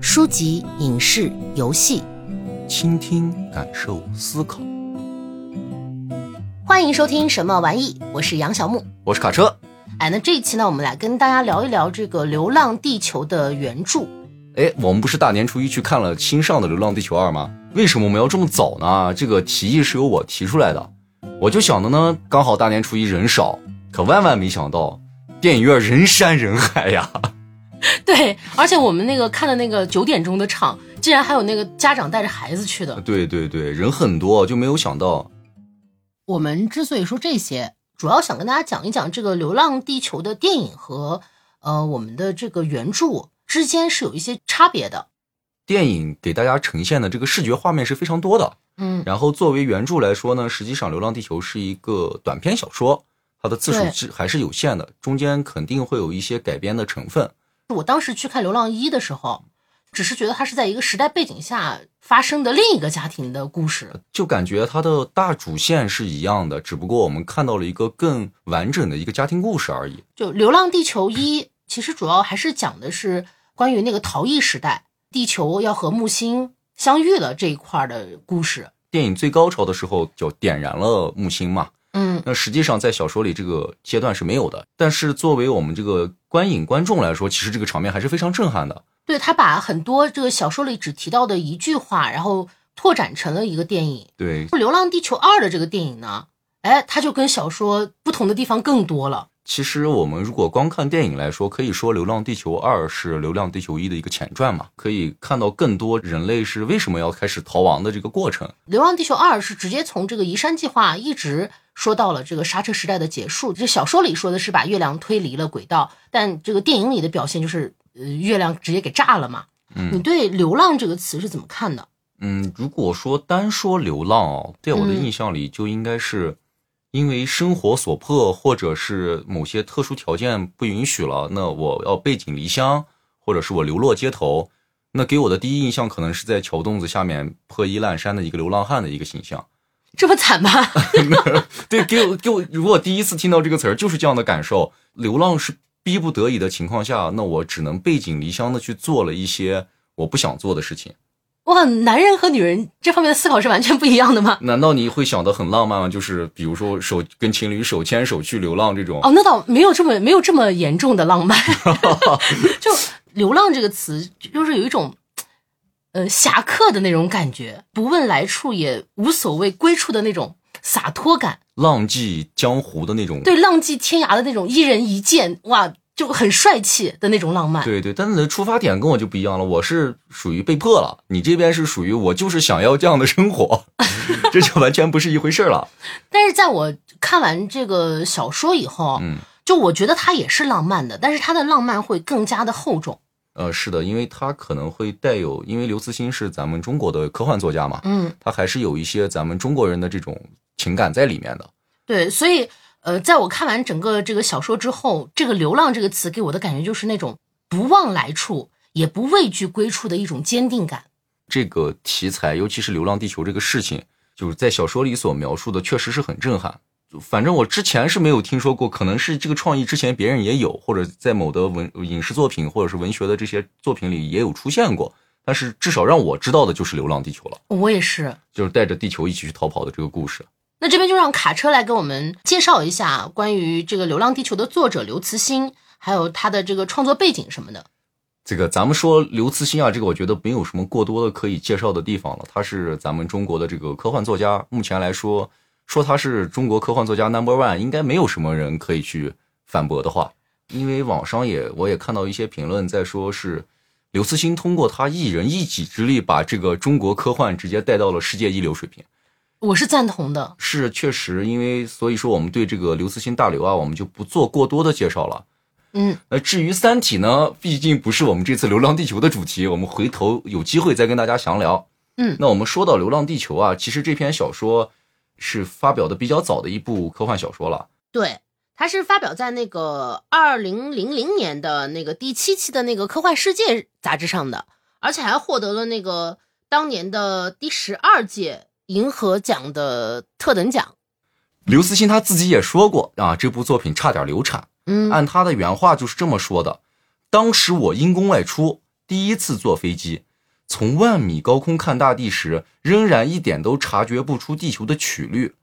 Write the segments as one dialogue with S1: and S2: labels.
S1: 书籍、影视、游戏，
S2: 倾听、感受、思考。
S1: 欢迎收听什么玩意？我是杨小木。
S2: 我是卡车。
S1: 哎，那这一期呢，我们来跟大家聊一聊这个《流浪地球》的原著。
S2: 哎，我们不是大年初一去看了新上的《流浪地球二》吗？为什么我们要这么早呢？这个提议是由我提出来的。我就想的呢，刚好大年初一人少，可万万没想到，电影院人山人海呀。
S3: 对，而且我们那个看的那个九点钟的场，竟然还有那个家长带着孩子去的。
S2: 对对对，人很多，就没有想到。
S3: 我们之所以说这些，
S1: 主要想跟大家讲一讲这个《流浪地球》的电影和呃我们的这个原著之间是有一些差别的。
S2: 电影给大家呈现的这个视觉画面是非常多的。
S1: 嗯，
S2: 然后作为原著来说呢，实际上《流浪地球》是一个短篇小说，它的字数
S1: 对
S2: 是还是有限的，中间肯定会有一些改编的成分。
S1: 我当时去看《流浪一》的时候，只是觉得它是在一个时代背景下发生的另一个家庭的故事。
S2: 就感觉它的大主线是一样的，只不过我们看到了一个更完整的一个家庭故事而已。
S1: 就《流浪地球一》，其实主要还是讲的是关于那个逃逸时代，地球要和木星相遇了这一块儿的故事。
S2: 电影最高潮的时候就点燃了木星嘛，
S1: 嗯，
S2: 那实际上在小说里这个阶段是没有的，但是作为我们这个观影观众来说，其实这个场面还是非常震撼的。
S1: 对他把很多这个小说里只提到的一句话，然后拓展成了一个电影。
S2: 对，
S1: 《流浪地球二》的这个电影呢，哎，它就跟小说不同的地方更多了。
S2: 其实我们如果光看电影来说，可以说《流浪地球二》是《流浪地球一》的一个前传嘛，可以看到更多人类是为什么要开始逃亡的这个过程。
S1: 《流浪地球二》是直接从这个移山计划一直说到了这个刹车时代的结束。这小说里说的是把月亮推离了轨道，但这个电影里的表现就是，呃，月亮直接给炸了嘛。
S2: 嗯
S1: 你对“流浪”这个词是怎么看的？
S2: 嗯，如果说单说流浪哦，在我的
S1: 嗯
S2: 印象里就应该是因为生活所迫，或者是某些特殊条件不允许了，那我要背井离乡，或者是我流落街头。那给我的第一印象可能是在桥洞子下面破衣烂衫的一个流浪汉的一个形象。
S1: 这么惨吗？
S2: 对，给我给我，如果第一次听到这个词儿，就是这样的感受。流浪是逼不得已的情况下，那我只能背井离乡的去做了一些我不想做的事情。
S1: 哇，男人和女人这方面的思考是完全不一样的吗？
S2: 难道你会想的很浪漫吗？就是比如说手跟情侣手牵手去流浪这种。
S1: 哦，那倒没有这么没有这么严重的 浪漫。 就“流浪”这个词，就是有一种，呃，侠客的那种感觉，不问来处也无所谓归处的那种洒脱感，
S2: 浪迹江湖的那种。
S1: 对浪迹天涯的那种一人一剑，哇，就很帅气的那种浪漫。
S2: 对对但你的出发点跟我就不一样了。我是属于被迫了，你这边是属于我就是想要这样的生 活，这就完全不是一回事儿了。
S1: 但是在我看完这个小说以后，
S2: 嗯，
S1: 就我觉得它也是浪漫的，但是它的浪漫会更加的厚重。
S2: 呃，是的，因为他可能会带有，因为刘慈欣是咱们中国的科幻作家嘛，
S1: 嗯，
S2: 他还是有一些咱们中国人的这种情感在里面的。
S1: 对，所以呃，在我看完整个这个小说之后，这个“流浪”这个词给我的感觉就是那种不忘来处，也不畏惧归处的一种坚定感。
S2: 这个题材，尤其是《流浪地球》这个事情，就是在小说里所描述的，确实是很震撼。就反正我之前是没有听说过，可能是这个创意之前别人也有，或者在某的文影视作品或者是文学的这些作品里也有出现过。但是至少让我知道的就是《流浪地球》了，
S1: 我也是。
S2: 就是带着地球一起去逃跑的这个故事。
S1: 那这边就让卡车来给我们介绍一下关于这个《流浪地球》的作者刘慈欣，还有他的这个创作背景什么的。
S2: 这个咱们说刘慈欣啊，这个我觉得没有什么过多的可以介绍的地方了。他是咱们中国的这个科幻作家，目前来说，说他是中国科幻作家 number one，应该没有什么人可以去反驳的话。因为网上也我也看到一些评论在说是刘慈欣通过他一人一己之力，把这个中国科幻直接带到了世界一流水平。
S1: 我是赞同的，
S2: 是确实，因为所以说我们对这个刘慈欣大刘啊，我们就不做过多的介绍了。
S1: 嗯，
S2: 那呃至于《三体》呢，毕竟不是我们这次《流浪地球》的主题，我们回头有机会再跟大家详聊。
S1: 嗯
S2: 那我们说到《流浪地球》啊，其实这篇小说是发表的比较早的一部科幻小说了。
S1: 对，它是发表在那个二零零零年的那个第七期的那个《科幻世界》杂志上的，而且还获得了那个当年的第十二届银河奖的特等奖。
S2: 刘慈欣他自己也说过啊，这部作品差点流产。
S1: 嗯
S2: 按他的原话就是这么说的：当时我因公外出，第一次坐飞机，从万米高空看大地时，仍然一点都察觉不出地球的曲率，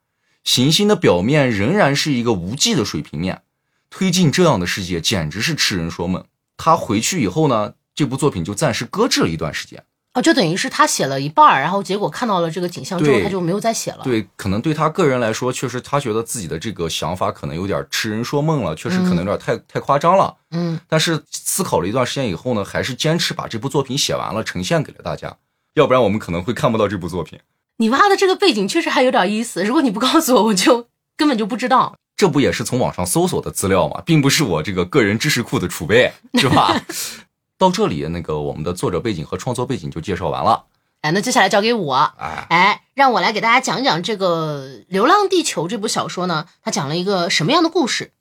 S2: 行星的表面仍然是一个无际的水平面。推进这样的世界简直是痴人说梦。他回去以后呢，这部作品就暂时搁置了一段时间。
S1: 哦，就等于是他写了一半儿，然后结果看到了这个景象之后，
S2: 对
S1: 他就没有再写了。
S2: 对，可能对他个人来说，确实他觉得自己的这个想法可能有点痴人说梦了，确实可能有点太、太夸张了。
S1: 嗯，
S2: 但是思考了一段时间以后呢，还是坚持把这部作品写完了，呈现给了大家。要不然我们可能会看不到这部作品。
S1: 你挖的这个背景确实还有点意思，如果你不告诉我，我就根本就不知道。
S2: 这不也是从网上搜索的资料吗？并不是我这个个人知识库的储备，是吧？ 到这里，那个我们的作者背景和创作背景就介绍完了。
S1: 哎，那接下来交给我，
S2: 哎，
S1: 哎，让我来给大家讲一讲这个《流浪地球》这部小说呢，它讲了一个什么样的故事？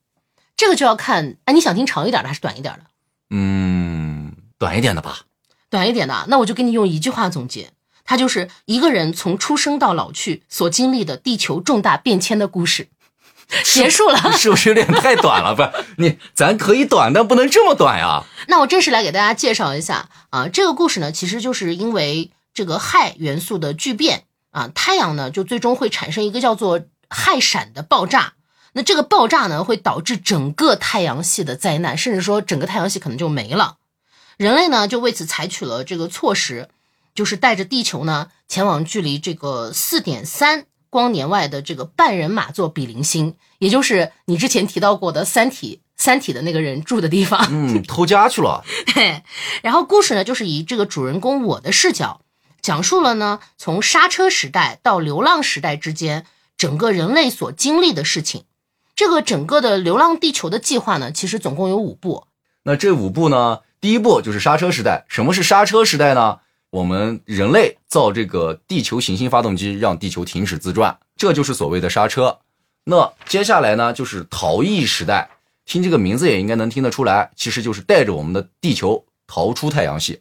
S1: 这个就要看，哎，你想听长一点的还是短一点的？
S2: 嗯，短一点的吧。
S1: 短一点的啊，那我就给你用一句话总结，它就是一个人从出生到老去所经历的地球重大变迁的故事， 结束了。
S2: 是不是有点太短了？不是你，咱可以短，但不能这么短呀。
S1: 那我正式来给大家介绍一下啊，这个故事呢，其实就是因为这个氦元素的聚变啊，太阳呢就最终会产生一个叫做氦闪的爆炸。那这个爆炸呢，会导致整个太阳系的灾难，甚至说整个太阳系可能就没了。人类呢，就为此采取了这个措施，就是带着地球呢前往距离这个四点三光年外的这个半人马座比邻星，也就是你之前提到过的《三体》《三体》的那个人住的地方。
S2: 嗯，偷家去了。
S1: 对， 然后故事呢，就是以这个主人公我的视角，讲述了呢从刹车时代到流浪时代之间整个人类所经历的事情。这个整个的流浪地球的计划呢，其实总共有五步。
S2: 那这五步呢？第一步就是刹车时代。什么是刹车时代呢？我们人类造这个地球行星发动机，让地球停止自转，这就是所谓的刹车。那接下来呢，就是逃逸时代。听这个名字也应该能听得出来，其实就是带着我们的地球逃出太阳系。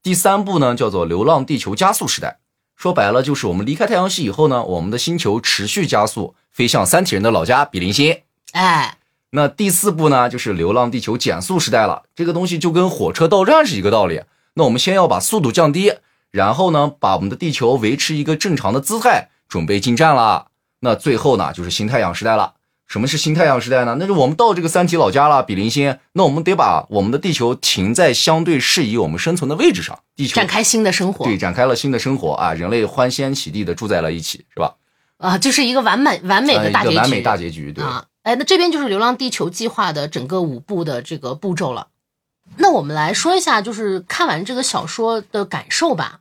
S2: 第三步呢，叫做流浪地球加速时代。说白了，就是我们离开太阳系以后呢，我们的星球持续加速，飞向三体人的老家比邻星。
S1: 哎，
S2: 那第四步呢，就是《流浪地球》减速时代了。这个东西就跟火车到站是一个道理。那我们先要把速度降低，然后呢，把我们的地球维持一个正常的姿态，准备进站了。那最后呢，就是新太阳时代了。什么是新太阳时代呢？那就我们到这个三体老家了，比邻星。那我们得把我们的地球停在相对适宜我们生存的位置上，地球
S1: 展开新的生活
S2: 对展开了新的生活啊，人类欢天喜地的住在了一起，是吧？
S1: 啊，就是一个完满完美
S2: 呃
S1: 的
S2: 一
S1: 大结
S2: 个
S1: 局。
S2: 完美大结局，对。
S1: 啊，哎，那这边就是《流浪地球》计划的整个五步的这个步骤了。那我们来说一下，就是看完这个小说的感受吧。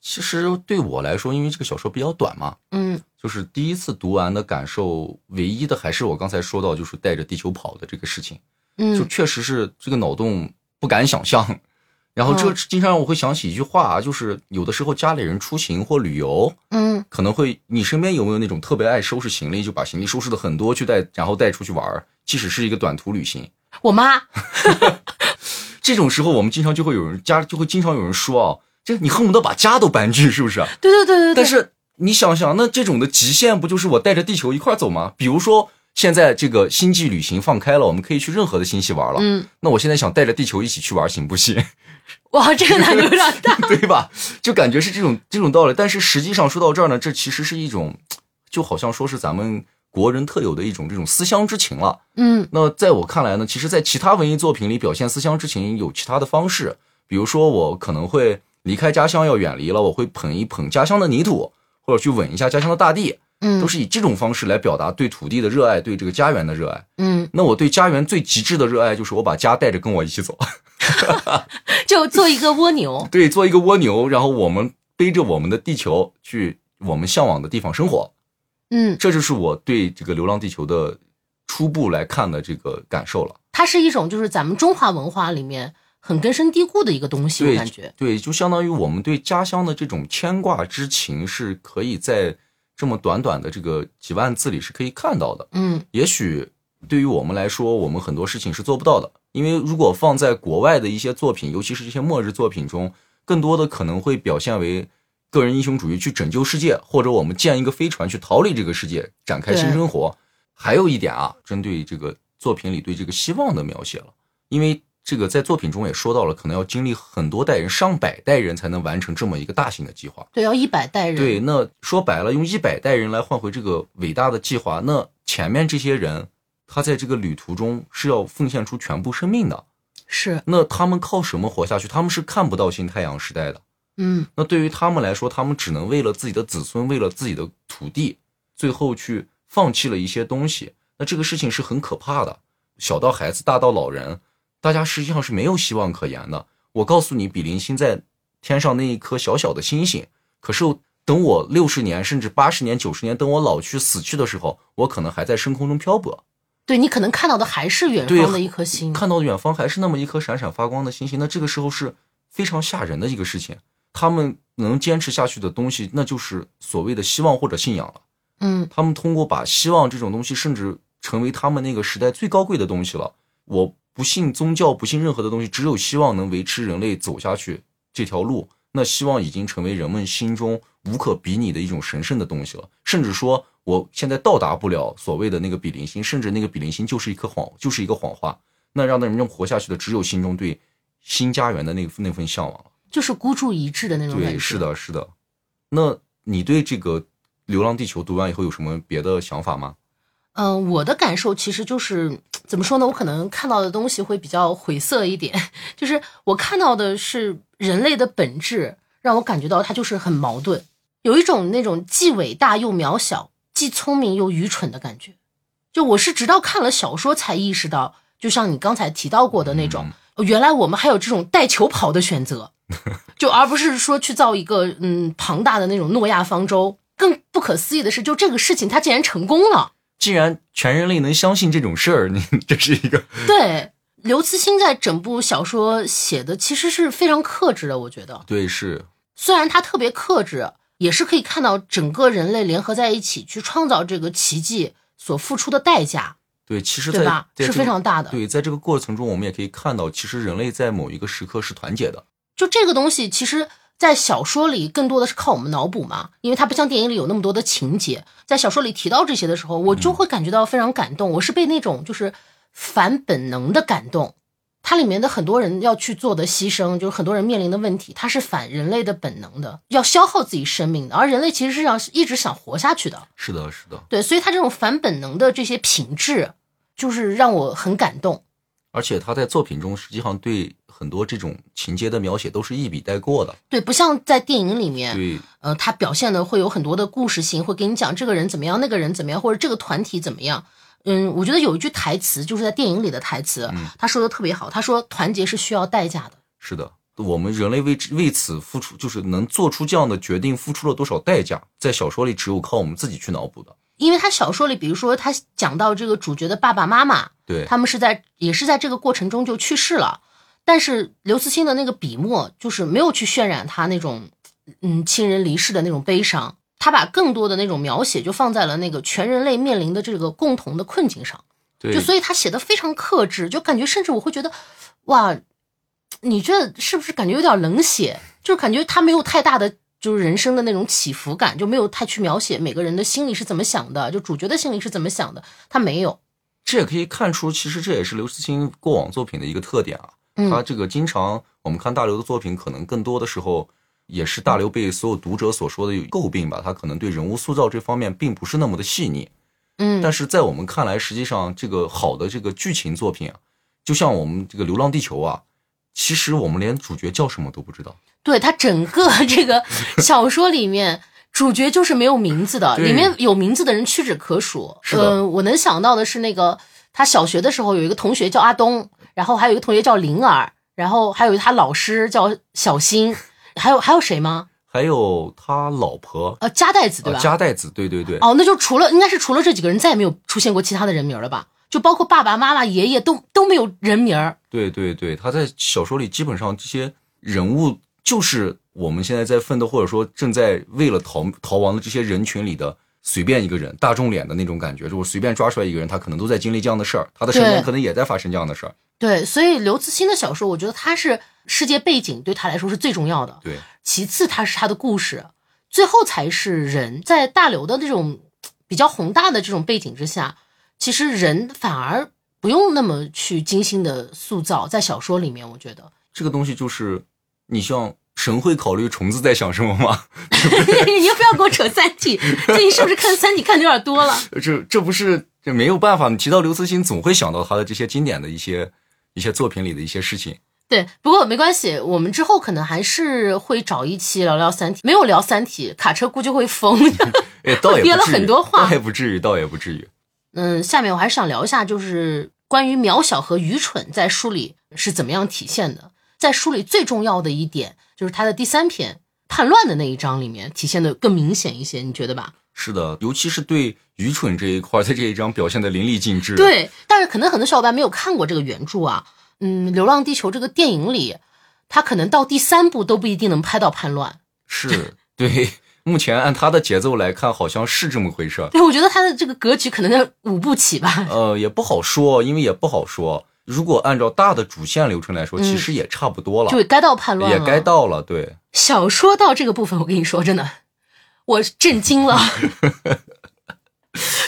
S2: 其实对我来说，因为这个小说比较短嘛，
S1: 嗯，
S2: 就是第一次读完的感受，唯一的还是我刚才说到，就是带着地球跑的这个事情，
S1: 嗯
S2: 就确实是这个脑洞不敢想象。然后这
S1: 嗯
S2: 经常让我会想起一句话啊，就是有的时候家里人出行或旅游，
S1: 嗯，
S2: 可能会你身边有没有那种特别爱收拾行李，就把行李收拾的很多去带，然后带出去玩儿，即使是一个短途旅行，
S1: 我妈
S2: 这种时候我们经常就会有人家就会经常有人说啊，这你恨不得把家都搬去，是不是？啊
S1: 对对对对对，
S2: 但是你想想，那这种的极限不就是我带着地球一块儿走吗？比如说现在这个星际旅行放开了，我们可以去任何的星系玩了。
S1: 嗯，
S2: 那我现在想带着地球一起去玩，行 不行？
S1: 哇，这个难度有点大。
S2: 对吧？就感觉是这种这种道理。但是实际上说到这儿呢，这其实是一种，就好像说是咱们国人特有的一种这种思乡之情了。
S1: 嗯
S2: 那在我看来呢，其实，在其他文艺作品里表现思乡之情有其他的方式，比如说我可能会离开家乡要远离了，我会捧一捧家乡的泥土，或者去吻一下家乡的大地，都
S1: 嗯
S2: 是以这种方式来表达对土地的热爱，对这个家园的热爱。
S1: 嗯，
S2: 那我对家园最极致的热爱就是我把家带着跟我一起走，
S1: 就做一个蜗牛。
S2: 对，做一个蜗牛，然后我们背着我们的地球去我们向往的地方生活。
S1: 嗯，
S2: 这就是我对这个《流浪地球》的初步来看的这个感受了。
S1: 它是一种就是咱们中华文化里面很根深蒂固的一个东西，我
S2: 对
S1: 感觉。
S2: 对，就相当于我们对家乡的这种牵挂之情，是可以在这么短短的这个几万字里是可以看到的。
S1: 嗯
S2: 也许对于我们来说，我们很多事情是做不到的，因为如果放在国外的一些作品，尤其是这些末日作品中，更多的可能会表现为个人英雄主义去拯救世界，或者我们建一个飞船去逃离这个世界，展开新
S1: 对
S2: 生活。还有一点啊，针对这个作品里对这个希望的描写了，因为这个在作品中也说到了，可能要经历很多代人，上百代人才能完成这么一个大型的计划。
S1: 对，要一百代人，
S2: 对，那说白了，用一百代人来换回这个伟大的计划，那前面这些人，他在这个旅途中是要奉献出全部生命的。
S1: 是，
S2: 那他们靠什么活下去？他们是看不到新太阳时代的。
S1: 嗯，
S2: 那对于他们来说，他们只能为了自己的子孙，为了自己的土地，最后去放弃了一些东西。那这个事情是很可怕的，小到孩子，大到老人，大家实际上是没有希望可言的。我告诉你，比邻星在天上那一颗小小的星星，可是等我六十年甚至八十年、九十年，等我老去死去的时候，我可能还在深空中漂泊。
S1: 对你可能看到的还是远
S2: 对
S1: 方的一颗星，
S2: 看到远方还是那么一颗闪闪发光的星星，那这个时候是非常吓人的一个事情。他们能坚持下去的东西，那就是所谓的希望或者信仰了。
S1: 嗯，
S2: 他们通过把希望这种东西，甚至成为他们那个时代最高贵的东西了。我不信宗教，不信任何的东西，只有希望能维持人类走下去这条路。那希望已经成为人们心中无可比拟的一种神圣的东西了，甚至说我现在到达不了所谓的那个比邻星，甚至那个比邻星就是一颗谎，就是一个谎话。那让人们活下去的，只有心中对新家园的那那份向往了。
S1: 就是孤注一掷的那种感
S2: 对，
S1: 觉。
S2: 嗯是，的，是的。那你对这个《流浪地球》读完以后有什么别的想法吗？
S1: 嗯、我的感受其实就是怎么说呢？我可能看到的东西会比较晦涩一点， 就是我看到的是人类的本质，让我感觉到它就是很矛盾，有一种那种既伟大又渺小，既聪明又愚蠢的感觉。就我是直到看了小说才意识到，就像你刚才提到过的那种，哦原来我们还有这种带球跑的选择，就而不是说去造一个嗯庞大的那种诺亚方舟。更不可思议的是，就这个事情它竟然成功了。
S2: 既然全人类能相信这种事儿，你 这是一个
S1: 对，刘慈欣在整部小说写的其实是非常克制的，我觉得，
S2: 对是，
S1: 虽然他特别克制，也是可以看到整个人类联合在一起去创造这个奇迹所付出的代价，
S2: 对，其实在
S1: 对吧？
S2: 在
S1: 是
S2: 这
S1: 非
S2: 个
S1: 常大的。
S2: 对，在这个过程中，我们也可以看到，其实人类在某一个时刻是团结的。
S1: 就这个东西，其实，在小说里更多的是靠我们脑补嘛，因为它不像电影里有那么多的情节。在小说里提到这些的时候，我就会感觉到非常感动，我是被那种就是反本能的感动。它里面的很多人要去做的牺牲，就是很多人面临的问题，它是反人类的本能的，要消耗自己生命的。而人类其实是要一直想活下去的，
S2: 是的，是的。
S1: 对，所以他这种反本能的这些品质，就是让我很感动。
S2: 而且他在作品中实际上对很多这种情节的描写都是一笔带过的。
S1: 对，不像在电影里面，
S2: 对，
S1: 呃，他表现的会有很多的故事性，会给你讲这个人怎么样，那个人怎么样，或者这个团体怎么样。嗯，我觉得有一句台词就是在电影里的台词，他说的特别好。他说团结是需要代价的，
S2: 是的，我们人类为之为此付出，就是能做出这样的决定，付出了多少代价，在小说里只有靠我们自己去脑补的。
S1: 因为他小说里，比如说他讲到这个主角的爸爸妈妈，
S2: 对，
S1: 他们是在也是在这个过程中就去世了，但是刘慈欣的那个笔墨就是没有去渲染他那种嗯亲人离世的那种悲伤，他把更多的那种描写就放在了那个全人类面临的这个共同的困境上。
S2: 对，
S1: 就所以他写的非常克制，就感觉甚至我会觉得，哇，你这是不是感觉有点冷血？就是感觉他没有太大的就是人生的那种起伏感，就没有太去描写每个人的心里是怎么想的，就主角的心里是怎么想的，他没有。
S2: 这也可以看出，其实这也是刘慈欣过往作品的一个特点啊。
S1: 嗯
S2: 他这个经常我们看大刘的作品，可能更多的时候也是大刘被所有读者所说的有诟病吧。他可能对人物塑造这方面并不是那么的细腻。
S1: 嗯，
S2: 但是在我们看来，实际上这个好的这个剧情作品啊，就像我们这个《流浪地球》啊，其实我们连主角叫什么都不知道。
S1: 对他整 个这个小说里面。主角就是没有名字的，
S2: 对
S1: 里面有名字的人屈指可数。
S2: 是的
S1: 嗯、我能想到的是那个他小学的时候有一个同学叫阿东，然后还有一个同学叫灵儿，然后还有他老师叫小新，还有还有谁吗？
S2: 还有他老婆
S1: 呃，加代子对
S2: 呃
S1: 吧？
S2: 加代子，对对对，
S1: 哦，那就除了应该是除了这几个人，再也没有出现过其他的人名了吧？就包括爸爸妈妈、爷爷都都没有人名儿。
S2: 对对对，他在小说里基本上这些人物就是我们现在在奋斗或者说正在为了逃逃亡的这些人群里的随便一个人，大众脸的那种感觉，就我随便抓出来一个人，他可能都在经历这样的事儿，他的身边
S1: 对
S2: 可能也在发生这样的事儿。
S1: 对，所以刘慈欣的小说，我觉得他是世界背景对他来说是最重要的，
S2: 对，
S1: 其次他是他的故事，最后才是人。在大刘的这种比较宏大的这种背景之下，其实人反而不用那么去精心的塑造，在小说里面，我觉得
S2: 这个东西就是，你像神会考虑虫子在想什么吗？
S1: 你又不要给我扯《三体》，最近是不是看《三体》看的有点多了？
S2: 这这不是这没有办法，你提到刘慈欣，总会想到他的这些经典的一些一些作品里的一些事情。
S1: 对，不过没关系，我们之后可能还是会找一期聊聊《三体》，没有聊《三体》，卡车估计会疯。
S2: 哎，倒也不至于
S1: 憋了很多话
S2: 倒也不至于，倒也不至于。
S1: 嗯，下面我还是想聊一下，就是关于渺小和愚蠢在书里是怎么样体现的。在书里最重要的一点，就是它的第三篇叛乱的那一章里面体现的更明显一些，你觉得吧？
S2: 是的，尤其是对愚蠢这一块，在这一章表现的淋漓尽致。，
S1: 对，但是可能很多小伙伴没有看过这个原著啊。嗯，《流浪地球》这个电影里，它可能到第三部都不一定能拍到叛乱。
S2: 是，对。目前按他的节奏来看，好像是这么回事儿。
S1: 对，我觉得它的这个格局可能在五部起吧。
S2: 呃，也不好说，因为也不好说。如果按照大的主线流程来说，其实也差不多
S1: 嗯
S2: 了，
S1: 就该到叛乱
S2: 也
S1: 了，
S2: 该到了。对，
S1: 小说到这个部分，我跟你说，真的，我震惊 了，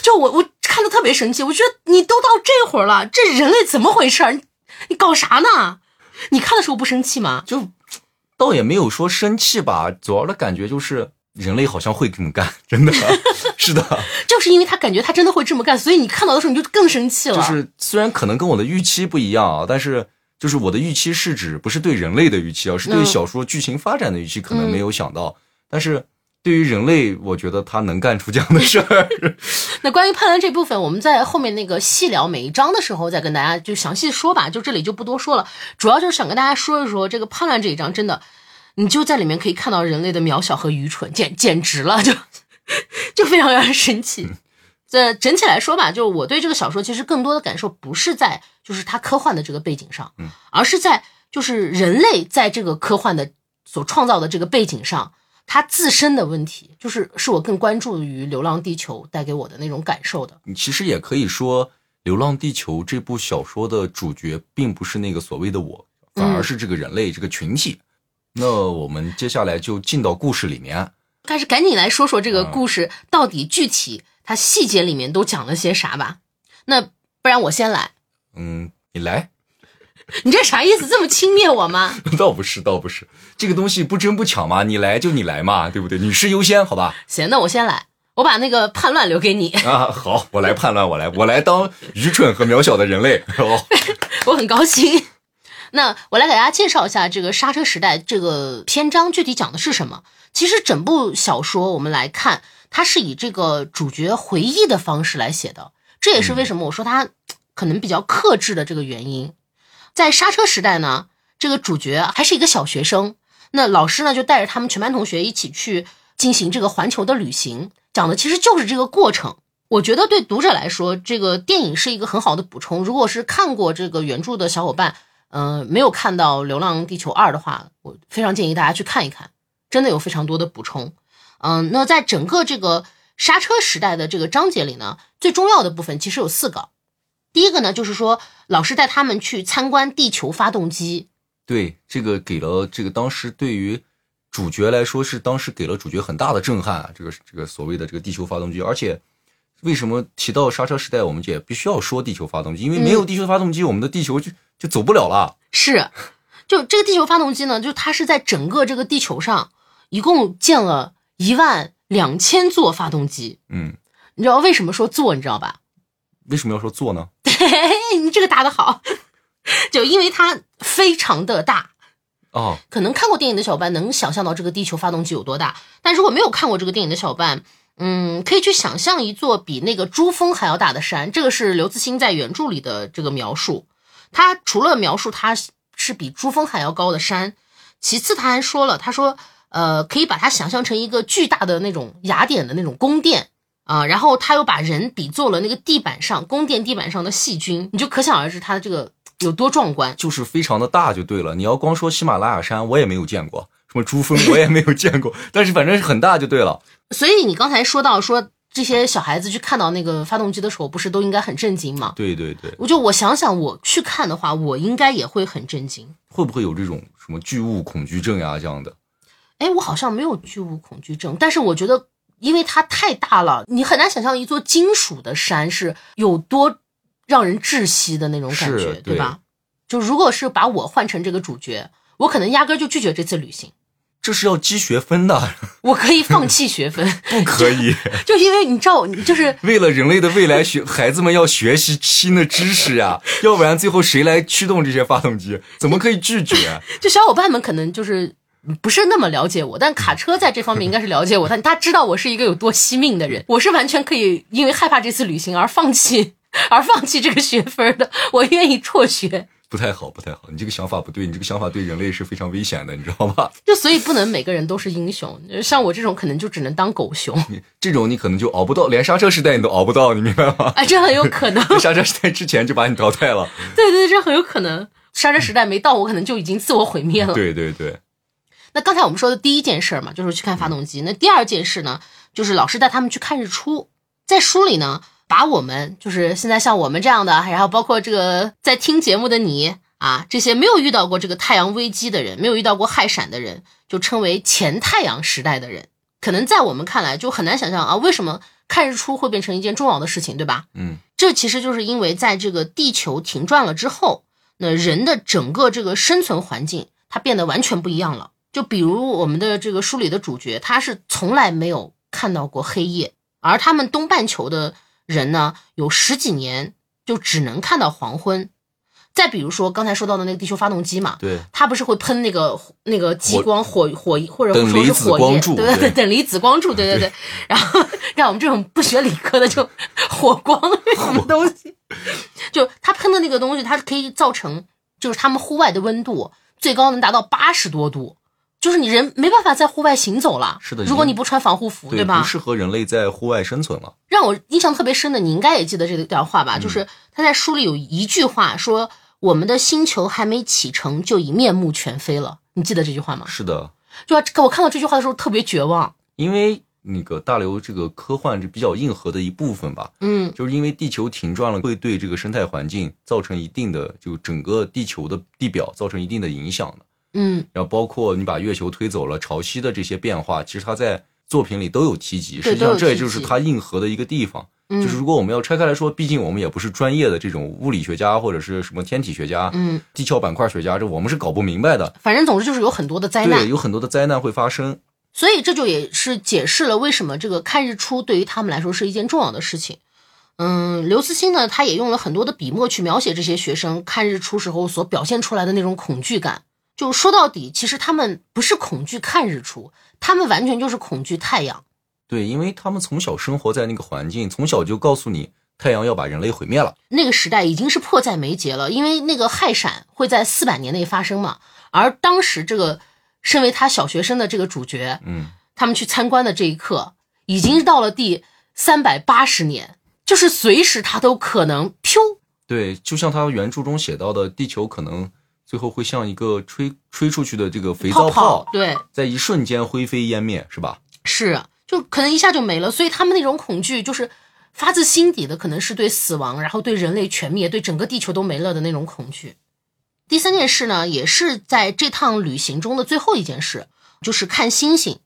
S1: 就我我看的特别生气，我觉得你都到这会儿了，这人类怎么回事儿？你你搞啥呢？你看的时候不生气吗？
S2: 就倒也没有说生气吧，主要的感觉就是人类好像会这么干，真的 是的，
S1: 就是因为他感觉他真的会这么干，所以你看到的时候你就更生气了。
S2: 就是虽然可能跟我的预期不一样啊，但是。就是我的预期是指不是对人类的预期啊，是对
S1: 嗯
S2: 小说剧情发展的预期，可
S1: 嗯
S2: 能没有想到。但是对于人类，我觉得他能干出这样的事儿。
S1: 那关于判断这部分，我们在后面那个细聊每一章的时候再跟大家就详细说吧，就这里就不多说了。主要就是想跟大家说一说这个判断这一章，真的，你就在里面可以看到人类的渺小和愚蠢，简简直了，就就非常让人生气。这整体来说吧，就是我对这个小说其实更多的感受不是在就是它科幻的这个背景上，
S2: 嗯
S1: 而是在就是人类在这个科幻的所创造的这个背景上，它自身的问题，就是是我更关注于《流浪地球》带给我的那种感受的。
S2: 你其实也可以说，《流浪地球》这部小说的主角并不是那个所谓的我，反而是这个人类、这个群体。那我们接下来就进到故事里面。
S1: 但是赶紧来说说这个故事到底具体它细节里面都讲了些啥吧。那不然我先来，
S2: 嗯，你来，
S1: 你这啥意思？这么轻蔑我吗？
S2: 倒不是，倒不是，这个东西不争不抢嘛，你来就你来嘛，对不对？女士优先，好吧？
S1: 行，那我先来，我把那个叛乱留给你，
S2: 啊，好，我来判断，我来，我来当愚蠢和渺小的人 类。哦，
S1: 我很高兴。 那我来给大家介绍一下这个《刹车时代》这个篇章具体讲的是什么。其实整部小说我们来看，它是以这个主角回忆的方式来写的，这也是为什么我说它可能比较克制的这个原因。在刹车时代呢，这个主角还是一个小学生，那老师呢就带着他们全班同学一起去进行这个环球的旅行，讲的其实就是这个过程。我觉得对读者来说，这个电影是一个很好的补充。如果是看过这个原著的小伙伴，嗯、没有看到《流浪地球二》的话，我非常建议大家去看一看，真的有非常多的补充。嗯、那在整个这个刹车时代的这个章节里呢，最重要的部分其实有四个。第一个呢，就是说老师带他们去参观地球发动机，
S2: 对，这个给了这个当时对于主角来说是当时给了主角很大的震撼啊，这个这个所谓的这个地球发动机，而且为什么提到刹车时代，我们也必须要说地球发动机，因为没有地球发动机，我们的地球就就走不了了。
S1: 是，就这个地球发动机呢，就它是在整个这个地球上一共建了一万两千座发动机。
S2: 嗯，
S1: 你知道为什么说座，你知道吧？
S2: 为什么要说做呢？
S1: 嘿，你这个答的好， 就因为它非常的大。
S2: 哦，
S1: 可能看过电影的小伙伴能想象到这个地球发动机有多大，但如果没有看过这个电影的小伙伴，嗯，可以去想象一座比那个珠峰还要大的山。这个是刘慈欣在原著里的这个描述。他除了描述它是比珠峰还要高的山，其次他还说了，他说，呃，可以把它想象成一个巨大的那种雅典的那种宫殿。啊，然后他又把人比作了那个地板上宫殿地板上的细菌，你就可想而知它的这个有多壮观。
S2: 就是非常的大就对了。你要光说喜马拉雅山，我也没有见过，什么珠峰我也没有见过，但是反正是很大就对了。
S1: 所以你刚才说到说这些小孩子去看到那个发动机的时候，不是都应该很震惊吗？
S2: 对对对，
S1: 我就我想想，我去看的话，我应该也会很震惊。
S2: 会不会有这种什么巨物恐惧症呀、这样的？
S1: 哎，我好像没有巨物恐惧症，但是我觉得，因为它太大了，你很难想象一座金属的山是有多让人窒息的那种感
S2: 是
S1: 觉，对
S2: 对
S1: 吧？就如果是把我换成这个主角，我可能压根儿就拒绝这次旅行，
S2: 这是要积学分的，
S1: 我可以放弃学分
S2: ，不 可以。
S1: 就因为你知道，你就是
S2: 为了人类的未来学，孩子们要学习新的知识呀、 要不然最后谁来驱动这些发动机？怎么可以拒绝？
S1: 就小伙伴们可能就是不是那么了解我，但卡车在这方面应该是了解我，但他知道我是一个有多惜命的人，我是完全可以因为害怕这次旅行而放弃。而放弃这个学分的，我愿意辍学，
S2: 不太好，不太好。你这个想法不对，你这个想法对人类是非常危险的，你知道吧？
S1: 就所以不能每个人都是英雄，像我这种可能就只能当狗熊，
S2: 你 这种你可能就熬不到，连刹车时代你都熬不到，你明白吗？
S1: 哎，这很有可能，
S2: 刹车时代之前就把你淘汰 了。
S1: 对对，这很有可能。刹车时代没到，我可能就已经自我毁灭了。
S2: 对对对，
S1: 那刚才我们说的第一件事儿嘛，就是去看发动机。那第二件事呢，就是老师带他们去看日出。在书里呢，把我们就是现在像我们这样的，然后包括这个在听节目的你啊，这些没有遇到过这个太阳危机的人，没有遇到过氦闪的人，就称为前太阳时代的人。可能在我们看来，就很难想象啊，为什么看日出会变成一件重要的事情，对吧？
S2: 嗯，
S1: 这其实就是因为在这个地球停转了之后，那人的整个这个生存环境它变得完全不一样了。就比如我们的这个书里的主角，他是从来没有看到过黑夜，而他们东半球的人呢，有十几年就只能看到黄昏。再比如说刚才说到的那个地球发动机嘛，
S2: 对，
S1: 它不是会喷那个那个激光火火或者
S2: 等
S1: 说
S2: 离
S1: 是
S2: 子
S1: 火
S2: 光
S1: 焰，
S2: 柱
S1: 对对
S2: 对
S1: 对，等离子光柱，对对对。然后让我们这种不学理科的就火光是什么东 西，就它喷的那个东西，它是可以造成就是他们户外的温度最高能达到八十多度，就是你人没办法在户外行走了。
S2: 是的
S1: 如果
S2: 因为
S1: 你不穿防护服，
S2: 对，
S1: 吧？
S2: 不适合人类在户外生存了。
S1: 让我印象特别深的，你应该也记得这段话
S2: 嗯
S1: 吧？就是他在书里有一句话说：“我们的星球还没启程，就已面目全非了。”你记得这句话吗？
S2: 是的，
S1: 就我看到这句话的时候特别绝望。
S2: 因为那个大刘这个科幻是比较硬核的一部分吧，
S1: 嗯，
S2: 就是因为地球停转了，会对这个生态环境造成一定的，就整个地球的地表造成一定的影响的。
S1: 嗯，
S2: 然后包括你把月球推走了，潮汐的这些变化，其实它在作品里都有提及。
S1: 对
S2: 实际上，这也
S1: 都
S2: 就
S1: 有提
S2: 是
S1: 及
S2: 它硬核的一个地方。
S1: 嗯
S2: 就是如果我们要拆开来说，毕竟我们也不是专业的这种物理学家或者是什么天体学家、
S1: 嗯，
S2: 地壳板块学家，这我们是搞不明白的。
S1: 反正总之就是有很多的灾
S2: 对，
S1: 难，
S2: 有很多的灾难会发生。
S1: 所以这就也是解释了为什么这个看日出对于他们来说是一件重要的事情。嗯，刘慈欣呢，他也用了很多的笔墨去描写这些学生看日出时候所表现出来的那种恐惧感。就说到底，其实他们不是恐惧看日出，他们完全就是恐惧太阳。
S2: 对，因为他们从小生活在那个环境，从小就告诉你太阳要把人类毁灭了。
S1: 那个时代已经是迫在眉睫了，因为那个氦闪会在四百年内发生嘛。而当时这个身为他小学生的这个主角，
S2: 嗯，
S1: 他们去参观的这一刻，已经到了第三百八十年，就是随时他都可能噗，
S2: 对，就像他原著中写到的，地球可能最后会像一个吹吹出去的这个肥皂
S1: 泡
S2: 泡，
S1: 泡，对，
S2: 在一瞬间灰飞烟灭，是吧？
S1: 是，啊就可能一下就没了。所以他们那种恐惧，就是发自心底的，可能是对死亡，然后对人类全灭，对整个地球都没了的那种恐惧。第三件事呢，也是在这趟旅行中的最后一件事，就是看星星。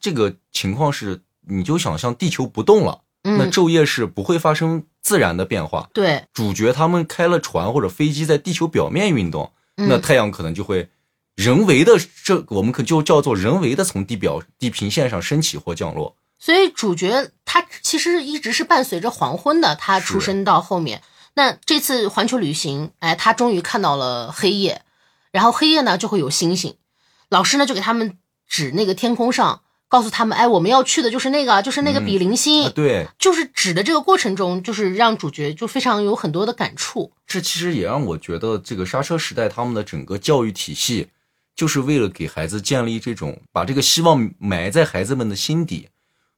S2: 这个情况是，你就想象地球不动了，那
S1: 嗯，
S2: 昼夜是不会发生自然的变化。
S1: 对，
S2: 主角他们开了船或者飞机在地球表面运动，那
S1: 嗯
S2: 太阳可能就会人为的，这我们可就叫做人为的从地表地平线上升起或降落。
S1: 所以主角他其实一直是伴随着黄昏的，他出生到后面。那这次环球旅行，哎，他终于看到了黑夜，然后黑夜呢就会有星星。老师呢就给他们指那个天空上，告诉他们，哎，我们要去的就是那个，就是那个
S2: 嗯
S1: 比邻星。
S2: 啊，对，
S1: 就是指的这个过程中，就是让主角就非常有很多的感触。
S2: 这其实也让我觉得，这个刹车时代他们的整个教育体系，就是为了给孩子建立这种把这个希望埋在孩子们的心底。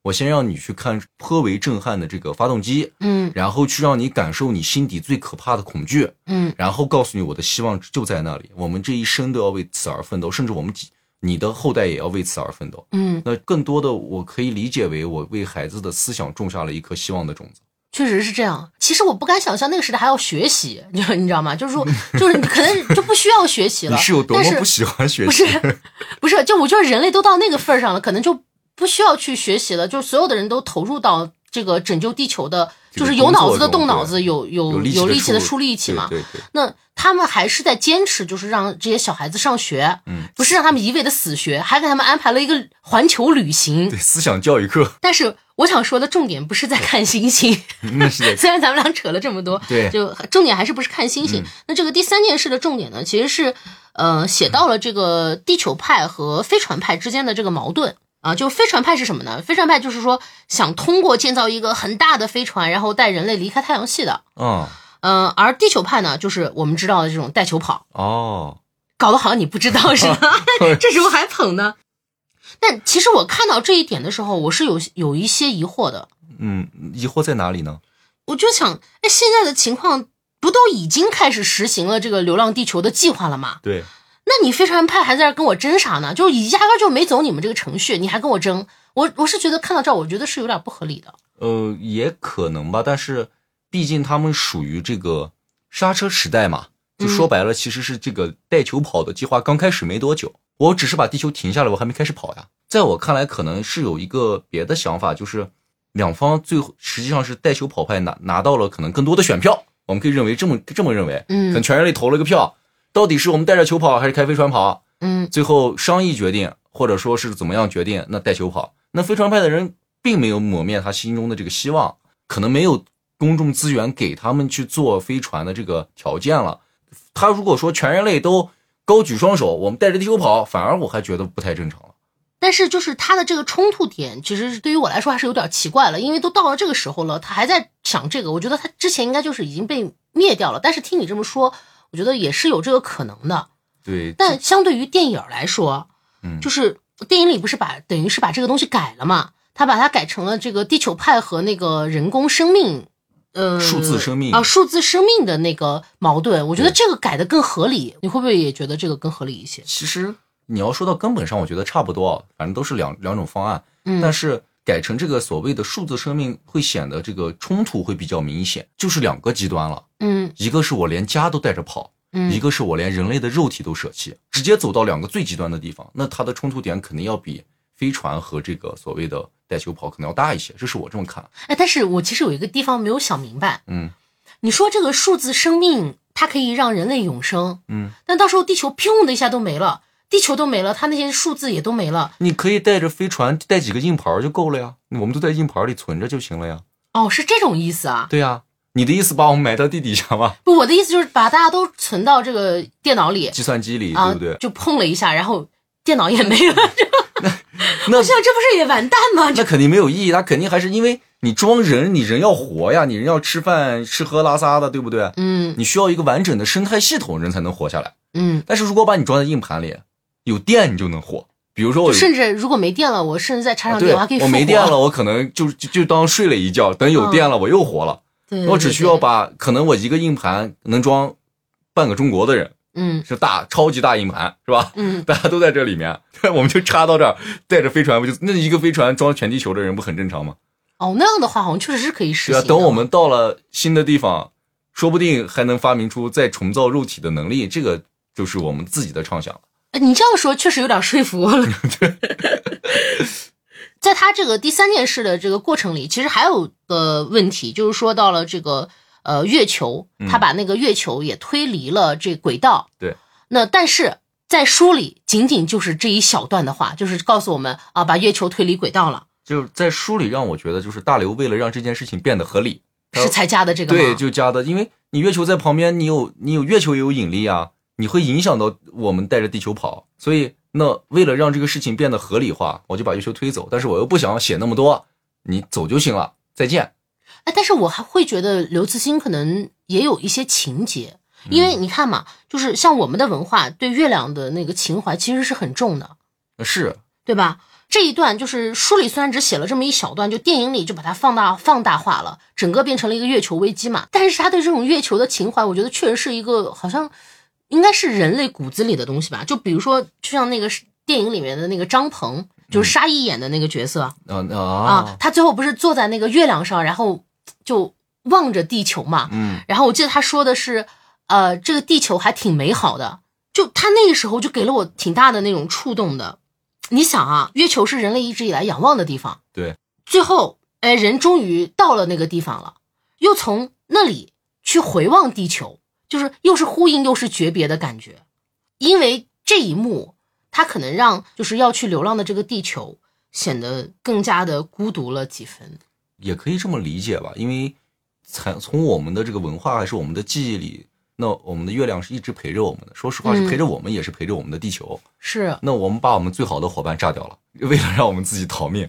S2: 我先让你去看颇为震撼的这个发动机，
S1: 嗯
S2: 然后去让你感受你心底最可怕的恐惧，
S1: 嗯，
S2: 然后告诉你我的希望就在那里，我们这一生都要为此而奋斗，甚至我们几你的后代也要为此而奋斗。
S1: 嗯，
S2: 那更多的，我可以理解为我为孩子的思想种下了一颗希望的种子。
S1: 确实是这样。其实我不敢想象那个时代还要学习，就是你知道吗？就是说就是你可能就不需要学习了。
S2: 你是有多
S1: 但
S2: 么
S1: 是
S2: 不喜欢学
S1: 不
S2: 习？
S1: 是，不是，就我觉得人类都到那个份儿上了，可能就不需要去学习了，就所有的人都投入到这个拯救地球的，
S2: 这
S1: 就
S2: 个
S1: 是有
S2: 工作
S1: 脑子的
S2: 中
S1: 动脑
S2: 对
S1: 子，有有
S2: 有力
S1: 有力气的
S2: 出
S1: 出力气嘛。
S2: 对对对，
S1: 那他们还是在坚持，就是让这些小孩子上学，
S2: 嗯，
S1: 不是让他们一味的死学，还给他们安排了一个环球旅行
S2: 对。思想教育 课
S1: 但是我想说的重点不是在看星星，
S2: 那是得
S1: 虽然咱们俩扯了这么多，
S2: 对
S1: 就重点还是不是看星星。那这个第三件事的重点呢，其实是呃写到了这个地球派和飞船派之间的这个矛盾。啊，就是飞船派是什么呢？飞船派就是说想通过建造一个很大的飞船，然后带人类离开太阳系的。
S2: 嗯
S1: 嗯、而地球派呢，就是我们知道的这种带球跑，
S2: 哦，
S1: 搞得好像你不知道似的，这时候还捧呢。但其实我看到这一点的时候，我是有有一些疑惑的。
S2: 嗯，疑惑在哪里呢？
S1: 我就想，哎，现在的情况不都已经开始实行了这个《流浪地球》的计划了吗？
S2: 对，
S1: 那你飞船派还在这儿跟我争啥呢？就是压根儿就没走你们这个程序，你还跟我争？我我是觉得看到这儿，我觉得是有点不合理的。
S2: 呃，也可能吧，但是毕竟他们属于这个刹车时代嘛，就说白了，其实是这个带球跑的计划刚开始没多久，我只是把地球停下来，我还没开始跑呀。在我看来，可能是有一个别的想法，就是两方最后实际上是带球跑派拿拿到了可能更多的选票，我们可以认为这么这么认为，
S1: 嗯
S2: 可能全人类投了个票，到底是我们带着球跑还是开飞船跑？
S1: 嗯
S2: 最后商议决定，或者说是怎么样决定，那带球跑。那飞船派的人并没有抹灭他心中的这个希望，可能没有公众资源给他们去做飞船的这个条件了。他如果说全人类都高举双手，我们带着地球跑，反而我还觉得不太正常了。
S1: 但是就是他的这个冲突点，其实是对于我来说还是有点奇怪了，因为都到了这个时候了，他还在想这个，我觉得他之前应该就是已经被灭掉了。但是听你这么说，我觉得也是有这个可能的。
S2: 对，
S1: 但相对于电影儿来说，
S2: 嗯
S1: 就是电影里不是把等于是把这个东西改了嘛？他把它改成了这个地球派和那个人工生命，呃，
S2: 数字生命
S1: 啊、数字生命的那个矛盾，我觉得
S2: 对
S1: 这个改的更合理。你会不会也觉得这个更合理一些？
S2: 其实你要说到根本上，我觉得差不多啊，反正都是两两种方案。
S1: 嗯
S2: 但是改成这个所谓的数字生命，会显得这个冲突会比较明显，就是两个极端了。
S1: 嗯
S2: 一个是我连家都带着跑，
S1: 嗯
S2: 一个是我连人类的肉体都舍弃，直接走到两个最极端的地方，那它的冲突点肯定要比飞船和这个所谓的带球跑可能要大一些，这是我这么看。
S1: 哎，但是我其实有一个地方没有想明白，
S2: 嗯
S1: 你说这个数字生命它可以让人类永生，
S2: 嗯，
S1: 但到时候地球砰的一下都没了，地球都没了，它那些数字也都没了。
S2: 你可以带着飞船带几个硬盘儿就够了呀，我们都在硬盘儿里存着就行了呀。
S1: 哦，是这种意思啊？
S2: 对呀，你的意思把我们埋到地底下吗？
S1: 不，我的意思就是把大家都存到这个电脑里
S2: 计算机里，
S1: 啊，
S2: 对不对？嗯
S1: 就碰了一下，然后电脑也没了，这
S2: 那
S1: 这这不是也完蛋吗？
S2: 那
S1: 这
S2: 肯定没有意义，它肯定还是因为你装人，你人要活呀，你人要吃饭、吃喝拉撒的，对不对？
S1: 嗯
S2: 你需要一个完整的生态系统，人才能活下来。
S1: 嗯，
S2: 但是如果把你装在硬盘里，有电你就能火。比如说我
S1: 就
S2: 有啊
S1: 甚至如果没电了，我甚至再插上
S2: 对
S1: 电，还可以
S2: 我
S1: 复
S2: 没
S1: 活
S2: 电了，，我可能就就就当睡了一觉，等有电了我又活了。
S1: 对，
S2: 我
S1: 嗯对
S2: 只需要把可能我一个硬盘能装半个中国的人，
S1: 对嗯
S2: 是大超级大硬盘是吧？
S1: 嗯
S2: 大家都在这里面，我们就插到这儿，带着飞船不就那一个飞船装全地球的人不很正常吗？
S1: 哦那样的话，好像确实是可以实
S2: 对
S1: 行
S2: 啊，
S1: 的。
S2: 等我们到了新的地方，说不定还能发明出再重造肉体的能力，这个就是我们自己的畅想了。
S1: 哎你这样说，确实有点说服我了。
S2: 嗯
S1: 在他这个第三件事的这个过程里，其实还有个问题，就是说到了这个呃月球，他把那个月球也推离了这轨道。
S2: 嗯对。
S1: 那但是在书里，仅仅就是这一小段的话，就是告诉我们啊，把月球推离轨道了，
S2: 就是在书里让我觉得，就是大刘为了让这件事情变得合理，
S1: 是才加的这个吗？
S2: 对，就加的，因为你月球在旁边，你有你有月球也有引力啊，你会影响到我们带着地球跑，所以那为了让这个事情变得合理化，我就把月球推走，但是我又不想写那么多，你走就行了，再见。
S1: 哎，但是我还会觉得刘慈欣可能也有一些情节，
S2: 嗯
S1: 因为你看嘛，就是像我们的文化对月亮的那个情怀其实是很重的。
S2: 呃是，
S1: 对吧？这一段就是书里虽然只写了这么一小段，就电影里就把它放大放大化了，整个变成了一个月球危机嘛。但是他对这种月球的情怀，我觉得确实是一个好像应该是人类骨子里的东西吧。就比如说，就像那个是电影里面的那个张鹏，就是沙溢演的那个角色、
S2: 啊、啊
S1: 啊，他最后不是坐在那个月亮上，然后就望着地球嘛。
S2: 嗯，
S1: 然后我记得他说的是，呃，这个地球还挺美好的，就他那个时候就给了我挺大的那种触动的。你想啊，月球是人类一直以来仰望的地方，
S2: 对，
S1: 最后哎，人终于到了那个地方了，又从那里去回望地球，就是又是呼应又是诀别的感觉。因为这一幕，它可能让就是要去流浪的这个地球显得更加的孤独了几分。
S2: 也可以这么理解吧，因为才从我们的这个文化还是我们的记忆里，那我们的月亮是一直陪着我们的。说实话，
S1: 嗯
S2: 是陪着我们，也是陪着我们的地球。
S1: 是，
S2: 那我们把我们最好的伙伴炸掉了， 为了让我们自己逃命。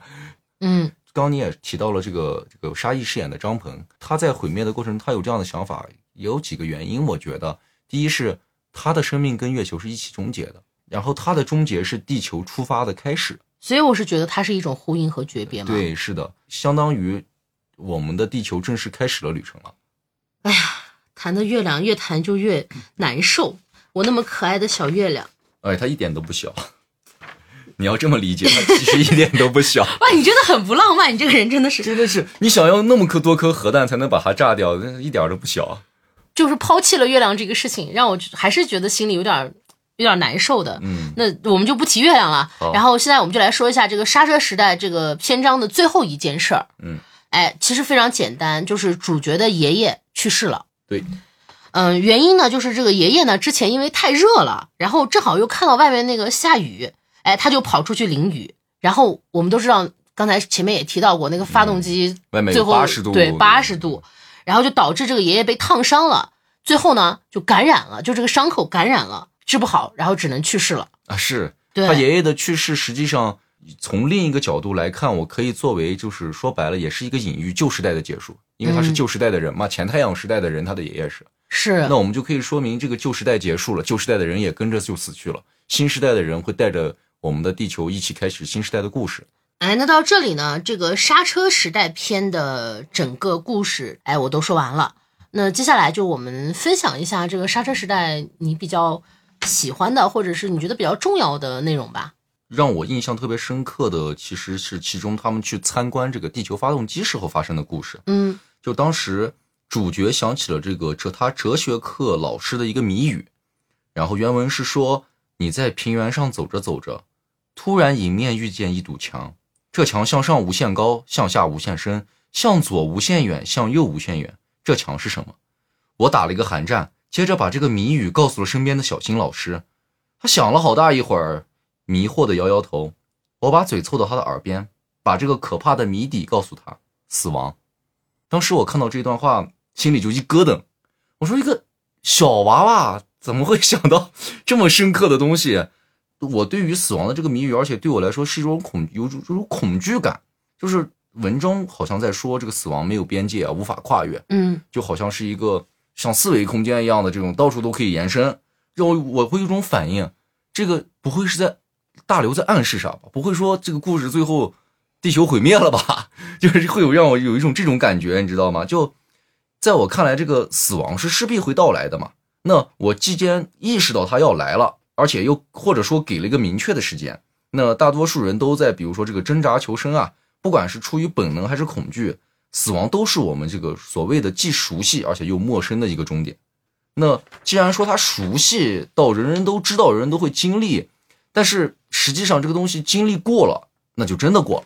S1: 嗯
S2: 刚刚你也提到了这个这个沙溢饰演的张鹏，他在毁灭的过程中，他有这样的想法，也有几个原因。我觉得，第一是他的生命跟月球是一起终结的，然后他的终结是地球出发的开始。
S1: 所以我是觉得它是一种呼应和诀别嘛。，
S2: 对，是的，相当于我们的地球正式开始了旅程了。
S1: 谈的月亮越谈就越难受。我那么可爱的小月亮，
S2: 哎，它一点都不小。 你要这么理解，它其实一点都不小。
S1: 哇，你真的很不浪漫，你这个人真的是
S2: 真的是，你想要那么颗多颗核弹才能把它炸掉，那一点儿都不小。
S1: 就是抛弃了月亮这个事情，让我还是觉得心里有点儿有点儿难受的。
S2: 嗯，哦
S1: 那我们就不提月亮了
S2: 好，
S1: 然后现在我们就来说一下这个刹车时代这个篇章的最后一件事儿。
S2: 嗯，
S1: 哎，其实非常简单，就是主角的爷爷去世了。
S2: 对，
S1: 嗯，原因呢，就是这个爷爷呢，之前因为太热了，然后正好又看到外面那个下雨，哎，他就跑出去淋雨。然后我们都知道，刚才前面也提到过，那个发动机
S2: 嗯外面
S1: 最
S2: 有
S1: 后
S2: 八十度，
S1: 对八十度，然后就导致这个爷爷被烫伤了，最后呢就感染了，就这个伤口感染了，治不好，然后只能去世了。
S2: 啊！是
S1: 对，
S2: 他爷爷的去世，实际上从另一个角度来看，我可以作为就是说白了，也是一个隐喻旧时代的结束，因为他是
S1: 嗯
S2: 旧时代的人嘛，前太阳时代的人，他的爷爷是。
S1: 是
S2: 那我们就可以说明这个旧时代结束了，旧时代的人也跟着就死去了，新时代的人会带着我们的地球一起开始新时代的故事。
S1: 哎，那到这里呢，这个刹车时代篇的整个故事，哎，我都说完了。那接下来就我们分享一下这个刹车时代你比较喜欢的，或者是你觉得比较重要的内容吧。
S2: 让我印象特别深刻的，其实是其中他们去参观这个地球发动机时候发生的故事。
S1: 嗯
S2: 就当时主角想起了这个哲他哲学课老师的一个谜语，然后原文是说：你在平原上走着走着，突然迎面遇见一堵墙，这墙向上无限高，向下无限深，向左无限远，向右无限远。这墙是什么？我打了一个寒战，接着把这个谜语告诉了身边的小新老师。他想了好大一会儿，迷惑的摇摇头。我把嘴凑到他的耳边，把这个可怕的谜底告诉他：死亡。当时我看到这段话，心里就一咯噔。我说一个小娃娃 怎么会想到 这么深刻的东西？我对于死亡的这个谜语，而且对我来说是一种恐，有种这种恐惧感。就是文中好像在说这个死亡没有边界啊，无法跨越，
S1: 嗯，
S2: 就好像是一个像四维空间一样的这种到处都可以延伸，让我我会有一种反应，这个不会是在大刘在暗示啥吧？不会说这个故事最后地球毁灭了吧？ 就是会有让我有一种这种感觉，你知道吗？就在我看来，这个死亡是势必会到来的嘛。那我既然意识到它要来了，而且又或者说给了一个明确的时间，那大多数人都在比如说这个挣扎求生啊，不管是出于本能还是恐惧，死亡都是我们这个所谓的既熟悉而且又陌生的一个终点。那既然说它熟悉到人人都知道，人人都会经历，但是实际上这个东西经历过了，那就真的过了。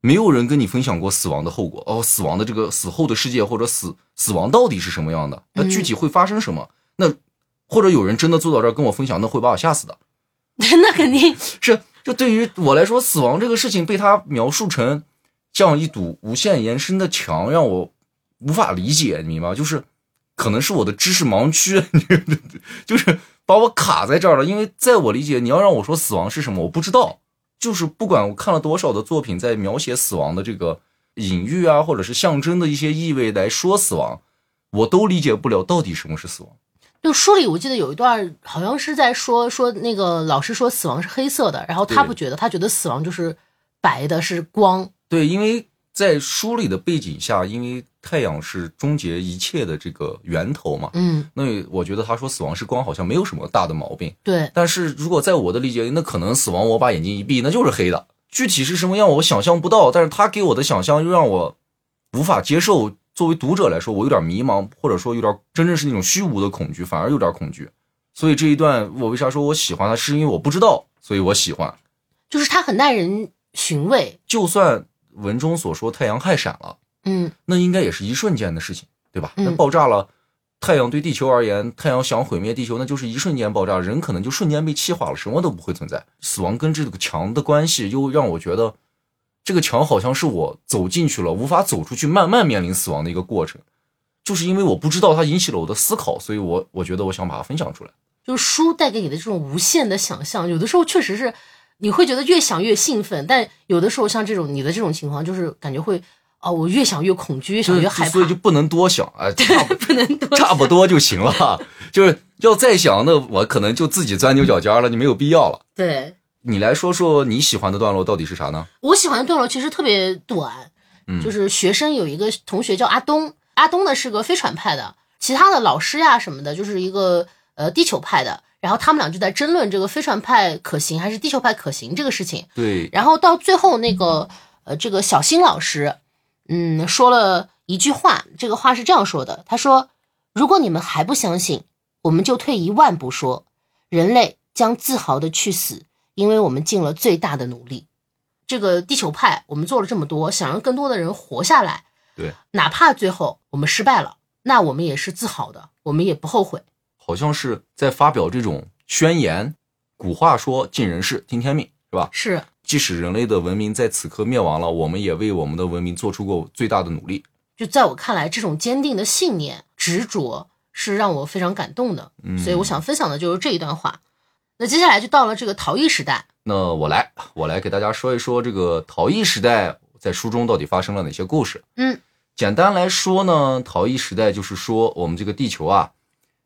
S2: 没有人跟你分享过死亡的后果哦，死亡的这个死后的世界或者死死亡到底是什么样的？那具体会发生什么？那或者有人真的坐到这儿跟我分享，那会把我吓死的。
S1: 那肯定
S2: 是，就对于我来说，死亡这个事情被他描述成这样一堵无限延伸的墙，让我无法理解，你明白吗？就是可能是我的知识盲区， 就是把我卡在这儿了。因为在我理解，你要让我说死亡是什么，我不知道。就是不管我看了多少的作品，在描写死亡的这个隐喻啊，或者是象征的一些意味来说死亡，我都理解不了到底什么是死亡。
S1: 就书里我记得有一段好像是在说说那个老师说死亡是黑色的，然后他
S2: 对
S1: 不觉得，他觉得死亡就是白的，是光。
S2: 对，因为在书里的背景下，因为太阳是终结一切的这个源头嘛，
S1: 嗯，
S2: 那我觉得他说死亡是光，好像没有什么大的毛病。
S1: 对，
S2: 但是如果在我的理解，那可能死亡，我把眼睛一闭，那就是黑的。具体是什么样，我想象不到，但是他给我的想象又让我无法接受。作为读者来说，我有点迷茫，或者说有点真正是那种虚无的恐惧，反而有点恐惧。所以这一段我为啥说我喜欢它，是因为我不知道，所以我喜欢。
S1: 就是他很耐人寻味。
S2: 就算文中所说太阳氦闪了，
S1: 嗯
S2: 那应该也是一瞬间的事情，对吧？
S1: 嗯
S2: 那爆炸了，太阳对地球而言，太阳想毁灭地球，那就是一瞬间爆炸，人可能就瞬间被气化了，什么都不会存在。死亡跟这个墙的关系，又让我觉得，这个墙好像是我走进去了，无法走出去，慢慢面临死亡的一个过程。就是因为我不知道它引起了我的思考，所以我我觉得我想把它分享出来。
S1: 就是书带给你的这种无限的想象，有的时候确实是你会觉得越想越兴奋，但有的时候像这种你的这种情况，就是感觉会哦，我越想越恐惧，越想越
S2: 就
S1: 害怕，
S2: 所以就不能多想， 哎，差不
S1: 不能多
S2: 差不多就行了。 就是要再想，那我可能就自己钻牛角尖了，就没有必要了。
S1: 对。
S2: 你来说说你喜欢的段落到底是啥呢？
S1: 我喜欢的段落其实特别短，
S2: 嗯
S1: 就是学生有一个同学叫阿东，阿东呢是个飞船派的，其他的老师呀什么的，就是一个呃地球派的，然后他们俩就在争论这个飞船派可行还是地球派可行这个事情，
S2: 对，
S1: 然后到最后那个呃这个小新老师，嗯说了一句话，这个话是这样说的，他说如果你们还不相信，我们就退一万步说，人类将自豪的去死，因为我们尽了最大的努力。这个地球派，我们做了这么多，想让更多的人活下来。
S2: 对，
S1: 哪怕最后我们失败了，那我们也是自豪的，我们也不后悔。
S2: 好像是在发表这种宣言。古话说“尽人事，听天命”，是吧？
S1: 是，
S2: 即使人类的文明在此刻灭亡了，我们也为我们的文明做出过最大的努力。
S1: 就在我看来，这种坚定的信念、执着是让我非常感动的。
S2: 嗯
S1: 所以我想分享的就是这一段话。那接下来就到了这个陶艺时代，
S2: 那我来，我来给大家说一说这个陶艺时代在书中到底发生了哪些故事。
S1: 嗯，
S2: 简单来说呢，陶艺时代就是说我们这个地球啊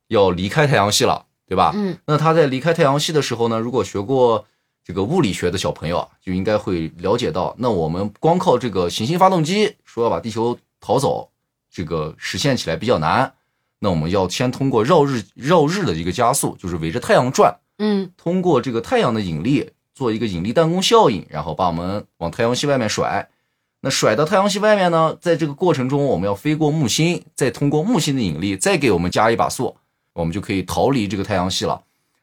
S2: 要离开太阳系了，对吧？
S1: 嗯，
S2: 那它在离开太阳系的时候呢，如果学过这个物理学的小朋友啊，就应该会了解到，那我们光靠这个行星发动机说要把地球逃走，这个实现起来比较难。那我们要先通过绕日绕日的一个加速，就是围着太阳转，
S1: 嗯
S2: 通过这个太阳的引力做一个引力弹弓效应，然后把我们往太阳系外面甩。那甩到太阳系外面呢，在这个过程中，我们要飞过木星，再通过木星的引力，再给我们加一把速，我们就可以逃离这个太阳系了。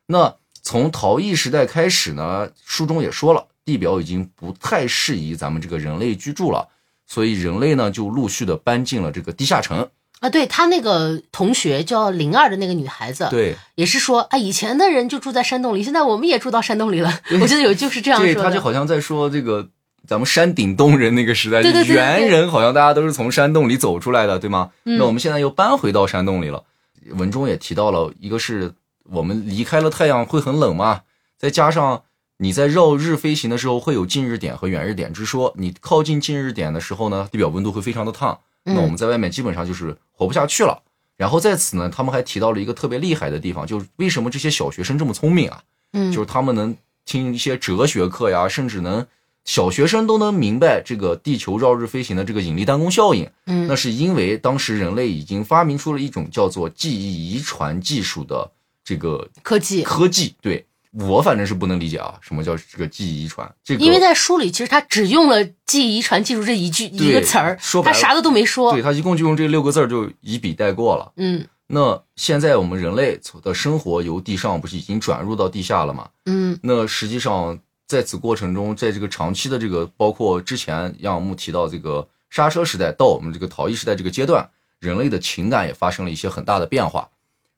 S2: 那从陶艺时代开始呢，书中也说了，地表已经不太适宜咱们这个人类居住了，所以人类呢就陆续的搬进了这个地下城。
S1: 啊，对他那个同学叫灵儿的那个女孩子，
S2: 对，
S1: 也是说啊，以前的人就住在山洞里，现在我们也住到山洞里了。我觉得有就是这样
S2: 对，
S1: 说
S2: 他
S1: 的，
S2: 就好像在说这个咱们山顶洞人那个时代，
S1: 对对对对
S2: 猿人好像大家都是从山洞里走出来的，对吗？
S1: 嗯
S2: 那我们现在又搬回到山洞里了。文中也提到了，一个是我们离开了太阳会很冷嘛，再加上你在绕日飞行的时候会有近日点和远日点之说，你靠近近日点的时候呢，地表温度会非常的烫，
S1: 嗯
S2: 那我们在外面基本上就是活不下去了。然后在此呢，他们还提到了一个特别厉害的地方，就是为什么这些小学生这么聪明啊？
S1: 嗯，
S2: 就是他们能听一些哲学课呀，甚至能小学生都能明白这个地球绕日飞行的这个引力弹弓效应。
S1: 嗯
S2: 那是因为当时人类已经发明出了一种叫做记忆遗传技术的这个
S1: 科技，
S2: 科技。对我反正是不能理解啊，什么叫这个记忆遗传？这个
S1: 因为在书里其实他只用了记忆遗传技术这一句一个词儿
S2: 说，白
S1: 他
S2: 了
S1: 啥的都没说
S2: 对。他一共就用这六个字儿就以笔带过了。
S1: 嗯
S2: 那现在我们人类的生活由地上不是已经转入到地下了吗？
S1: 嗯
S2: 那实际上在此过程中，在这个长期的这个，包括之前杨晓木提到这个刹车时代到我们这个陶艺时代这个阶段，人类的情感也发生了一些很大的变化。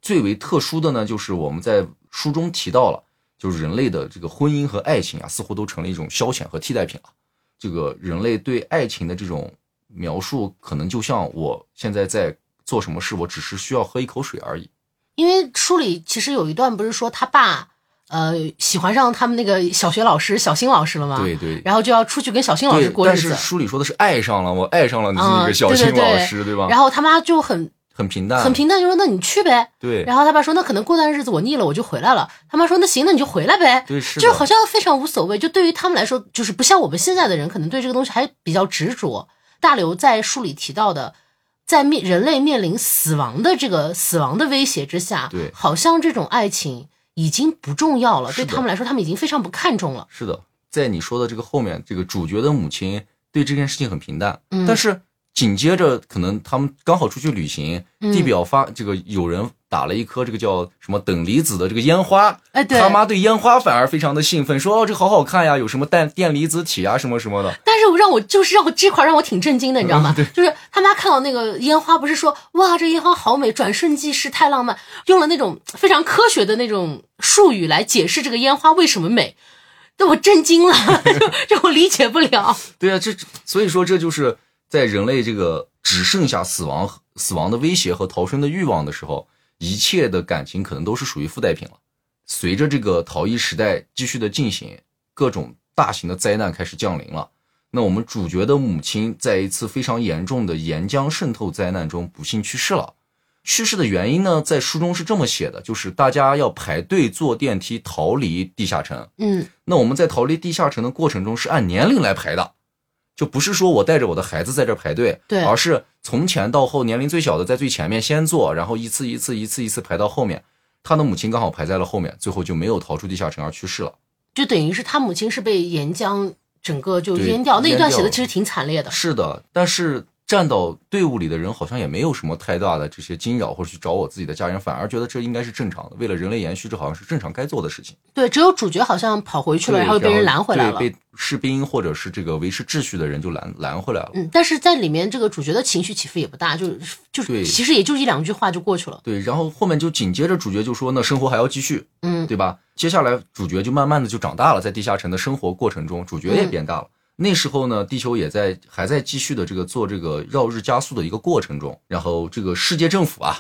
S2: 最为特殊的呢，就是我们在书中提到了，就是人类的这个婚姻和爱情啊，似乎都成了一种消遣和替代品了。这个人类对爱情的这种描述，可能就像我现在在做什么事，我只是需要喝一口水而已。
S1: 因为书里其实有一段不是说他爸呃喜欢上他们那个小学老师小新老师了吗？
S2: 对对，
S1: 然后就要出去跟小新老师
S2: 对，
S1: 嗯过
S2: 但
S1: 日
S2: 是
S1: 子。
S2: 书里说的是爱上了，我爱上了你
S1: 啊
S2: 那个小
S1: 对对
S2: 青
S1: 对
S2: 老师，对吧？
S1: 然后他妈就很
S2: 很平淡，
S1: 很平淡，就说那你去呗。
S2: 对，
S1: 然后他爸说那可能过段日子我腻了我就回来了。他妈说那行那你就回来呗。
S2: 对是的
S1: 就好像非常无所谓，就对于他们来说，就是不像我们现在的人，可能对这个东西还比较执着。大刘在书里提到的，在面人类面临死亡的这个死亡的威胁之下，
S2: 对
S1: 好像这种爱情已经不重要了，
S2: 是
S1: 对
S2: 的
S1: 他们来说，他们已经非常不看重了。
S2: 是的，在你说的这个后面，这个主角的母亲对这件事情很平淡，
S1: 嗯
S2: 但是紧接着可能他们刚好出去旅行，
S1: 嗯
S2: 地表发这个有人打了一颗这个叫什么等离子的这个烟花，
S1: 哎对
S2: 他妈对烟花反而非常的兴奋，说哦这好好看呀，有什么电电离子体啊什么什么的，
S1: 但是我让我就是让我这块儿让我挺震惊的，你知 道吗？就是他妈看到那个烟花，不是说哇这烟花好美，转瞬即逝，太浪漫，用了那种非常科学的那种术语来解释这个烟花为什么美，那我震惊 了，就这我理解不了。
S2: 对啊，这所以说这就是在人类这个只剩下死亡、死亡的威胁和逃生的欲望的时候，一切的感情可能都是属于附带品了。随着这个逃逸时代继续的进行，各种大型的灾难开始降临了。那我们主角的母亲在一次非常严重的岩浆渗透灾难中不幸去世了。去世的原因呢，在书中是这么写的，就是大家要排队坐电梯逃离地下城。
S1: 嗯，
S2: 那我们在逃离地下城的过程中是按年龄来排的，就不是说我带着我的孩子在这儿排队，
S1: 对
S2: 而是从前到后，年龄最小的在最前面先坐，然后一次一次一次一次排到后面。他的母亲刚好排在了后面，最后就没有逃出地下城而去世了。
S1: 就等于是他母亲是被岩浆整个就
S2: 对
S1: 淹掉，那一
S2: 淹
S1: 段写
S2: 掉
S1: 的
S2: 了
S1: 其实挺惨烈的。
S2: 是的，但是站到队伍里的人好像也没有什么太大的这些惊扰，或者去找我自己的家人，反而觉得这应该是正常的。为了人类延续，这好像是正常该做的事情。
S1: 对，只有主角好像跑回去了，
S2: 对
S1: 然后又被人拦回来了。
S2: 对，被士兵或者是这个维持秩序的人就拦拦回来了。
S1: 嗯，但是在里面这个主角的情绪起伏也不大，就就
S2: 对
S1: 其实也就一两句话就过去了。
S2: 对，然后后面就紧接着主角就说，那生活还要继续，
S1: 嗯，
S2: 对吧？接下来主角就慢慢的就长大了，在地下城的生活过程中，主角也变大了。那时候呢，地球也在还在继续的这个做这个绕日加速的一个过程中，然后这个世界政府啊，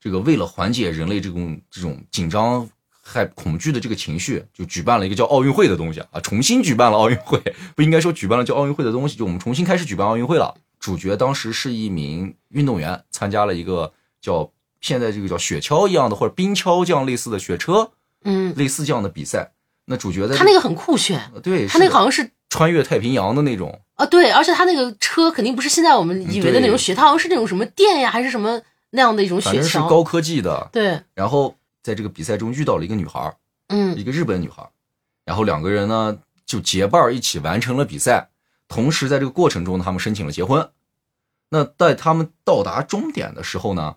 S2: 这个为了缓解人类这种这种紧张害恐惧的这个情绪，就举办了一个叫奥运会的东西啊，重新举办了奥运会，不应该说举办了叫奥运会的东西，就我们重新开始举办奥运会了。主角当时是一名运动员，参加了一个叫现在这个叫雪橇一样的或者冰橇这样类似的雪车，
S1: 嗯，
S2: 类似这样的比赛。那主角在
S1: 他那个很酷炫，
S2: 个对，
S1: 他那个好
S2: 像
S1: 像是
S2: 穿越太平洋的那种，
S1: 啊，对，而且他那个车肯定不是现在我们以为的那种
S2: 对
S1: 雪，它好像是那种什么电呀，还是什么那样的一种
S2: 反
S1: 雪
S2: 正是
S1: 橇。
S2: 高科技的。
S1: 对，
S2: 然后在这个比赛中遇到了一个女孩，
S1: 嗯
S2: 一个日本女孩，然后两个人呢就结伴儿一起完成了比赛，同时在这个过程中呢，他们申请了结婚。那在他们到达终点的时候呢，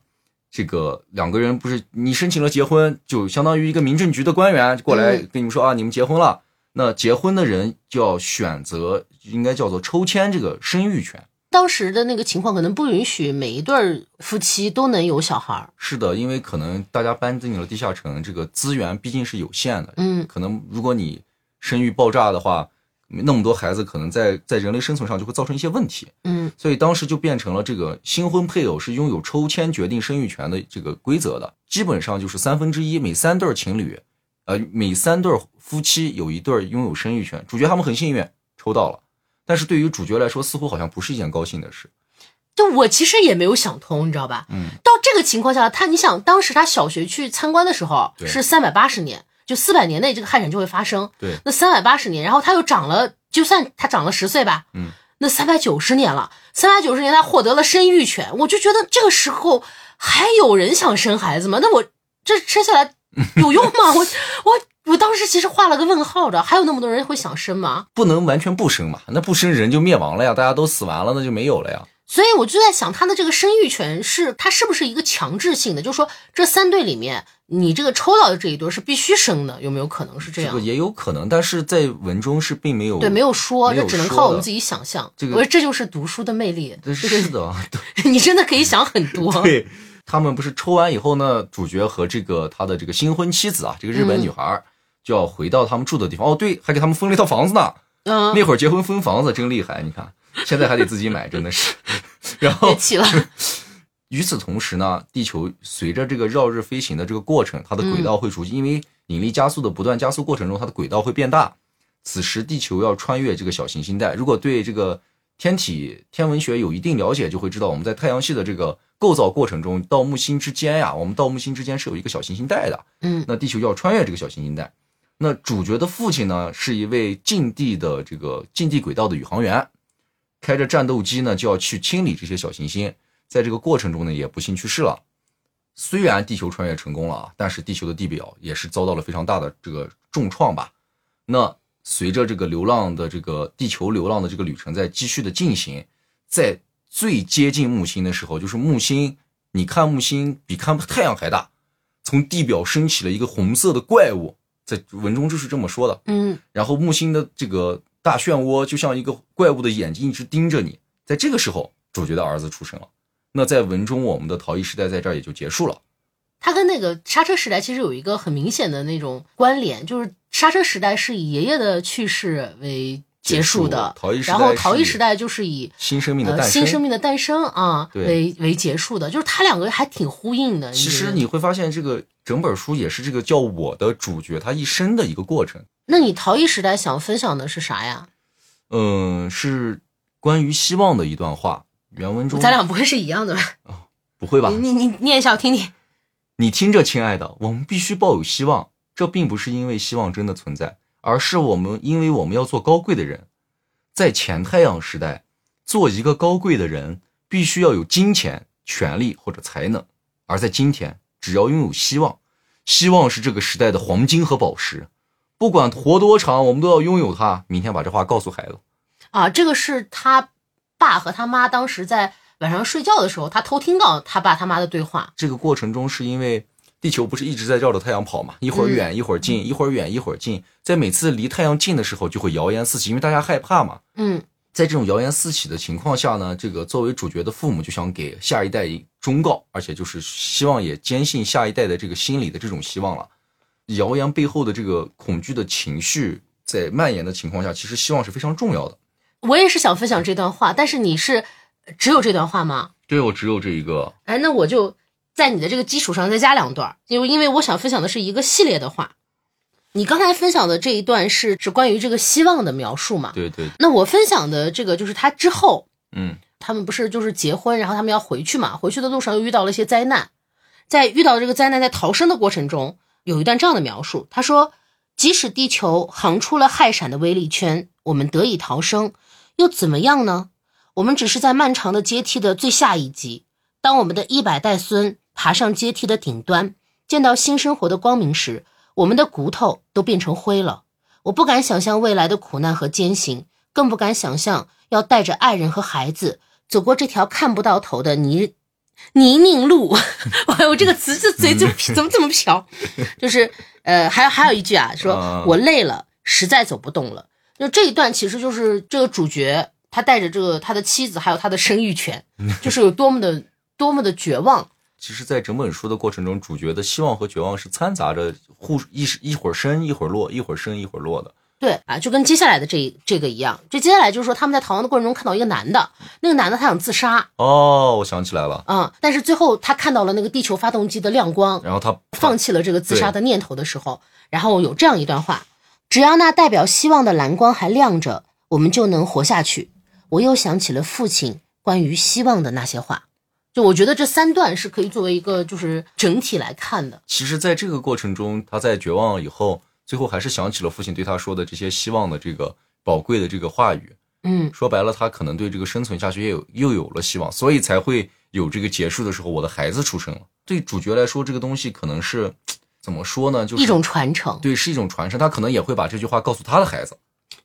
S2: 这个两个人不是你申请了结婚，就相当于一个民政局的官员过来
S1: 嗯
S2: 跟你们说啊，你们结婚了。那结婚的人就要选择，应该叫做抽签这个生育权。
S1: 当时的那个情况可能不允许每一对儿夫妻都能有小孩儿。
S2: 是的，因为可能大家搬进了地下城，这个资源毕竟是有限的，
S1: 嗯，
S2: 可能如果你生育爆炸的话，那么多孩子可能在在人类生存上就会造成一些问题，
S1: 嗯，
S2: 所以当时就变成了这个新婚配偶是拥有抽签决定生育权的这个规则的，基本上就是三分之一，每三对儿情侣，呃，每三对儿夫妻有一对儿拥有生育权。主角他们很幸运抽到了，但是对于主角来说，似乎好像不是一件高兴的事。
S1: 就我其实也没有想通，你知道吧？
S2: 嗯，
S1: 到这个情况下，他你想，当时他小学去参观的时候
S2: 对
S1: 是三百八十年，就四百年内这个旱产就会发生。
S2: 对
S1: 那三百八十年，然后他又长了，就算他长了十岁吧，
S2: 嗯，
S1: 那三百九十年了，三百九十年他获得了生育权，我就觉得这个时候还有人想生孩子吗？那我这生下来有用吗？ 我我我当时其实画了个问号的，还有那么多人会想生吗？
S2: 不能完全不生嘛，那不生人就灭亡了呀，大家都死完了，那就没有了呀。
S1: 所以我就在想，他的这个生育权是他是不是一个强制性的？就是说这三对里面，你这个抽到的这一对是必须生的，有没有可能是这
S2: 这
S1: 样
S2: 个？也有可能，但是在文中是并没有
S1: 对，没有说，
S2: 没有
S1: 这只能
S2: 说
S1: 靠我
S2: 的
S1: 们自己想象。
S2: 这个
S1: 我说这就是读书的魅力，
S2: 对，是的，
S1: 你真的可以想很多。
S2: 对，他们不是抽完以后呢，主角和这个他的这个新婚妻子啊，这个日本女孩儿就要回到他们住的地方。哦，对，还给他们分了一套房子呢。
S1: 嗯，
S2: 那会儿结婚分房子真厉害，你看现在还得自己买，真的是。 然后
S1: 别气了。
S2: 与此同时呢，地球随着这个绕日飞行的这个过程，它的轨道会逐渐、因为引力加速的不断加速过程中，它的轨道会变大。此时，地球要穿越这个小行星带。如果对这个天体天文学有一定了解，就会知道我们在太阳系的这个构造过程中，到木星之间呀，我们到木星之间是有一个小行星带的。
S1: 嗯
S2: 那地球要穿越这个小行星带。那主角的父亲呢，是一位近地的这个近地轨道的宇航员，开着战斗机呢就要去清理这些小行星，在这个过程中呢也不幸去世了。虽然地球穿越成功了啊，但是地球的地表也是遭到了非常大的这个重创吧。那随着这个流浪的这个地球流浪的这个旅程在继续的进行，在最接近木星的时候，就是木星，你看木星比看太阳还大，从地表升起了一个红色的怪物，在文中就是这么说的。
S4: 嗯
S2: 然后木星的这个大漩涡就像一个怪物的眼睛一直盯着你。在这个时候，主角的儿子出生了。那在文中，我们的逃逸时代在这儿也就结束了。
S1: 它跟那个刹车时代其实有一个很明显的那种关联，就是刹车时代是以爷爷的去世为结束的，
S2: 结束逃逸时代
S1: 然后逃逸
S2: 是以
S1: 时代就是以
S2: 新生命的
S1: 呃
S2: 诞生，
S1: 新生命的诞生啊
S2: 对
S1: 为为结束的，就是它两个还挺呼应的。
S2: 其
S1: 觉
S2: 实
S1: 得
S2: 你会发现，这个整本书也是这个叫我的主角他一生的一个过程。
S1: 那你逃逸时代想分享的是啥呀？
S2: 嗯，是关于希望的一段话。原文中
S1: 咱俩不会是一样的吧？
S2: 不会吧？
S1: 你你你念一下我听听。
S2: 你听着，亲爱的，我们必须抱有希望。这并不是因为希望真的存在，而是我们因为我们要做高贵的人。在前太阳时代，做一个高贵的人必须要有金钱、权力或者才能；而在今天，只要拥有希望，希望是这个时代的黄金和宝石。不管活多长，我们都要拥有它。明天把这话告诉孩子。
S1: 啊，这个是他爸和他妈当时在晚上睡觉的时候，他偷听到他爸他妈的对话。
S2: 这个过程中，是因为地球不是一直在绕着太阳跑嘛，一会儿远一会儿近，一会儿远一会儿近，在每次离太阳近的时候，就会谣言四起，因为大家害怕嘛。
S1: 嗯，
S2: 在这种谣言四起的情况下呢，这个作为主角的父母就想给下一代一忠告，而且就是希望也坚信下一代的这个心理的这种希望了。谣言背后的这个恐惧的情绪在蔓延的情况下，其实希望是非常重要的。
S1: 我也是想分享这段话，但是你是只有这段话吗？
S2: 对，我只有这一个。
S1: 哎，那我就在你的这个基础上再加两段儿，因为因为我想分享的是一个系列的话。你刚才分享的这一段是是关于这个希望的描述嘛？
S2: 对对，
S1: 那我分享的这个就是他之后
S2: 嗯，
S1: 他们不是就是结婚，然后他们要回去嘛，回去的路上又遇到了一些灾难，在遇到这个灾难，在逃生的过程中，有一段这样的描述，他说，即使地球航出了氦闪的微粒圈，我们得以逃生，又怎么样呢？我们只是在漫长的阶梯的最下一级，当我们的一百代孙爬上阶梯的顶端，见到新生活的光明时，我们的骨头都变成灰了。我不敢想象未来的苦难和艰辛，更不敢想象要带着爱人和孩子走过这条看不到头的泥泥泞路。 哎呦，这个词这嘴怎么怎么这么瓢？就是呃，还有还有一句啊，说
S2: 啊
S1: 我累了，实在走不动了。就这一段其实就是这个主角他带着这个他的妻子还有他的生育权，就是有多么的多么的绝望。
S2: 其实，在整本书的过程中，主角的希望和绝望是掺杂着互一时一会儿升一会儿落，一会儿升一会儿落的。
S1: 对啊，就跟接下来的这一这个一样，这接下来就是说他们在逃亡的过程中看到一个男的，那个男的他想自杀，
S2: 哦，我想起来了，
S1: 啊、但是最后他看到了那个地球发动机的亮光，
S2: 然后他
S1: 放弃了这个自杀的念头的时候，然后有这样一段话：只要那代表希望的蓝光还亮着，我们就能活下去。我又想起了父亲关于希望的那些话，就我觉得这三段是可以作为一个就是整体来看的。
S2: 其实在这个过程中，他在绝望以后，最后还是想起了父亲对他说的这些希望的这个宝贵的这个话语。
S1: 嗯，
S2: 说白了，他可能对这个生存下去也有又有了希望，所以才会有这个结束的时候，我的孩子出生了。对主角来说，这个东西可能是怎么说呢？就是
S1: 一种传承。
S2: 对，是一种传承。他可能也会把这句话告诉他的孩子。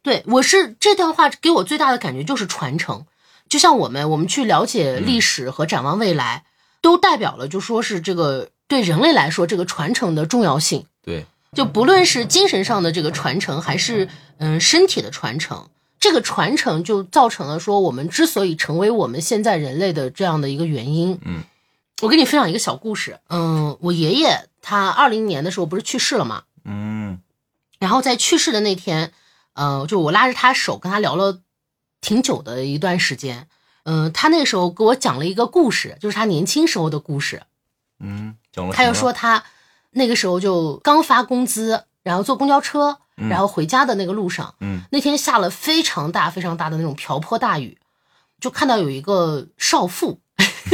S1: 对我是这段话给我最大的感觉就是传承，就像我们我们去了解历史和展望未来，都代表了就说是这个对人类来说这个传承的重要性。
S2: 对，
S1: 就不论是精神上的这个传承，还是嗯身体的传承，这个传承就造成了说我们之所以成为我们现在人类的这样的一个原因。
S2: 嗯，
S1: 我给你分享一个小故事。嗯，我爷爷他二零年的时候不是去世了嘛，
S2: 嗯，
S1: 然后在去世的那天，呃，就我拉着他手跟他聊了挺久的一段时间。嗯、他那个时候给我讲了一个故事，就是他年轻时候的故事。
S2: 嗯，讲了什么。
S1: 他又说他那个时候就刚发工资，然后坐公交车，
S2: 嗯
S1: 然后回家的那个路上，
S2: 嗯，
S1: 那天下了非常大非常大的那种瓢泼大雨，就看到有一个少妇，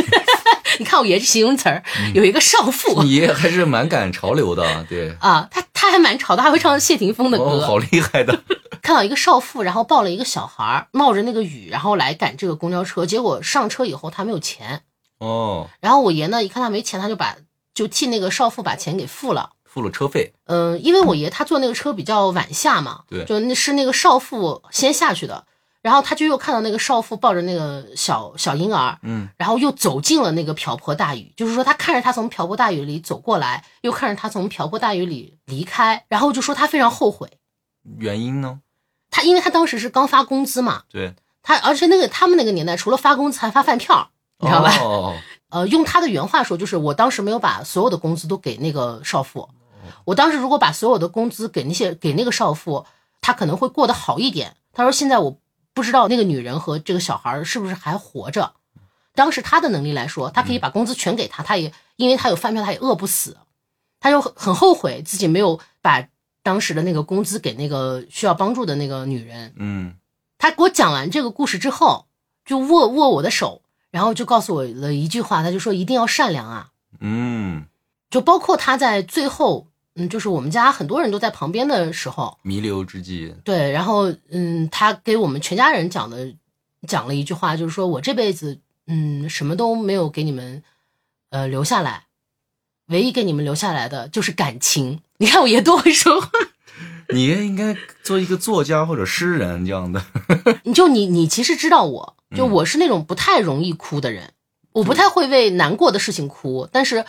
S1: 你看我爷这形容词儿，有一个少妇
S2: 你爷爷还嗯是蛮赶潮流 的，对，
S1: 啊，他他还蛮吵的，还会唱谢霆锋的歌，
S2: 哦，好厉 害的，
S1: 看到一个少妇，然后抱了一个小孩儿，冒着那个雨，然后来赶这个公交车，结果上车以后他没有钱，
S2: 哦，
S1: 然后我爷呢一看他没钱，他就把就替那个少妇把钱给付了。
S2: 付了车费，
S1: 嗯，因为我爷他坐那个车比较晚下嘛，
S2: 对
S1: 就那是那个少妇先下去的，然后他就又看到那个少妇抱着那个小小婴儿，
S2: 嗯，
S1: 然后又走进了那个瓢泼大雨，就是说他看着他从瓢泼大雨里走过来，又看着他从瓢泼大雨里离开，然后就说他非常后悔，
S2: 原因呢？
S1: 他因为他当时是刚发工资嘛，
S2: 对，
S1: 他而且那个他们那个年代除了发工资还发饭票儿，你知道吧？
S2: 哦，
S1: 呃，用他的原话说，就是我当时没有把所有的工资都给那个少妇，我当时如果把所有的工资给那些给那个少妇，她可能会过得好一点。他说现在我不知道那个女人和这个小孩儿是不是还活着。当时他的能力来说，他可以把工资全给他，他也因为他有饭票，他也饿不死。他就很很后悔自己没有把当时的那个工资给那个需要帮助的那个女人。
S2: 嗯，
S1: 他给我讲完这个故事之后，就握握我的手，然后就告诉我了一句话，他就说一定要善良啊。
S2: 嗯，
S1: 就包括他在最后，嗯，就是我们家很多人都在旁边的时候，
S2: 弥留之际，
S1: 对，然后嗯，他给我们全家人讲的讲了一句话，就是说我这辈子嗯什么都没有给你们呃留下来，唯一给你们留下来的就是感情。你看我爷多会说话。
S2: 你也应该做一个作家或者诗人这样的。
S1: 你就你你其实知道我，就我是那种不太容易哭的人，我不太会为难过的事情哭，但是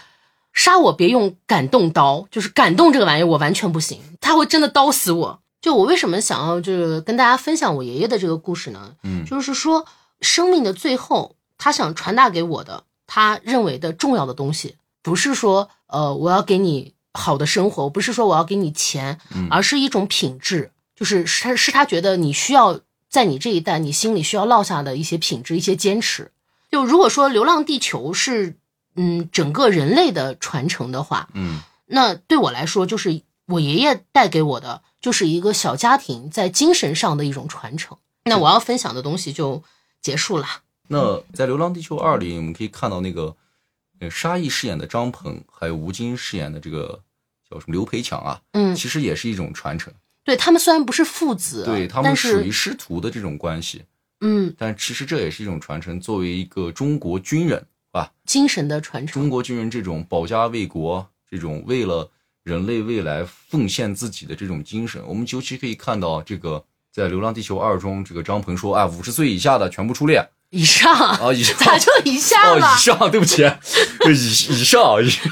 S1: 杀我别用感动刀，就是感动这个玩意儿我完全不行，他会真的刀死我。就我为什么想要就是跟大家分享我爷爷的这个故事呢？
S2: 嗯
S1: 就是说生命的最后，他想传达给我的，他认为的重要的东西，不是说呃我要给你好的生活，不是说我要给你钱，
S2: 嗯
S1: 而是一种品质，就是是他是他觉得你需要在你这一代，你心里需要落下的一些品质，一些坚持。就如果说《流浪地球》是嗯整个人类的传承的话，
S2: 嗯
S1: 那对我来说，就是我爷爷带给我的，就是一个小家庭在精神上的一种传承。那我要分享的东西就结束了。
S2: 那在《流浪地球二》里，我们可以看到那个，呃，沙溢饰演的张鹏，还有吴京饰演的这个叫什么刘培强啊，
S1: 嗯，
S2: 其实也是一种传承。
S1: 对他们虽然不是父子，啊
S2: 对他们
S1: 但
S2: 属于
S1: 是
S2: 师徒的这种关系，
S1: 嗯
S2: 但其实这也是一种传承。作为一个中国军人啊，
S1: 精神的传承。
S2: 中国军人这种保家卫国、这种为了人类未来奉献自己的这种精神，我们尤其可以看到这个在《流浪地球二》中，这个张鹏说啊，五十岁以下的全部出列
S1: 以上，
S2: 啊，以上
S1: 咋就以下
S2: 哦，
S1: 了？
S2: 以上，对不起，以以上以 上，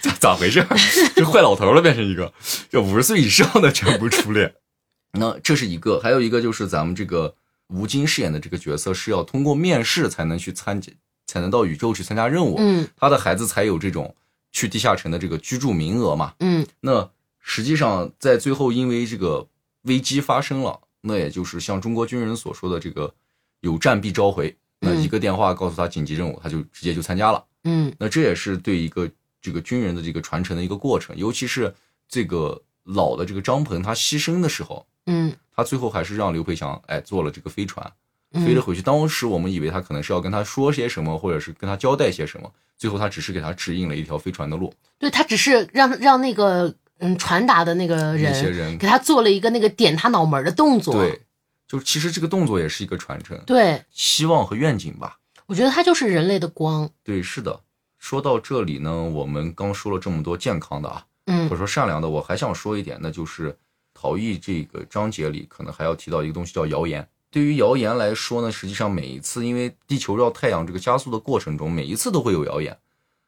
S2: 咋咋回事儿？ 这坏老头儿了，变成一个，这五十岁以上的全部初恋。 那这是一个，还有一个就是咱们这个吴京饰演的这个角色是要通过面试才能去参加，才能到宇宙去参加任务，
S1: 嗯
S2: 他的孩子才有这种去地下城的这个居住名额嘛。
S1: 嗯
S2: 那实际上在最后因为这个危机发生了，那也就是像中国军人所说的这个有战必召回，那
S1: 嗯
S2: 一个电话告诉他紧急任务，他就直接就参加了。
S1: 嗯
S2: 那这也是对一个这个军人的这个传承的一个过程，尤其是这个老的这个张鹏他牺牲的时候，
S1: 嗯
S2: 他最后还是让刘培强哎坐了这个飞船
S1: 嗯，
S2: 飞了回去。当时我们以为他可能是要跟他说些什么，或者是跟他交代些什么，最后他只是给他指引了一条飞船的路。
S1: 对他只是让让那个嗯传达的那个
S2: 那些
S1: 人
S2: 人
S1: 给他做了一个那个点他脑门儿的动作。
S2: 对，就其实这个动作也是一个传承，
S1: 对
S2: 希望和愿景吧。
S1: 我觉得他就是人类的光。
S2: 对，是的。说到这里呢，我们刚说了这么多健康的啊，
S1: 嗯
S2: 或者说善良的，我还想说一点，那就是逃逸这个章节里可能还要提到一个东西叫谣言。对于谣言来说呢，实际上每一次因为地球绕太阳这个加速的过程中，每一次都会有谣言，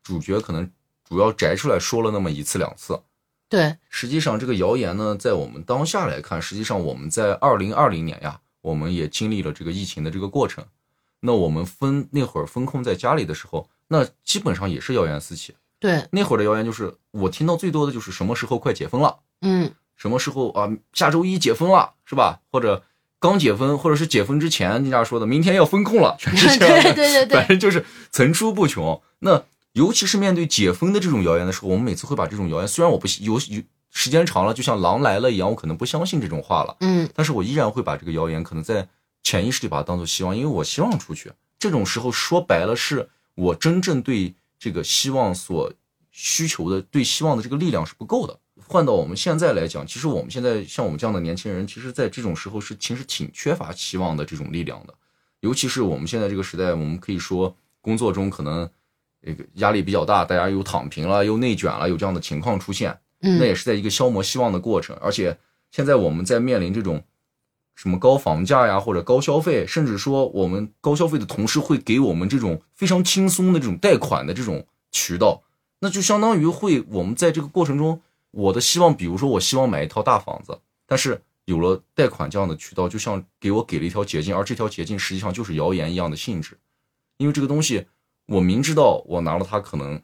S2: 主角可能主要摘出来说了那么一次两次。
S1: 对，
S2: 实际上，这个谣言呢，在我们当下来看，实际上我们在二零二零年呀，我们也经历了这个疫情的这个过程。那我们封那会儿封控在家里的时候，那基本上也是谣言四起。
S1: 对，
S2: 那会儿的谣言就是我听到最多的就是什么时候快解封了，
S1: 嗯，
S2: 什么时候啊下周一解封了，是吧？或者刚解封，或者是解封之前人家说的明天要封控了，全是这样
S1: 对
S2: 的，
S1: 对对对
S2: 反正就是层出不穷。那尤其是面对解封的这种谣言的时候，我们每次会把这种谣言，虽然我不信有有时间长了，就像狼来了一样，我可能不相信这种话了，
S1: 嗯
S2: 但是我依然会把这个谣言可能在潜意识里把它当做希望，因为我希望出去。这种时候说白了，是我真正对这个希望所需求的、对希望的这个力量是不够的。换到我们现在来讲，其实我们现在像我们这样的年轻人，其实在这种时候是其实挺缺乏希望的这种力量的。尤其是我们现在这个时代，我们可以说工作中可能这个压力比较大，大家又躺平了，又内卷了，有这样的情况出现。那
S1: 嗯
S2: 也是在一个消磨希望的过程。而且现在我们在面临这种什么高房价呀，或者高消费，甚至说我们高消费的同时会给我们这种非常轻松的这种贷款的这种渠道，那就相当于会我们在这个过程中，我的希望，比如说我希望买一套大房子，但是有了贷款这样的渠道，就像给我给了一条捷径，而这条捷径实际上就是谣言一样的性质，因为这个东西我明知道我拿了它可能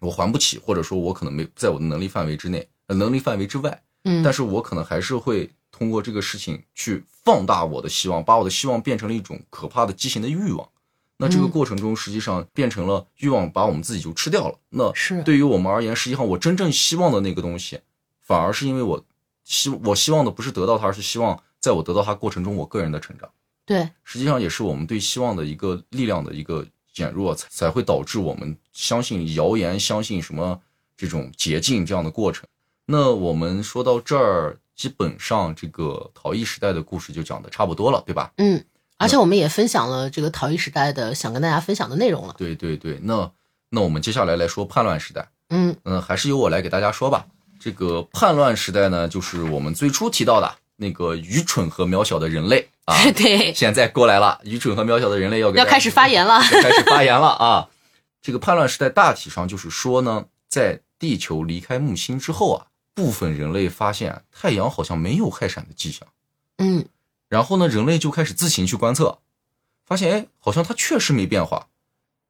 S2: 我还不起，或者说我可能没在我的能力范围之内，呃能力范围之外，
S1: 嗯，
S2: 但是我可能还是会通过这个事情去放大我的希望，把我的希望变成了一种可怕的畸形的欲望。那这个
S1: 嗯
S2: 过程中，实际上变成了欲望把我们自己就吃掉了。那
S1: 是
S2: 对于我们而言，实际上我真正希望的那个东西，反而是因为我希我希望的不是得到它，而是希望在我得到它过程中，我个人的成长。
S1: 对，
S2: 实际上也是我们对希望的一个力量的一个减弱，才才会导致我们相信谣言、相信什么这种捷径这样的过程。那我们说到这儿，基本上这个陶艺时代的故事就讲的差不多了，对吧？
S1: 嗯，而且我们也分享了这个陶艺时代的想跟大家分享的内容了。
S2: 对对对，那那我们接下来来说叛乱时代。
S1: 嗯，
S2: 嗯，还是由我来给大家说吧。这个叛乱时代呢，就是我们最初提到的那个愚蠢和渺小的人类 啊，
S1: 对，
S2: 现在过来了，愚蠢和渺小的人类要给
S1: 要
S2: 大家
S1: 开始发言了
S2: 要开始发言了啊！这个叛乱时代大体上就是说呢，在地球离开木星之后啊，部分人类发现啊太阳好像没有氦闪的迹象，
S1: 嗯
S2: 然后呢，人类就开始自行去观测，发现哎，好像它确实没变化。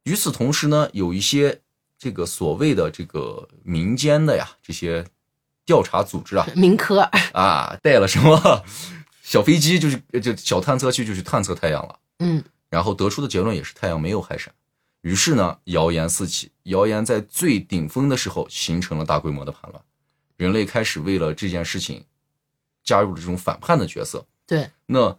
S2: 与此同时呢，有一些这个所谓的这个民间的呀，这些调查组织啊，
S1: 民科，
S2: 啊，带了什么 小飞机，就是就小探测器就去探测太阳了。
S1: 嗯
S2: 然后得出的结论也是太阳没有氦闪。于是呢，谣言四起，谣言在最顶峰的时候形成了大规模的叛乱，人类开始为了这件事情加入了这种反叛的角色。
S1: 对，
S2: 那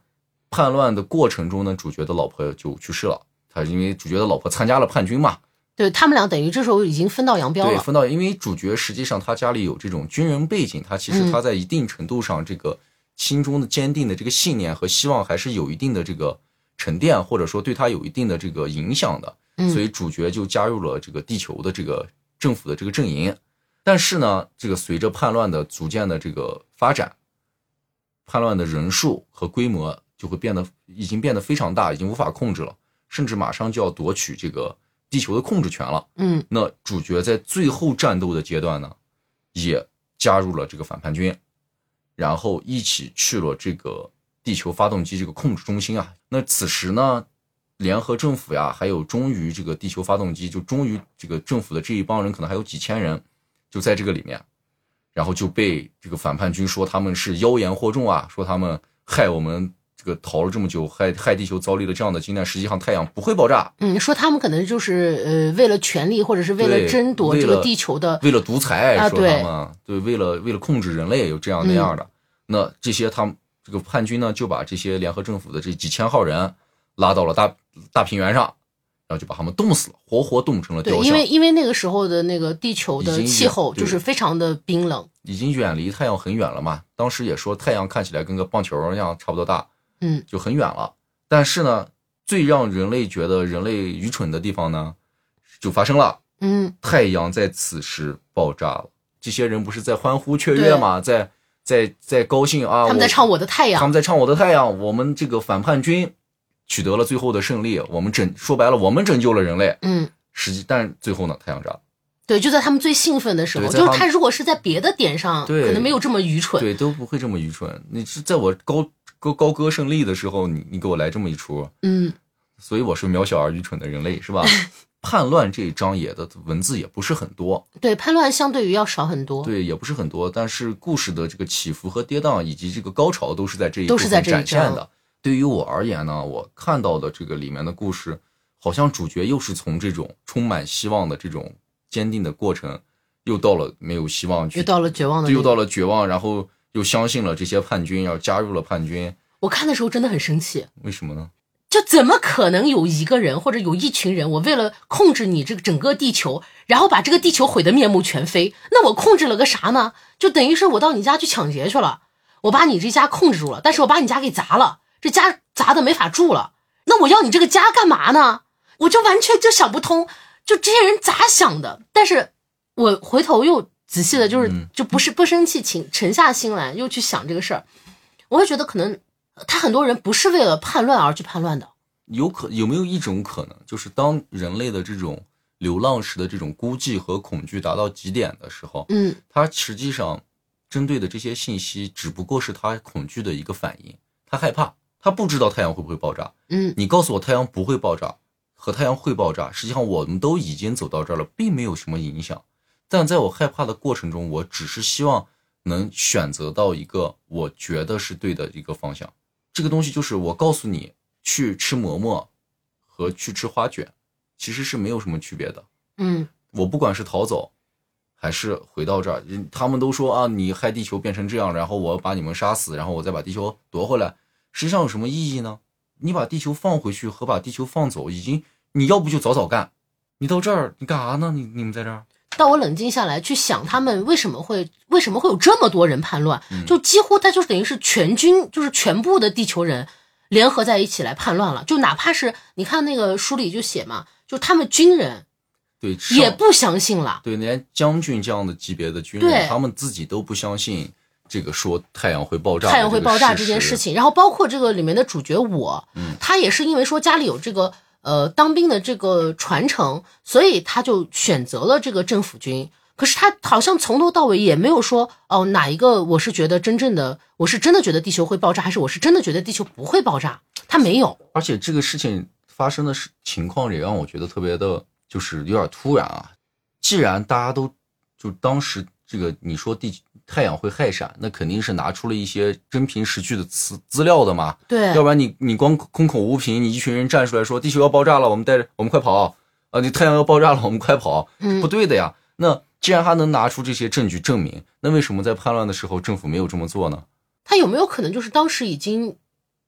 S2: 叛乱的过程中呢，主角的老婆就去世了，他因为主角的老婆参加了叛军嘛，
S1: 对他们俩等于这时候已经分道扬镳
S2: 对，
S1: 了。
S2: 分到，因为主角实际上他家里有这种军人背景，他其实
S1: 嗯
S2: 他在一定程度上这个心中的坚定的这个信念和希望还是有一定的这个沉淀，或者说对他有一定的这个影响的。所
S1: 嗯
S2: 以主角就加入了这个地球的这个政府的这个阵营。但是呢，这个随着叛乱的逐渐的这个发展，叛乱的人数和规模就会变得已经变得非常大，已经无法控制了，甚至马上就要夺取这个地球的控制权了。
S1: 嗯，
S2: 那主角在最后战斗的阶段呢，也加入了这个反叛军，然后一起去了这个地球发动机这个控制中心啊。那此时呢，联合政府呀，还有忠于这个地球发动机，就忠于这个政府的这一帮人，可能还有几千人，就在这个里面，然后就被这个反叛军说他们是妖言惑众啊，说他们害我们。这个逃了这么久，害害地球遭历了这样的经验，实际上太阳不会爆炸，
S1: 嗯，说他们可能就是呃，为了权力或者是为了
S2: 对
S1: 争夺
S2: 为
S1: 这个
S2: 了
S1: 地球的，
S2: 为了独裁
S1: 啊
S2: 说他们、对为了为了控制人类有这样那样的，那这些他们这个叛军呢就把这些联合政府的这几千号人拉到了大大平原上，然后就把他们冻死了，活活冻成了
S1: 对，
S2: 雕
S1: 因
S2: 像
S1: 为，因为那个时候的那个地球
S2: 已
S1: 的
S2: 经
S1: 气
S2: 有
S1: 候就
S2: 对
S1: 是非常的冰冷，
S2: 已经远离太阳很远了嘛。当时也说太阳看起来跟个棒球一样差不多大，
S1: 嗯，
S2: 就很远了。但是呢，最让人类觉得人类愚蠢的地方呢，就发生了。
S1: 嗯，
S2: 太阳在此时爆炸了。这些人不是在欢呼雀跃吗？在在在高兴啊！
S1: 他们在唱《
S2: 我
S1: 我的太阳
S2: 他》，们在唱《我的太阳》。我们这个反叛军取得了最后的胜利，我们拯说白了，我们拯救了人类。
S1: 嗯，
S2: 实际，但最后呢，太阳炸了。
S1: 对，就在他们最兴奋的时候，
S2: 对在
S1: 就是
S2: 他们
S1: 他如果是在别的点上，
S2: 对
S1: 可能没有这么愚蠢，
S2: 对，都不会这么愚蠢。你是在我高高高歌胜利的时候，你你给我来这么一出，
S1: 嗯，
S2: 所以我是渺小而愚蠢的人类，是吧？叛乱这一章也的文字也不是很多，
S1: 对，叛乱相对于要少很多，
S2: 对，也不是很多，但是故事的这个起伏和跌宕，以及这个高潮，都是在这一
S1: 都
S2: 部
S1: 是在
S2: 分
S1: 这一哦
S2: 展现
S1: 章
S2: 的。对于我而言呢，我看到的这个里面的故事，好像主角又是从这种充满希望的这种坚定的过程，又到了没有希望去，
S1: 又到了绝望的那
S2: 又
S1: 个，
S2: 到了绝望，然后又相信了这些叛军，然后加入了叛军，
S1: 我看的时候真的很生气，
S2: 为什么呢？
S1: 就怎么可能有一个人或者有一群人，我为了控制你这个整个地球，然后把这个地球毁得面目全非？那我控制了个啥呢？就等于是我到你家去抢劫去了，我把你这家控制住了，但是我把你家给砸了，这家砸的没法住了。那我要你这个家干嘛呢？我就完全就想不通，就这些人咋想的？但是我回头又仔细的，就是
S2: 嗯
S1: 就不是不生气，请沉下心来又去想这个事儿，我会觉得可能他很多人不是为了叛乱而去叛乱的。
S2: 有可有没有一种可能，就是当人类的这种流浪时的这种孤寂和恐惧达到极点的时候，
S1: 嗯，
S2: 它实际上针对的这些信息只不过是他恐惧的一个反应，他害怕，他不知道太阳会不会爆炸。
S1: 嗯，
S2: 你告诉我太阳不会爆炸和太阳会爆炸，实际上我们都已经走到这儿了，并没有什么影响。但在我害怕的过程中，我只是希望能选择到一个我觉得是对的一个方向。这个东西就是我告诉你去吃馍馍和去吃花卷，其实是没有什么区别的。
S1: 嗯，
S2: 我不管是逃走还是回到这儿，人他们都说啊，你害地球变成这样，然后我把你们杀死，然后我再把地球夺回来，实际上有什么意义呢？你把地球放回去和把地球放走，已经你要不就早早干，你到这儿你干啥呢？你你们在这儿，
S1: 当我冷静下来去想他们为什么会为什么会有这么多人叛乱，就几乎他就是等于是全军，就是全部的地球人联合在一起来叛乱了。就哪怕是你看那个书里就写嘛，就他们军人
S2: 对，
S1: 也
S2: 上
S1: 不相信了。
S2: 对，连将军这样的级别的军人
S1: 对，
S2: 他们自己都不相信这个说太阳会爆炸，
S1: 太阳会爆炸这件事，嗯情，然后包括这个里面的主角我，他也是因为说家里有这个呃当兵的这个传承，所以他就选择了这个政府军。可是他好像从头到尾也没有说哦哪一个我是觉得真正的我是真的觉得地球会爆炸，还是我是真的觉得地球不会爆炸，他没有。
S2: 而且这个事情发生的是情况也让我觉得特别的，就是有点突然啊。既然大家都就当时这个你说地太阳会害闪，那肯定是拿出了一些真凭实据的资资料的嘛，
S1: 对
S2: 要不然你你光空口无凭，你一群人站出来说地球要爆炸了，我们带着我们快跑啊！你太阳要爆炸了，我们快跑，
S1: 嗯
S2: 不对的呀。那既然他能拿出这些证据证明，那为什么在叛乱的时候政府没有这么做呢？
S1: 他有没有可能就是当时已经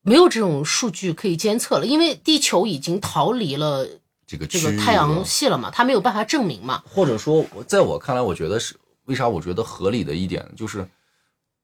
S1: 没有这种数据可以监测了，因为地球已经逃离了
S2: 这个
S1: 这
S2: 区
S1: 个
S2: 域
S1: 太
S2: 啊
S1: 阳系了嘛，他没有办法证明嘛。
S2: 或者说，我在我看来，我觉得是为啥？我觉得合理的一点就是，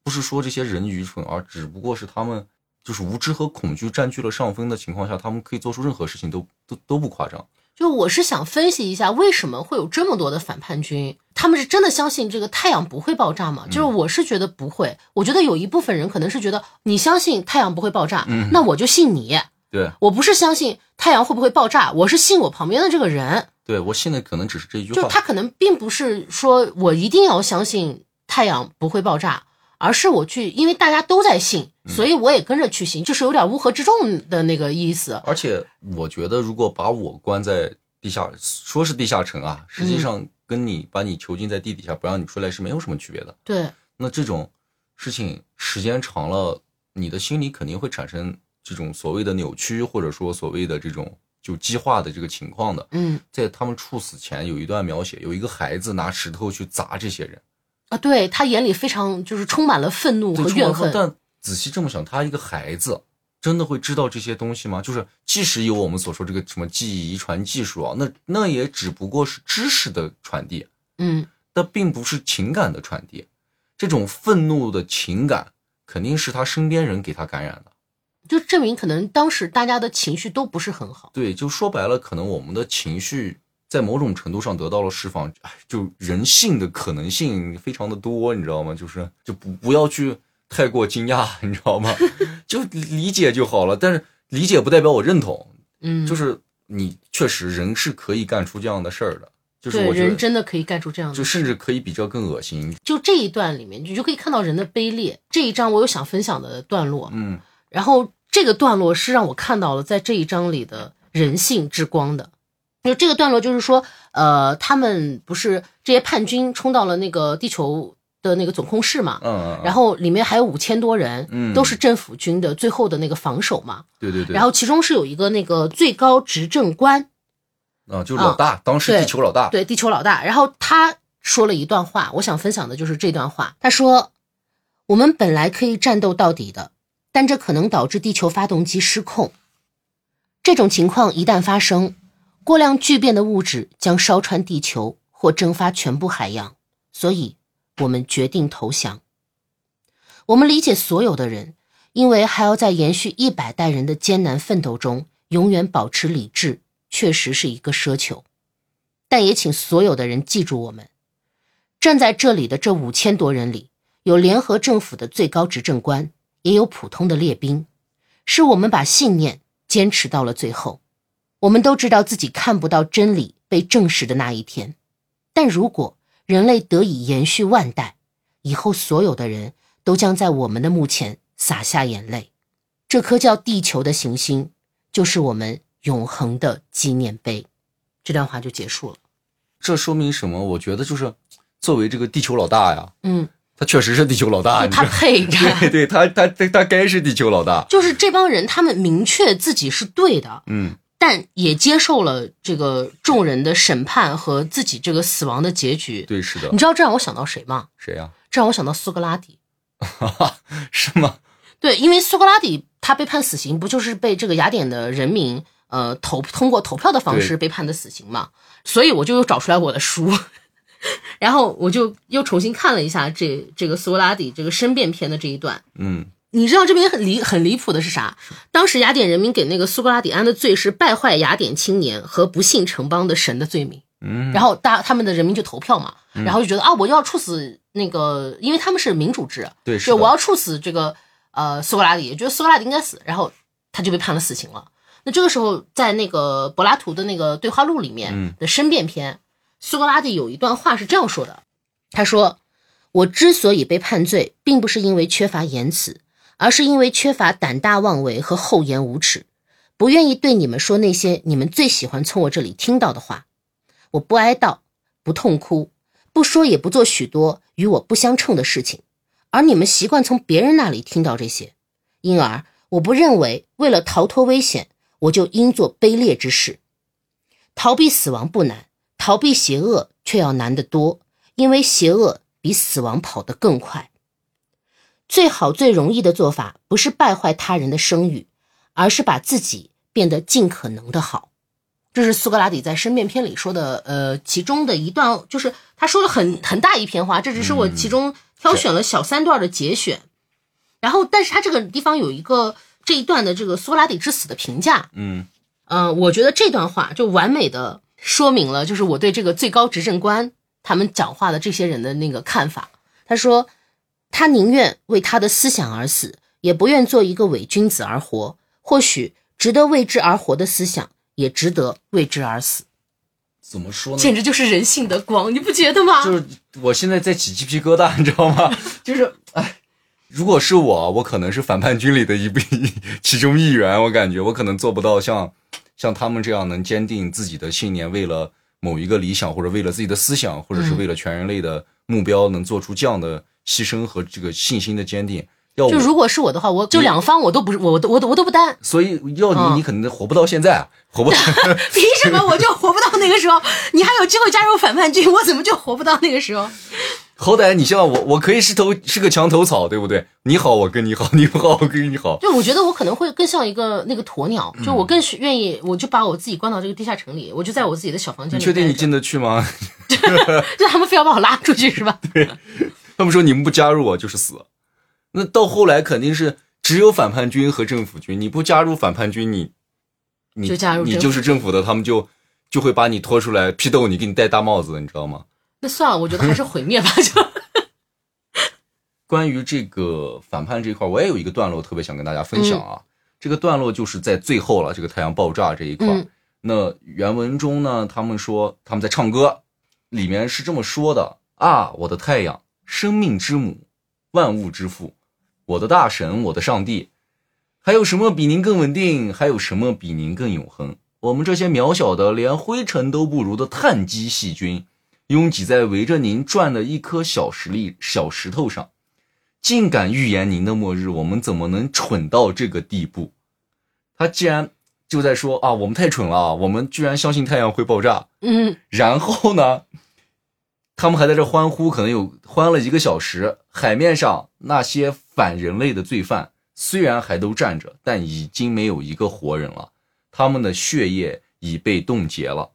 S2: 不是说这些人愚蠢，而只不过是他们就是无知和恐惧占据了上风的情况下，他们可以做出任何事情都都都不夸张。
S1: 就我是想分析一下，为什么会有这么多的反叛军？他们是真的相信这个太阳不会爆炸吗？就是我是觉得不会，我觉得有一部分人可能是觉得你相信太阳不会爆炸，
S2: 嗯
S1: 那我就信你。
S2: 对，
S1: 我不是相信太阳会不会爆炸，我是信我旁边的这个人。
S2: 对我信的可能只是这一句
S1: 就
S2: 话。
S1: 他可能并不是说我一定要相信太阳不会爆炸，而是我去，因为大家都在信，所以我也跟着去信，就是有点乌合之众的那个意思。
S2: 而且我觉得，如果把我关在地下，说是地下城啊，实
S1: 嗯
S2: 际上跟你把你囚禁在地底下不让你出来是没有什么区别的。
S1: 对，
S2: 那这种事情时间长了，你的心里肯定会产生这种所谓的扭曲，或者说所谓的这种就激化的这个情况的。
S1: 嗯
S2: 在他们处死前有一段描写，有一个孩子拿石头去砸这些人，
S1: 啊，对他眼里非常就是充满了愤怒
S2: 对
S1: 和
S2: 充满
S1: 怨恨。
S2: 恨但仔细这么想，他一个孩子真的会知道这些东西吗？就是即使有我们所说这个什么记忆遗传技术啊，那那也只不过是知识的传递，
S1: 嗯，
S2: 但并不是情感的传递。这种愤怒的情感肯定是他身边人给他感染的。
S1: 就证明可能当时大家的情绪都不是很好。
S2: 对，就说白了，可能我们的情绪在某种程度上得到了释放，哎就人性的可能性非常的多，你知道吗？就是就不不要去太过惊讶，你知道吗？ 就理解就好了。但是理解不代表我认同，
S1: 嗯，
S2: 就是你确实人是可以干出这样的事儿的，就是
S1: 对
S2: 我觉
S1: 人
S2: 得
S1: 真的可以干出这样的
S2: 就
S1: 事。
S2: 甚至可以比这更恶心。
S1: 就这一段里面，你就可以看到人的卑劣。这一章我有想分享的段落，
S2: 嗯，
S1: 然后这个段落是让我看到了在这一章里的人性之光的。就这个段落就是说，呃，他们不是这些叛军冲到了那个地球的那个总控室嘛，
S2: 嗯嗯，
S1: 然
S2: 后
S1: 后里面还有五千多人，
S2: 嗯
S1: 都是政府军的最后的那个防守嘛。
S2: 对对对，
S1: 然后其中是有一个那个最高执政官，
S2: 啊，就是老大，当时
S1: 对
S2: 地球老大，
S1: 对，地球老大。然后他说了一段话，我想分享的就是这段话。他说：“我们本来可以战斗到底的，但这可能导致地球发动机失控。这种情况一旦发生，过量聚变的物质将烧穿地球或蒸发全部海洋，所以我们决定投降。我们理解所有的人，因为还要在延续一百代人的艰难奋斗中，永远保持理智，确实是一个奢求。但也请所有的人记住我们。站在这里的这五千多人里，有联合政府的最高执政官，也有普通的列兵，是我们把信念坚持到了最后。我们都知道自己看不到真理被证实的那一天，但如果人类得以延续万代，以后所有的人都将在我们的墓前洒下眼泪。这颗叫地球的行星，就是我们永恒的纪念碑。这段话就结束了。
S2: 这说明什么？我觉得就是作为这个地球老大呀，
S1: 嗯，
S2: 他确实是地球老
S1: 就
S2: 大，啊你
S1: 他
S2: 知道
S1: 配着。
S2: 对对，他他他他该是地球老大。
S1: 就是这帮人，他们明确自己是对的，
S2: 嗯，
S1: 但也接受了这个众人的审判和自己这个死亡的结局。
S2: 对，是的
S1: 你。知道这让我想到谁吗？
S2: 谁呀、
S1: 这让我想到苏格拉底。
S2: 是吗？
S1: 对，因为苏格拉底他被判死刑，不就是被这个雅典的人民呃投通过投票的方式
S2: 对
S1: 被判的死刑嘛？所以我就又找出来我的书， 然后我就又重新看了一下这这个苏格拉底这个申辩篇的这一段。
S2: 嗯，
S1: 你知道这边很离很离谱的是啥？当时雅典人民给那个苏格拉底安的罪是败坏雅典青年和不信城邦的神的罪名。
S2: 嗯，
S1: 然后大他们的人民就投票嘛，然后就觉得啊，我要处死那个，因为他们是民主制，
S2: 对是
S1: 就
S2: 的
S1: 我要处死这个呃苏格拉底，觉得苏格拉底应该死，然后他就被判了死刑了。那这个时候，在那个柏拉图的那个对话录里面
S2: 嗯
S1: 的申辩篇，苏格拉底有一段话是这样说的，他说：“我之所以被判罪，并不是因为缺乏言辞，而是因为缺乏胆大妄为和厚颜无耻，不愿意对你们说那些你们最喜欢从我这里听到的话。”我不哀悼，不痛哭，不说也不做许多与我不相称的事情，而你们习惯从别人那里听到这些，因而我不认为为了逃脱危险，我就应做卑劣之事。逃避死亡不难，逃避邪恶却要难得多，因为邪恶比死亡跑得更快。最好最容易的做法，不是败坏他人的声誉，而是把自己变得尽可能的好。这是苏格拉底在《申辩篇》里说的，呃，其中的一段，就是他说了很很大一篇话，这只是我其中挑选了小三段的节选。然后，但是他这个地方有一个这一段的这个苏格拉底之死的评价，
S2: 嗯，
S1: 嗯、我觉得这段话就完美的说明了，就是我对这个最高执政官他们讲话的这些人的那个看法。他说，他宁愿为他的思想而死，也不愿做一个伪君子而活。或许值得为之而活的思想，也值得为之而死。
S2: 怎么说呢？
S1: 简直就是人性的光，你不觉得吗？
S2: 就是我现在在起鸡皮疙瘩，你知道吗？就是哎，如果是我，我可能是反叛军里的一部 其中一员，我感觉我可能做不到像像他们这样能坚定自己的信念，为了某一个理想或者为了自己的思想，或者是为了全人类的目标，能做出这样的牺牲和这个信心的坚定。要
S1: 就
S2: 我，，
S1: 如果是我的话，我就两方我都不是，我都我都我都不担
S2: 所以要你，
S1: 嗯
S2: 你可能活不到现在，活不到。
S1: 凭什么我就活不到那个时候？你还有机会加入反叛军，我怎么就活不到那个时候？
S2: 好歹你像我，我可以是头是个墙头草，对不对？你好，我跟你好；你不好，我跟你好。
S1: 就我觉得我可能会更像一个那个鸵鸟，
S2: 嗯
S1: 就我更是愿意，我就把我自己关到这个地下城里，我就在我自己的小房
S2: 你
S1: 间里
S2: 确
S1: 待着。
S2: 定你进得去吗？
S1: 就 他们非要把我拉出去是 吧？
S2: 他们说你们不加入我就是死。那到后来肯定是只有反叛军和政府军，你不加入反叛军，你你
S1: 就加入
S2: 你
S1: 政府
S2: 就是政府的，他们就就会把你拖出来批斗你，给你戴大帽子，你知道吗？
S1: 那算了，我觉得还是毁灭吧。就
S2: 关于这个反叛这一块，我也有一个段落特别想跟大家分享啊。这个段落就是在最后了，这个太阳爆炸这一块。
S1: 嗯
S2: 那原文中呢，他们说他们在唱歌，里面是这么说的啊：我的太阳，生命之母，万物之父，我的大神，我的上帝，还有什么比您更稳定？还有什么比您更永恒？我们这些渺小的，连灰尘都不如的碳基细菌，拥挤在围着您转的一颗小石粒、小石头上。竟敢预言您的末日，我们怎么能蠢到这个地步？他既然就在说啊，我们太蠢了啊，我们居然相信太阳会爆炸。
S1: 嗯，
S2: 然后呢，他们还在这欢呼，可能有欢了一个小时。海面上那些反人类的罪犯虽然还都站着，但已经没有一个活人了，他们的血液已被冻结了。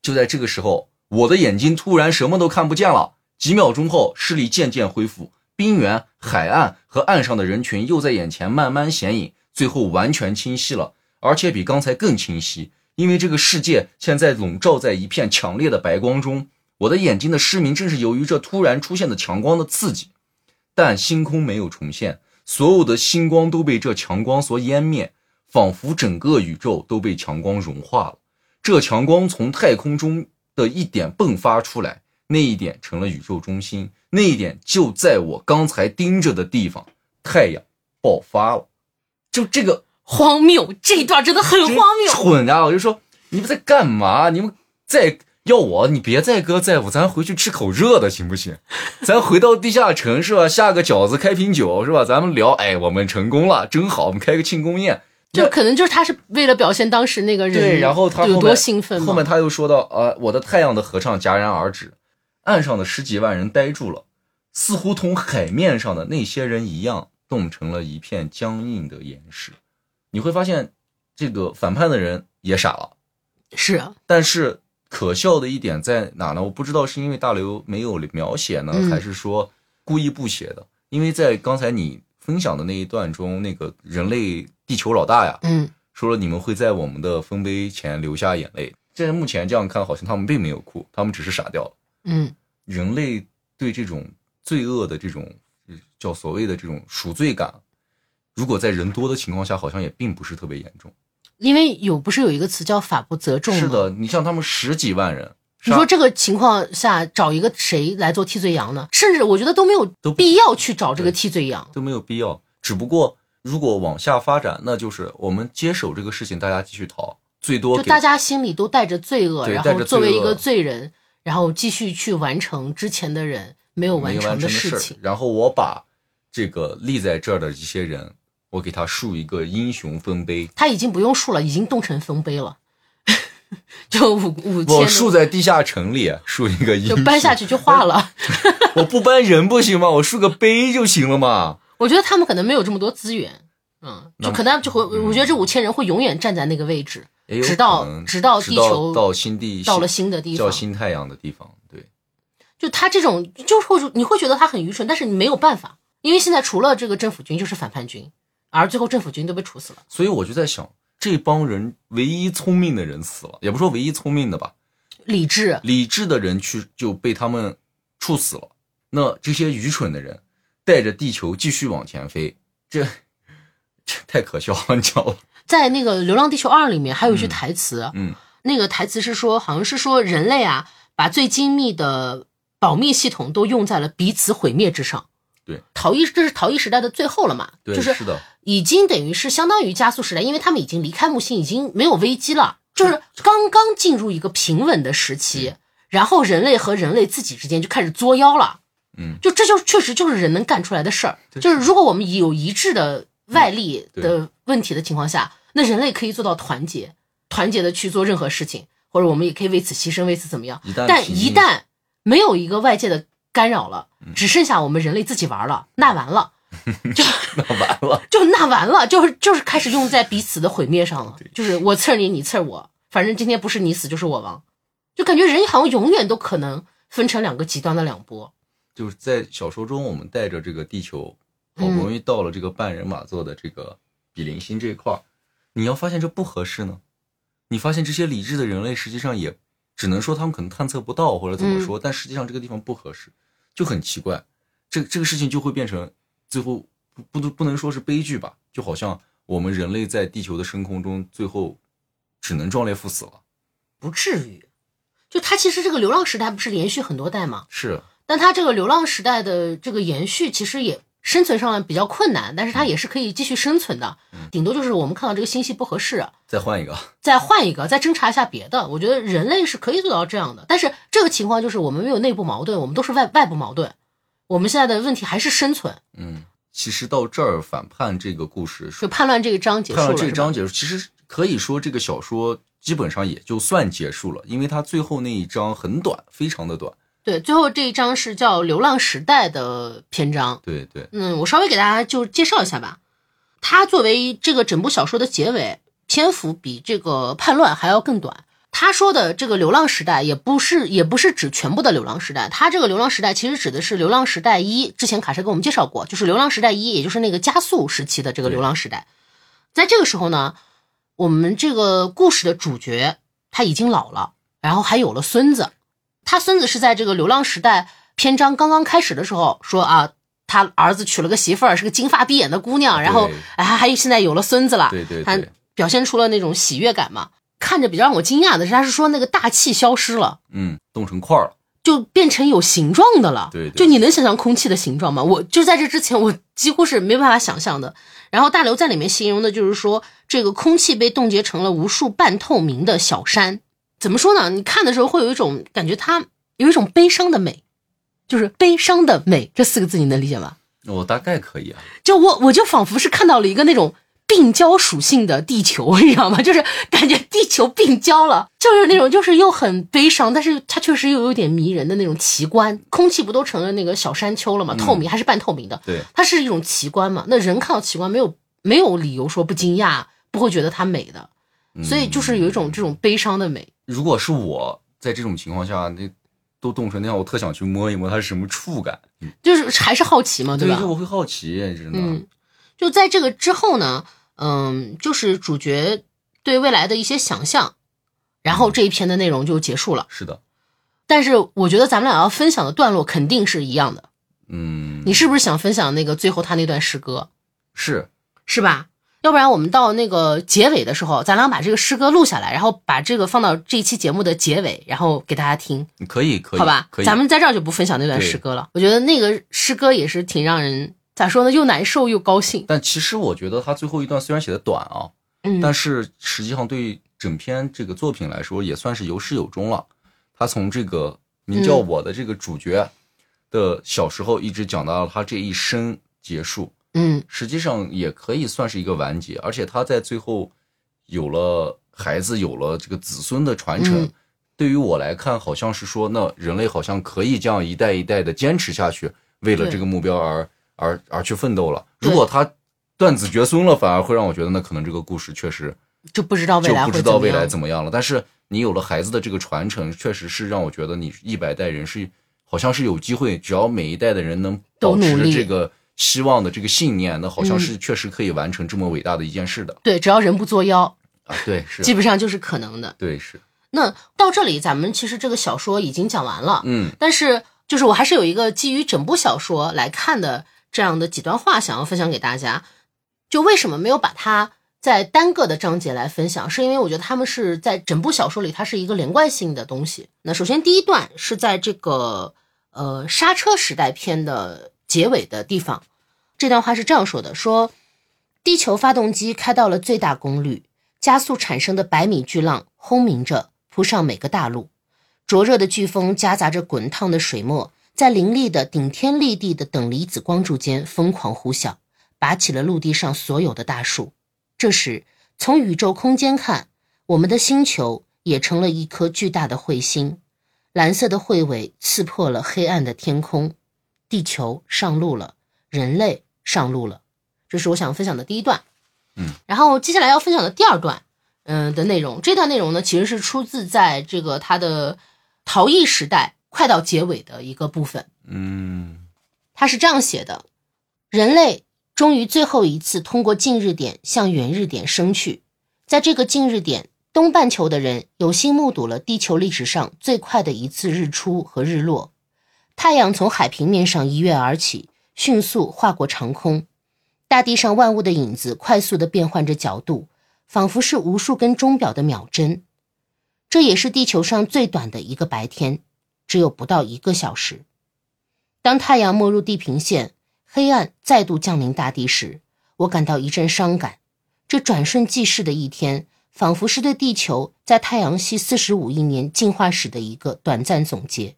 S2: 就在这个时候，我的眼睛突然什么都看不见了。几秒钟后，视力渐渐恢复，冰原、海岸和岸上的人群又在眼前慢慢显影，最后完全清晰了，而且比刚才更清晰。因为这个世界现在笼罩在一片强烈的白光中，我的眼睛的失明正是由于这突然出现的强光的刺激。但星空没有重现，所有的星光都被这强光所湮灭，仿佛整个宇宙都被强光融化了。这强光从太空中的一点迸发出来，那一点成了宇宙中心，那一点就在我刚才盯着的地方，太阳爆发了。就这个
S1: 荒谬，这一段真的很荒 谬。
S2: 蠢啊！我就说你们在干嘛？你们在要我？你别载歌载舞，咱回去吃口热的行不行？咱回到地下城是吧？下个饺子，开瓶酒是吧？咱们聊，哎，我们成功了，真好，我们开个庆功宴。
S1: 就可能就是他是为了表现当时那个人
S2: 对，然后他
S1: 有
S2: 后
S1: 多
S2: 面
S1: 兴奋嘛
S2: 后面他又说到，呃，我的太阳的合唱戛然而止，岸上的十几万人呆住了，似乎同海面上的那些人一样，冻成了一片僵硬的岩石。你会发现，这个反叛的人也傻了。
S4: 是啊，
S2: 但是可笑的一点在哪呢？我不知道是因为大刘没有描写呢，
S1: 嗯
S2: 还是说故意不写的？因为在刚才你分享的那一段中，那个人类地球老大呀，
S1: 嗯，
S2: 说了你们会在我们的丰碑前流下眼泪。但是目前这样看，好像他们并没有哭，他们只是傻掉了。
S1: 嗯，
S2: 人类对这种罪恶的这种呃叫所谓的这种赎罪感，如果在人多的情况下，好像也并不是特别严重。
S1: 因为有不是有一个词叫法不责众吗？
S2: 是，的，啊你像他们十几万人，
S1: 你说这个情况下找一个谁来做替罪羊呢？甚至我觉得都没有
S2: 都不
S1: 必要去找这个
S2: 对
S1: 替罪羊。
S2: 都没有必要。只不过如果往下发展，那就是我们接手这个事情，大家继续逃，最多
S1: 就
S2: 给
S1: 大家心里都带着罪恶，
S2: 对
S1: 然
S2: 带
S1: 后
S2: 着
S1: 作
S2: 罪
S1: 为一个
S2: 恶
S1: 罪人，然后继续去完成之前的人没有
S2: 没
S1: 完
S2: 完成
S1: 的
S2: 事
S1: 事
S2: 儿
S1: 情。
S2: 然后我把这个立在这儿的一些人，我给他树一个英雄丰碑。
S1: 他已经不用树了，已经冻成丰碑了， 就五五千
S2: 我
S1: 的
S2: 树在地下城里，树一个英
S1: 就
S2: 雄，
S1: 搬下去就化了。
S2: 我不搬人不行吗？我树个碑就行了嘛。
S1: 我觉得他们可能没有这么多资源，嗯，
S2: 那
S1: 就可能就会，我觉得这五千人会永远站在那个位置，
S2: 也有
S1: 直到
S2: 可能
S1: 直到地球
S2: 到新地
S1: 到了新的地
S2: 叫
S1: 方。
S2: 新太阳的地方，对，
S1: 就他这种，就是会你会觉得他很愚蠢，但是你没有办法，因为现在除了这个政府军就是反叛军，而最后政府军都被处死了。
S2: 所以我就在想，这帮人唯一聪明的人死了，也不说唯一聪明的吧，
S1: 理智，
S2: 理智的人去就被他们处死了。那这些愚蠢的人带着地球继续往前飞，这这太可笑了，你知道吧？
S1: 在那个《流浪地球二》里面还有一句台词，
S2: 嗯，
S1: 那个台词是说，好像是说人类啊，把最精密的保密系统都用在了彼此毁灭之上。
S2: 对，
S1: 逃逸这是逃逸时代的最后了嘛？
S2: 对，
S1: 就是
S2: 是的，
S1: 已经等于是相当于加速时代，因为他们已经离开木星，已经没有危机了，
S2: 嗯
S1: 就是刚刚进入一个平稳的时期，然后人类和人类自己之间就开始作妖了。
S2: 嗯，
S1: 就这就确实就是人能干出来的事儿，
S2: 对嗯
S1: 就是如果我们有一致的外力
S2: 对
S1: 的问题的情况下，那人类可以做到团结，团结的去做任何事情，或者我们也可以为此牺牲，为此怎么样。
S2: 一旦
S1: 但
S2: 平
S1: 一
S2: 静
S1: 旦没有一个外界的干扰了，只剩下我们人类自己玩了，那完 了。
S2: 那完了，
S1: 就那完了，就是就是开始用在彼此的毁灭上了，就是我刺儿你，你刺儿我，反正今天不是你死就是我亡，就感觉人好像永远都可能分成两个极端的两波。
S2: 就是在小说中，我们带着这个地球，好不容易到了这个半人马座的这个比邻星这一块儿，你要发现这不合适呢，你发现这些理智的人类实际上也只能说他们可能探测不到或者怎么说，但实际上这个地方不合适，就很奇怪。这这个事情就会变成最后不不能不能说是悲剧吧，就好像我们人类在地球的深空中最后只能壮烈赴死了。
S1: 不至于，就它其实这个流浪时代不是连续很多代吗？
S2: 是，
S1: 但它这个流浪时代的这个延续，其实也生存上比较困难，但是
S2: 嗯
S1: 它也是可以继续生存的，顶多就是我们看到这个星系不合适，啊
S2: 再换一个，
S1: 再换一个，再侦查一下别的。我觉得人类是可以做到这样的，但是这个情况就是我们没有内部矛盾，我们都是外外部矛盾。我们现在的问题还是生存。
S2: 嗯，其实到这儿反叛这个故事
S1: 就叛乱这一章结束
S2: 看
S1: 了，
S2: 到这
S1: 是吧
S2: 章结束，其实可以说这个小说基本上也就算结束了，因为它最后那一章很短，非常的短。
S1: 对，最后这一章是叫《流浪时代》的篇章。
S2: 对对，
S1: 嗯，我稍微给大家就介绍一下吧。它作为这个整部小说的结尾，篇幅比这个叛乱还要更短。他说的这个流浪时代，也不是也不是指全部的流浪时代，他这个流浪时代其实指的是流浪时代一。之前卡车给我们介绍过，就是流浪时代一，也就是那个加速时期的这个
S2: 对
S1: 流浪时代。在这个时候呢，我们这个故事的主角他已经老了，然后还有了孙子。他孙子是在这个流浪时代篇章刚刚开始的时候说啊，他儿子娶了个媳妇儿，是个金发碧眼的姑娘，然后啊
S2: 对
S1: 哎，还现在有了孙子了，
S2: 对对
S1: 他
S2: 对
S1: 表现出了那种喜悦感嘛。看着比较让我惊讶的是，他是说那个大气消失了。
S2: 嗯，冻成块儿了，
S1: 就变成有形状的了。
S2: 对
S1: 就
S2: 对
S1: 你能想象空气的形状吗？我就在这之前，我几乎是没办法想象的。然后大刘在里面形容的就是说，这个空气被冻结成了无数半透明的小山。怎么说呢？你看的时候会有一种感觉，它有一种悲伤的美，就是悲伤的美这四个字，你能理解吗？
S2: 我大概可以啊，
S1: 就我我就仿佛是看到了一个那种病娇属性的地球， 你知道吗？就是感觉地球病娇了，就是那种就是又很悲伤，但是它确实又有点迷人的那种奇观。空气不都成了那个小山丘了吗？透明还是半透明的，
S2: 对，
S1: 它是一种奇观嘛。那人看到奇观没有没有理由说不惊讶，不会觉得它美的，
S2: 嗯
S1: 所以就是有一种这种悲伤的美。
S2: 如果是我在这种情况下，那都冻成那样，我特想去摸一摸它是什么触感，
S1: 就是还是好奇嘛，
S2: 对
S1: 吧？
S2: 就我会好奇，真的，
S1: 嗯，就在这个之后呢，嗯，就是主角对未来的一些想象，然
S2: 嗯
S1: 后这一篇的内容就结束了。
S2: 是的，
S1: 但是我觉得咱们俩要分享的段落肯定是一样的。
S2: 嗯，
S1: 你是不是想分享那个最后他那段诗歌，
S2: 是
S1: 是吧？要不然我们到那个结尾的时候，咱俩把这个诗歌录下来，然后把这个放到这一期节目的结尾，然后给大家听，
S2: 可以可以，
S1: 好吧
S2: 可？以，
S1: 咱们在这儿就不分享那段
S2: 对
S1: 诗歌了。我觉得那个诗歌也是挺让人咋说呢，又难受又高兴。
S2: 但其实我觉得他最后一段虽然写的短啊，
S1: 嗯，
S2: 但是实际上对整篇这个作品来说，也算是有始有终了。他从这个名叫
S1: 嗯
S2: 我的这个主角的小时候，一直讲到了他这一生结束，
S1: 嗯
S2: 实际上也可以算是一个完结。而且他在最后有了孩子，有了这个子孙的传承。
S1: 嗯
S2: 对于我来看，好像是说，那人类好像可以这样一代一代的坚持下去，为了
S1: 对
S2: 这个目标而而而去奋斗了。
S1: 对
S2: 如果他断子绝孙了，反而会让我觉得，那可能这个故事确实
S1: 就不知道未
S2: 就
S1: 来
S2: 不
S1: 会
S2: 知
S1: 怎么
S2: 道
S1: 样。
S2: 未来怎么样了。但是你有了孩子的这个传承，确实是让我觉得你一百代人是好像是有机会，只要每一代的人能
S1: 都
S2: 保持
S1: 努
S2: 着
S1: 力嗯
S2: 这个希望的这个信念，那好像是确实可以完成这么伟大的一件事的
S1: 对，只要人不作妖，
S2: 啊！对，是
S1: 基，本上就是可能的。
S2: 对是，
S1: 那到这里，咱们其实这个小说已经讲完了，
S2: 嗯
S1: 但是就是我还是有一个基于整部小说来看的这样的几段话，想要分享给大家。就为什么没有把它在单个的章节来分享，是因为我觉得他们是在整部小说里，它是一个连贯性的东西。那首先第一段是在这个呃刹车时代篇的结尾的地方，这段话是这样说的：说地球发动机开到了最大功率，加速产生的百米巨浪轰鸣着扑上每个大陆。灼热的飓风夹杂着滚烫的水墨，在凌厉的顶天立地的等离子光柱间疯狂呼啸，拔起了陆地上所有的大树。这时，从宇宙空间看，我们的星球也成了一颗巨大的彗星，蓝色的彗尾刺破了黑暗的天空。地球上路了，人类上路了。这是我想分享的第一段。
S2: 嗯，
S1: 然后接下来要分享的第二段，嗯的内容。这段内容呢，其实是出自在这个他的陶艺时代快到结尾的一个部分。
S2: 嗯
S1: 他是这样写的：人类终于最后一次通过近日点向远日点升去，在这个近日点，东半球的人有幸目睹了地球历史上最快的一次日出和日落。太阳从海平面上一跃而起，迅速划过长空，大地上万物的影子快速地变换着角度，仿佛是无数根钟表的秒针。这也是地球上最短的一个白天，只有不到一个小时。当太阳没入地平线，黑暗再度降临大地时，我感到一阵伤感。这转瞬即逝的一天，仿佛是对地球在太阳系四十五亿年进化史的一个短暂总结。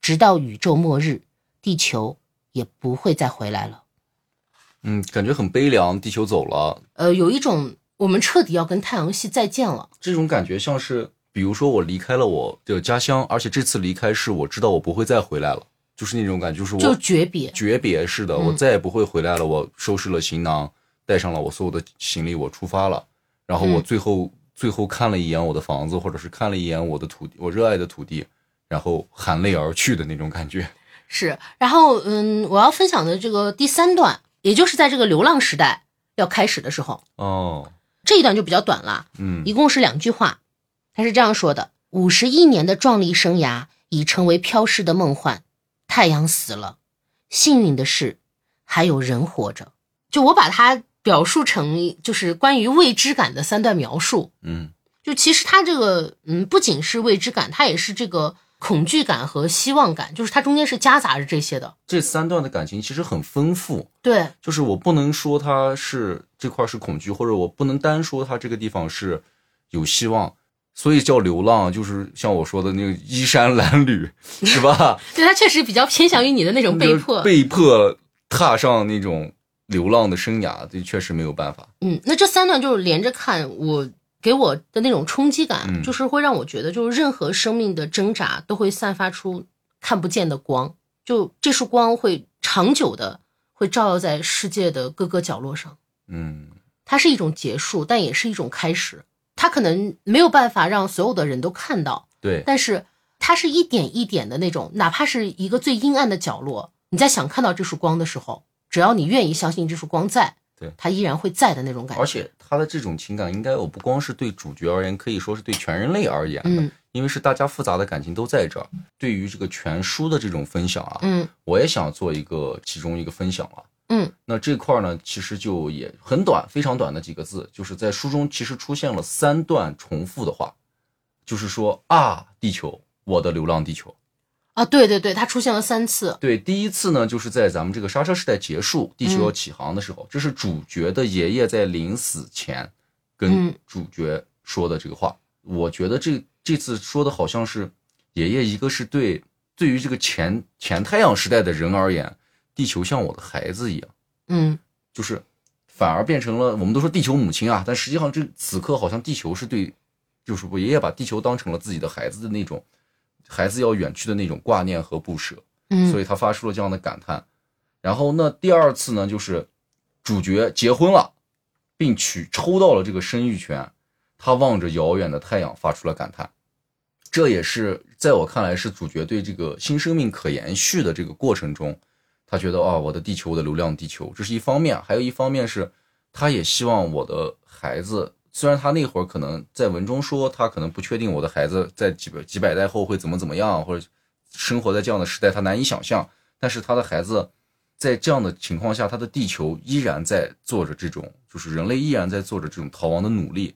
S1: 直到宇宙末日，地球也不会再回来了。
S2: 嗯，感觉很悲凉，地球走了，
S1: 呃，有一种我们彻底要跟太阳系再见了。
S2: 这种感觉像是，比如说我离开了我的家乡，而且这次离开是我知道我不会再回来了，就是那种感觉，就是我
S1: 就诀别。
S2: 诀别似的，我
S1: 嗯
S2: 再也不会回来了。我收拾了行囊，带上了我所有的行李，我出发了。然后我
S1: 嗯
S2: 最后、最后看了一眼我的房子，或者是看了一眼我的土地，我热爱的土地，然后含泪而去的那种感觉。
S1: 是，然后嗯，我要分享的这个第三段，也就是在这个流浪时代要开始的时候，
S2: 哦，
S1: 这一段就比较短了。
S2: 嗯
S1: 一共是两句话，他是这样说的：五十一年的壮丽生涯已成为飘逝的梦幻，太阳死了，幸运的是，还有人活着。就我把它表述成就是关于未知感的三段描述。
S2: 嗯
S1: 就其实它这个嗯，不仅是未知感，它也是这个恐惧感和希望感，就是它中间是夹杂着这些的。
S2: 这三段的感情其实很丰富，
S1: 对，
S2: 就是我不能说它是这块是恐惧，或者我不能单说它这个地方是有希望，所以叫流浪，就是像我说的那个衣衫褴褛，是吧？
S1: 对，它确实比较偏向于你的那种被迫。
S2: 被迫踏上那种流浪的生涯，这确实没有办法。
S1: 嗯，那这三段就是连着看，我给我的那种冲击感，
S2: 嗯
S1: 就是会让我觉得，就是任何生命的挣扎都会散发出看不见的光，就这束光会长久的会照耀在世界的各个角落上。
S2: 嗯
S1: 它是一种结束，但也是一种开始。它可能没有办法让所有的人都看到，，
S2: 对，
S1: 但是它是一点一点的那种，哪怕是一个最阴暗的角落，你在想看到这束光的时候，只要你愿意相信这束光在，
S2: 对
S1: 它依然会在的那种感觉。
S2: 而且他的这种情感，应该我不光是对主角而言，可以说是对全人类而言的，
S1: 嗯
S2: 因为是大家复杂的感情都在这儿。对于这个全书的这种分享啊，
S1: 嗯
S2: 我也想做一个其中一个分享了。
S1: 嗯，
S2: 那这块儿呢，其实就也很短，非常短的几个字，就是在书中其实出现了三段重复的话，就是说啊，地球，我的流浪地球。
S1: 啊，对对对，它出现了三次。
S2: 对，第一次呢，就是在咱们这个刹车时代结束，地球要起航的时候，这是主角的爷爷在临死前跟
S1: 嗯
S2: 主角说的这个话。我觉得这这次说的好像是爷爷，一个是对对于这个前前太阳时代的人而言，地球像我的孩子一样，
S1: 嗯，
S2: 就是反而变成了我们都说地球母亲啊，但实际上这此刻好像地球是对，就是我爷爷把地球当成了自己的孩子的那种孩子要远去的那种挂念和不舍。
S1: 嗯，
S2: 所以他发出了这样的感叹。然后那第二次呢，就是主角结婚了，并取抽到了这个生育权，他望着遥远的太阳发出了感叹。这也是在我看来是主角对这个新生命可延续的这个过程中，他觉得啊，我的地球，我的流量地球，这是一方面，还有一方面是，他也希望我的孩子，虽然他那会儿可能在文中说他可能不确定我的孩子在几百几百代后会怎么怎么样，或者生活在这样的时代，他难以想象，但是他的孩子在这样的情况下，他的地球依然在做着这种，就是人类依然在做着这种逃亡的努力，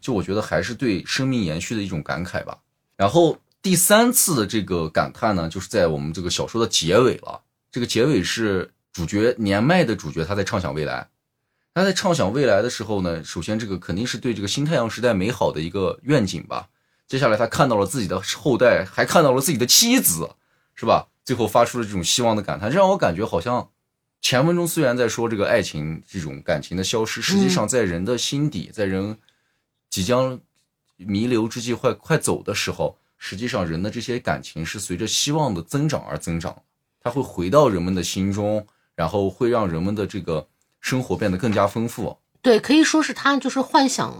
S2: 就我觉得还是对生命延续的一种感慨吧。然后第三次的这个感叹呢，就是在我们这个小说的结尾了。这个结尾是主角年迈的主角他在畅想未来，他在畅想未来的时候呢，首先这个肯定是对这个新太阳时代美好的一个愿景吧。接下来他看到了自己的后代，还看到了自己的妻子，是吧？最后发出了这种希望的感叹，这让我感觉好像前文中虽然在说这个爱情这种感情的消失，实际上在人的心底，在人即将弥留之际快快走的时候，实际上人的这些感情是随着希望的增长而增长，它会回到人们的心中，然后会让人们的这个生活变得更加丰富。
S1: 对，可以说是他就是幻想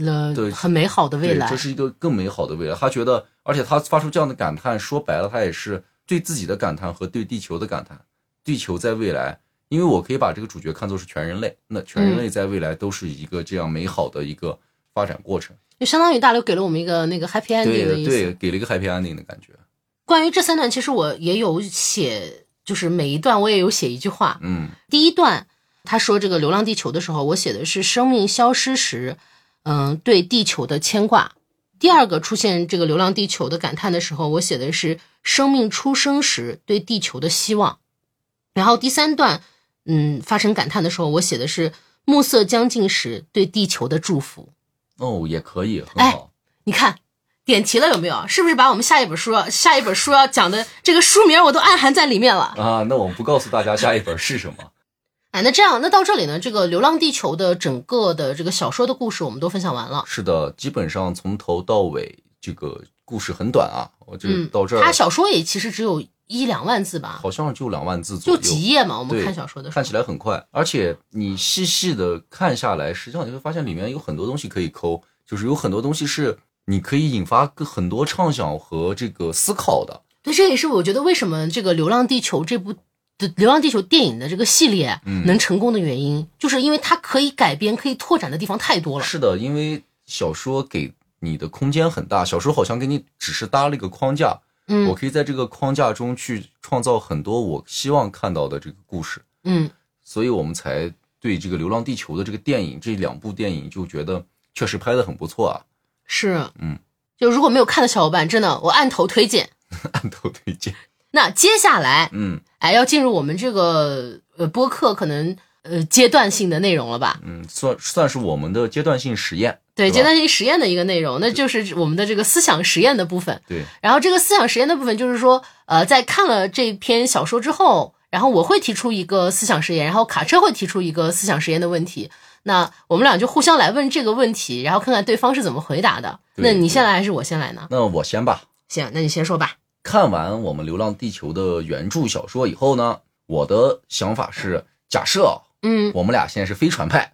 S1: 了
S2: 对
S1: 很美好的未
S2: 对
S1: 来
S2: 这。是一个更美好的未来。他觉得，而且他发出这样的感叹，说白了，他也是对自己的感叹和对地球的感叹。地球在未来，因为我可以把这个主角看作是全人类，那全人类在未来都是一个这样美好的一个发展过程。
S1: 就相当于大刘给了我们一个那个 happy ending 的
S2: 对
S1: 嗯意
S2: 对，
S1: 思。
S2: 给了一个 happy ending 的感觉。
S1: 关于这三段，其实我也有写，就是每一段我也有写一句话。
S2: 嗯
S1: 第一段他说这个流浪地球的时候，我写的是生命消失时，嗯，对地球的牵挂。第二个出现这个流浪地球的感叹的时候，我写的是生命出生时对地球的希望。然后第三段，嗯，发生感叹的时候，我写的是暮色将近时对地球的祝福。
S2: 哦，也可以，很好。
S1: 你看，点题了有没有？是不是把我们下一本书要下一本书要讲的这个书名我都暗含在里面了？
S2: 啊，那我不告诉大家下一本是什么。
S1: 哎，那这样，那到这里呢，这个《流浪地球》的整个的这个小说的故事我们都分享完了。
S2: 是的，基本上从头到尾，这个故事很短啊，我就
S1: 嗯，
S2: 到这儿，
S1: 它小说也其实只有一两万字吧，
S2: 好像就两万字左
S1: 就
S2: 右，
S1: 几页嘛。我们
S2: 对
S1: 看小说的时候，
S2: 看起来很快，而且你细细的看下来，实际上你会发现里面有很多东西可以抠，就是有很多东西是你可以引发很多畅想和这个思考的。
S1: 对，这也是我觉得为什么这个《流浪地球》这部的《流浪地球》电影的这个系列
S2: 嗯
S1: 能成功的原因，就是因为它可以改编、可以拓展的地方太多了。
S2: 是的，因为小说给你的空间很大，小说好像给你只是搭了一个框架，我
S1: 嗯
S2: 可以在这个框架中去创造很多我希望看到的这个故事。
S1: 嗯
S2: 所以我们才对这个《流浪地球》的这个电影这两部电影就觉得确实拍的很不错啊，
S1: 是，
S2: 嗯，
S1: 就如果没有看的小伙伴，真的我按头推荐。
S2: 按头推荐。
S1: 那接下来，
S2: 嗯
S1: 哎，要进入我们这个呃播客可能呃阶段性的内容了吧？
S2: 嗯，算算是我们的阶段性实验。
S1: 对，
S2: 吧
S1: 阶段性实验的一个内容，那就是我们的这个思想实验的部分。
S2: 对，
S1: 然后这个思想实验的部分就是说，呃，在看了这篇小说之后，然后我会提出一个思想实验，然后卡车会提出一个思想实验的问题。那我们俩就互相来问这个问题，然后看看对方是怎么回答的。
S2: 对
S1: 那你先
S2: 对
S1: 来还是我先来呢？
S2: 那我先吧。
S1: 行，那你先说吧。
S2: 看完我们《流浪地球》的原著小说以后呢，我的想法是，假设啊
S1: 嗯
S2: 我们俩现在是非船派，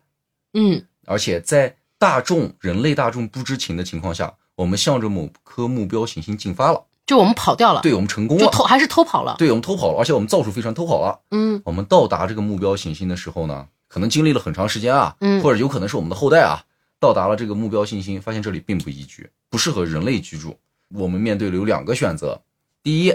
S1: 嗯，
S2: 而且在大众人类大众不知情的情况下，我们向着某颗目标行星进发了，
S1: 就我们跑掉了，
S2: 对我们成功
S1: 就
S2: 了，
S1: 偷还是偷跑了。
S2: 对我们偷跑了，而且我们造出飞船偷跑了。
S1: 嗯
S2: 我们到达这个目标行星的时候呢，可能经历了很长时间啊，
S1: 嗯
S2: 或者有可能是我们的后代啊，到达了这个目标行星，发现这里并不宜居，不适合人类居住。我们面对了有两个选择：第一，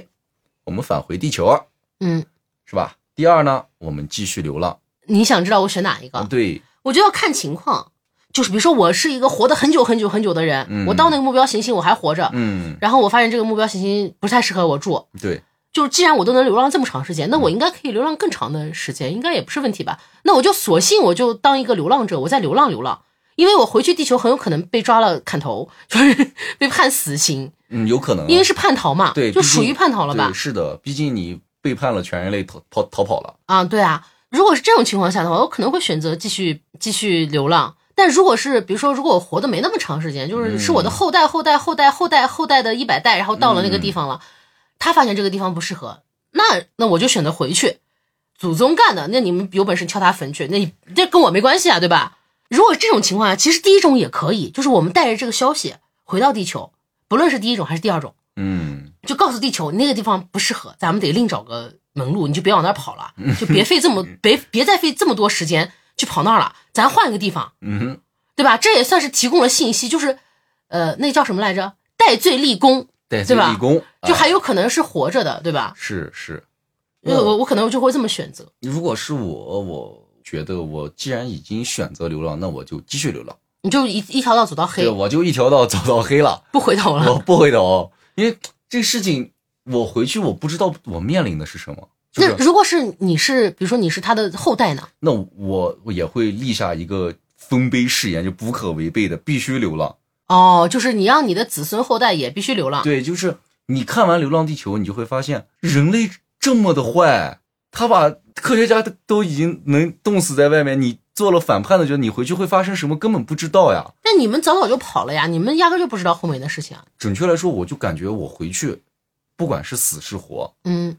S2: 我们返回地球，
S1: 嗯，
S2: 是吧？第二呢，我们继续流浪。
S1: 你想知道我选哪一个？
S2: 对，
S1: 我觉得要看情况，就是比如说我是一个活得很久很久很久的人，
S2: 嗯
S1: 我到那个目标行星我还活着，
S2: 嗯，
S1: 然后我发现这个目标行星不太适合我住，
S2: 对，
S1: 就是既然我都能流浪这么长时间，
S2: 嗯
S1: 那我应该可以流浪更长的时间，应该也不是问题吧？那我就索性我就当一个流浪者，我在流浪流浪，因为我回去地球很有可能被抓了砍头， 就是被判死刑，
S2: 嗯，有可能，
S1: 因为是叛逃嘛，
S2: 对，
S1: 就
S2: 毕竟
S1: 属于叛逃了吧
S2: 对？是的，毕竟你背叛了全人类逃跑逃跑了。
S1: 啊，对啊，如果是这种情况下的话，我可能会选择继续继续流浪。但如果是比如说，如果我活的没那么长时间，就是是我的后代、后代、后代、后代、后代的一百代，然后到了那个地方了，他发现这个地方不适合，那那我就选择回去。祖宗干的，那你们有本事跳他坟去，那你这跟我没关系啊，对吧？如果这种情况下，其实第一种也可以，就是我们带着这个消息回到地球，不论是第一种还是第二种，
S2: 嗯，
S1: 就告诉地球那个地方不适合，咱们得另找个门路，你就别往那儿跑了，
S2: 嗯
S1: 就别费 这么别别再费这么多时间去跑那儿了，咱换一个地方，
S2: 嗯哼，
S1: 对吧？这也算是提供了信息，就是呃，那叫什么来着？戴罪立功，
S2: 戴罪
S1: 对吧
S2: 立功，
S1: 就
S2: 啊
S1: 还有可能是活着的，对吧？
S2: 是是。嗯
S1: 因为我我可能就会这么选择，
S2: 如果是我，我觉得我既然已经选择流浪，那我就继续流浪，
S1: 你就一一条道走到
S2: 对，哦
S1: 黑，
S2: 我就一条道走到黑了，
S1: 不回头
S2: 我
S1: 了。
S2: 不回头，因为这个事情我回去我不知道我面临的是什么，就
S1: 那
S2: 是
S1: 如果是你是，比如说你是他的后代呢？
S2: 那我我也会立下一个丰碑誓言，就不可违背的，必须流浪。
S1: 哦，就是你让你的子孙后代也必须流浪。
S2: 对，就是你看完《流浪地球》，你就会发现人类这么的坏，他把科学家都都已经能冻死在外面，你做了反叛的，觉得你回去会发生什么，根本不知道呀。
S1: 那你们早早就跑了呀，你们压根就不知道后面的事情啊。
S2: 准确来说，我就感觉我回去，不管是死是活，
S1: 嗯，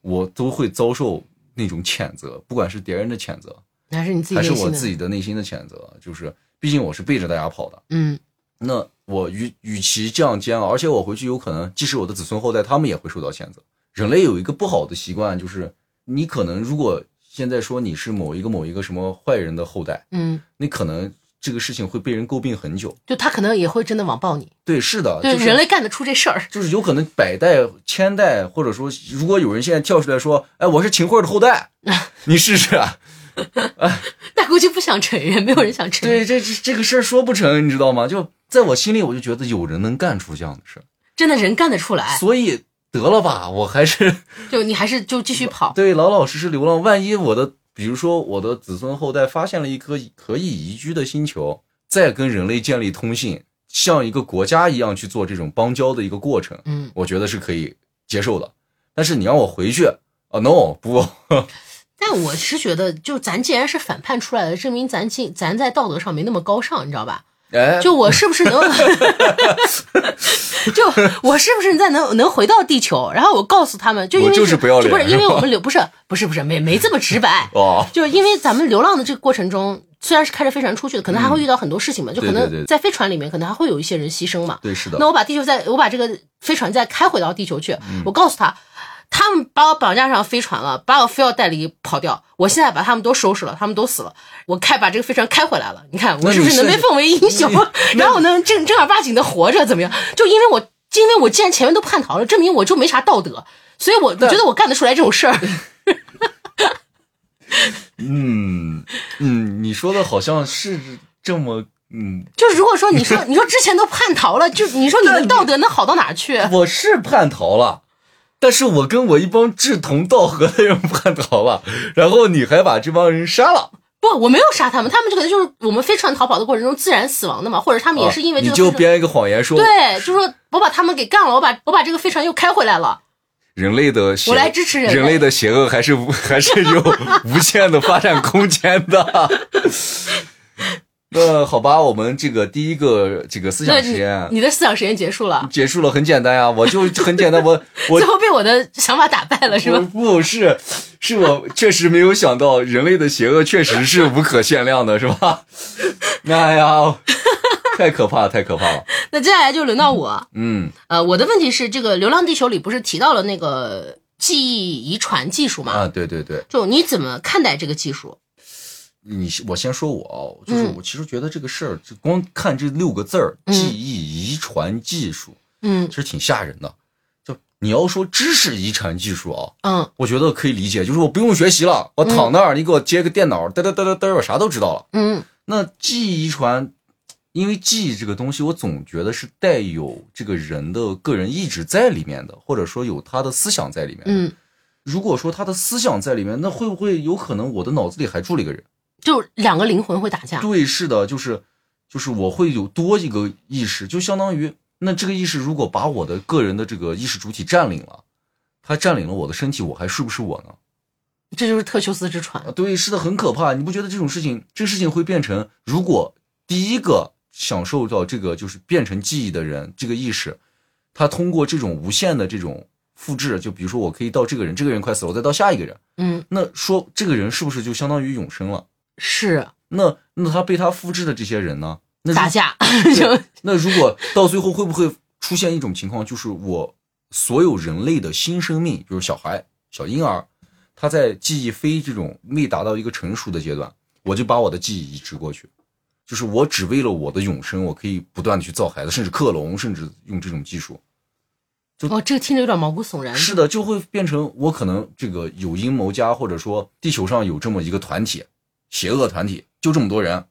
S2: 我都会遭受那种谴责，不管是别人的谴责，
S1: 还是你自己
S2: 还
S1: 内
S2: 是
S1: 心的。
S2: 我自己的内心的谴责，就是毕竟我是背着大家跑的。
S1: 嗯，
S2: 那我与与其这样煎熬，而且我回去有可能，即使我的子孙后代，他们也会受到谴责。人类有一个不好的习惯，就是你可能如果现在说你是某一个某一个什么坏人的后代，
S1: 嗯，
S2: 你可能这个事情会被人诟病很久。
S1: 就他可能也会真的网暴你，
S2: 对，是的，
S1: 对，
S2: 呃就是
S1: 人类干得出这事儿，
S2: 就是有可能百代、千代，或者说，如果有人现在跳出来说，哎，我是秦桧的后代，你试试啊。
S1: 那估计不想承认，没有人想承认，
S2: 对，这这这个事儿说不成，你知道吗？就在我心里，我就觉得有人能干出这样的事儿，
S1: 真的人干得出来，
S2: 所以得了吧，我还是。
S1: 就你还是就继续跑，
S2: 对，老老实实流浪。万一我的，比如说我的子孙后代发现了一颗可以宜居的星球，再跟人类建立通信，像一个国家一样去做这种邦交的一个过程，
S1: 嗯，
S2: 我觉得是可以接受的。但是你让我回去啊、n o 不，
S1: 但我是觉得，就咱既然是反叛出来的，证明咱进咱在道德上没那么高尚，你知道吧？
S2: 哎，
S1: 就我是不是 能， 就我是不是在能能回到地球？然后我告诉他们，就因为
S2: 我就是不要脸
S1: 不是因为我们流不是不是不是没没这么直 白，
S2: 哦，
S1: 就是因为咱们流浪的这个过程中，虽然是开着飞船出去的，可能还会遇到很多事情嘛，就可
S2: 嗯对对
S1: 能
S2: 对
S1: 在飞船里面，可能还会有一些人牺牲嘛。
S2: 对，是的
S1: 那，我把地球再我把这个飞船再开回到地球去，
S2: 嗯
S1: 我告诉他，他们把我绑架上飞船了，把我非要带离跑掉，我现在把他们都收拾了，他们都死了，我开把这个飞船开回来了，你看我
S2: 那
S1: 是不
S2: 你
S1: 是能
S2: 是
S1: 被奉为英雄？ 然后我能正正儿八经的活着，怎么样？就因为我因为我既然前面都叛逃了，证明我就没啥道德，所以我我觉得我干得出来这种事儿。
S2: 嗯嗯，你说的好像是这么嗯，
S1: 就是如果说你 说你说之前都叛逃了，就你说你
S2: 那
S1: 的
S2: 你
S1: 道德能好到哪儿去？
S2: 我是叛逃了，但是我跟我一帮志同道合的人叛逃了，然后你还把这帮人杀了，
S1: 不，我没有杀他们，他们这个就是我们飞船逃跑的过程中自然死亡的嘛，或者他们也是因为
S2: 啊
S1: 这
S2: 你
S1: 个
S2: 就
S1: 飞船、
S2: 编一个谎言说，
S1: 对，就说我把他们给干了，我把我把这个飞船又开回来了，
S2: 人类的邪
S1: 我来支持人类
S2: 人类的邪恶还是无 还是有无限的发展空间的。 那好吧，我们这个第一个这个思
S1: 那
S2: 想实
S1: 你
S2: 验
S1: 你的思想实验结束了，
S2: 结束了，很简单呀、我就很简单， 我我
S1: 最后被我的想法打败 了是
S2: 我
S1: 吧？
S2: 不是，是我确实没有想到，人类的邪恶确实是无可限量的，是吧？ 哎呀，太可怕了，太可怕了。
S1: 那接下来就轮到我，
S2: 嗯
S1: 呃，我的问题是这个《流浪地球》里不是提到了那个记忆遗传技术吗？
S2: 啊，对对对，
S1: 就你怎么看待这个技术？
S2: 你我先说我啊，就是
S1: 嗯
S2: 我其实觉得这个事儿，就光看这六个字儿“
S1: 嗯
S2: 记忆遗传技术”，
S1: 嗯
S2: 其实挺吓人的。就你要说知识遗传技术啊，
S1: 嗯
S2: 我觉得可以理解，就是我不用学习了，我躺那儿，你给我接个电脑，嘚嘚嘚嘚嘚，我啥都知道了。
S1: 嗯
S2: 那记忆遗传，因为记忆这个东西，我总觉得是带有这个人的个人意志在里面的，或者说有他的思想在里面。，
S1: 嗯，
S2: 如果说他的思想在里面，那会不会有可能我的脑子里还住了一个人？
S1: 就两个灵魂会打架。
S2: 对，是的，就是就是我会有多一个意识，就相当于那这个意识如果把我的个人的这个意识主体占领了，它占领了我的身体，我还是不是我呢？
S1: 这就是特修斯之船
S2: 啊，。对，是的，很可怕。你不觉得这种事情，这个事情会变成，如果第一个享受到这个就是变成记忆的人，这个意识，他通过这种无限的这种复制，就比如说我可以到这个人，这个人快死了，我再到下一个人，
S1: 嗯，
S2: 那说这个人是不是就相当于永生了？
S1: 是
S2: 那那他被他复制的这些人呢？那 如
S1: 打架
S2: 对
S1: 就
S2: 那如果到最后会不会出现一种情况，就是我所有人类的新生命，比如小孩、小婴儿，他在记忆非这种未达到一个成熟的阶段，我就把我的记忆移植过去，就是我只为了我的永生，我可以不断的去造孩子，甚至克隆，甚至用这种技术。
S1: 哦，这个听着有点毛骨悚然。
S2: 是的，就会变成我可能这个有阴谋家，或者说地球上有这么一个团体，邪恶团体，就这么多人，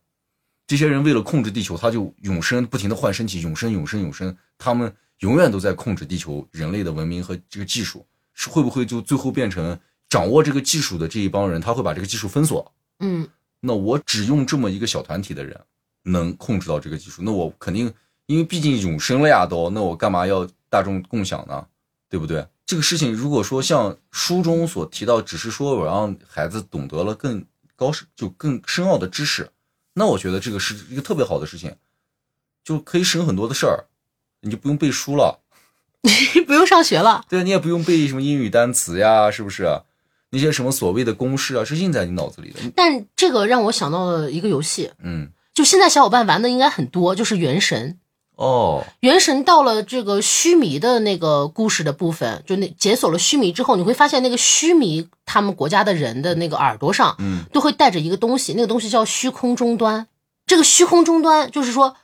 S2: 这些人为了控制地球，他就永生不停的换身体，永生永生永生，他们永远都在控制地球人类的文明和这个技术，是会不会就最后变成掌握这个技术的这一帮人，他会把这个技术封锁？
S1: 嗯，
S2: 那我只用这么一个小团体的人能控制到这个技术，那我肯定，因为毕竟永生了呀都，那我干嘛要大众共享呢？对不对？这个事情如果说像书中所提到，只是说我让孩子懂得了更高就更深奥的知识，那我觉得这个是一个特别好的事情，就可以省很多的事儿，你就不用背书了。
S1: 不用上学了。
S2: 对，你也不用背什么英语单词呀，是不是？那些什么所谓的公式啊，是印在你脑子里的。
S1: 但这个让我想到了一个游戏，
S2: 嗯，
S1: 就现在小伙伴玩的应该很多，就是《原神》。
S2: 哦，
S1: 原神到了这个须弥的那个故事的部分，就那解锁了须弥之后，你会发现那个须弥他们国家的人的那个耳朵上，
S2: 嗯，
S1: 都会带着一个东西，那个东西叫虚空终端。这个虚空终端就是说，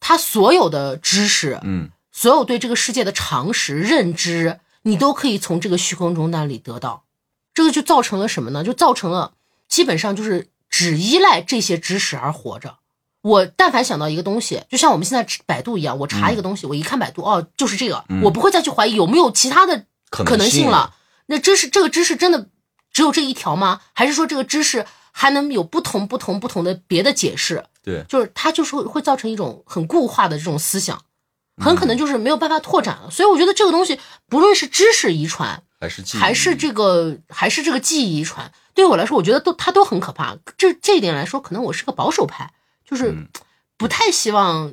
S1: 他所有的知识，
S2: 嗯。
S1: 所有对这个世界的常识、认知，你都可以从这个虚空中那里得到。这个就造成了什么呢？就造成了基本上就是只依赖这些知识而活着。我但凡想到一个东西，就像我们现在百度一样，我查一个东西，我一看百度，哦，就是这个，
S2: 嗯
S1: 我不会再去怀疑有没有其他的
S2: 可
S1: 可
S2: 能
S1: 能
S2: 性
S1: 性了。那知识这个知识真的只有这一条吗？还是说这个知识还能有不同、不同、不同的别的解释？
S2: 对，
S1: 就是它就是会会造成一种很固化的这种思想，很可能
S2: 嗯
S1: 就是没有办法拓展了。所以我觉得这个东西，不论是知识遗传，
S2: 还是记忆
S1: 还是这个还是这个记忆遗传，对我来说，我觉得都它都很可怕。这这一点来说，可能我是个保守派，就是
S2: 嗯
S1: 不太希望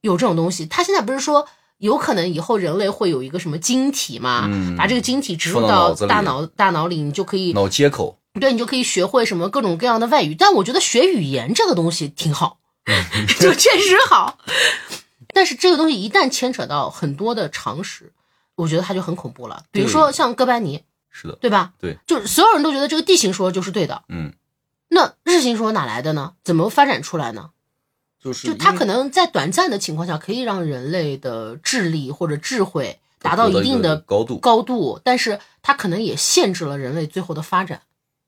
S1: 有这种东西。他现在不是说有可能以后人类会有一个什么晶体嘛，
S2: 嗯
S1: 把这个晶体植入
S2: 放
S1: 到
S2: 到脑子里
S1: 大脑大脑里，你就可以
S2: 脑接口，
S1: 对你就可以学会什么各种各样的外语。但我觉得学语言这个东西挺好，
S2: 嗯
S1: 就确实好。但是这个东西一旦牵扯到很多的常识，我觉得它就很恐怖了。比如
S2: 对
S1: 说像哥白尼，
S2: 是的，
S1: 对吧？
S2: 对，
S1: 就是所有人都觉得这个地形说就是对的，
S2: 嗯，
S1: 那日行说哪来的呢？怎么发展出来呢？
S2: 就是
S1: 就它
S2: 因
S1: 可能在短暂的情况下可以让人类的智力或者智慧达到
S2: 到
S1: 一定
S2: 个
S1: 的
S2: 高度，
S1: 高度，但是它可能也限制了人类最后的发展。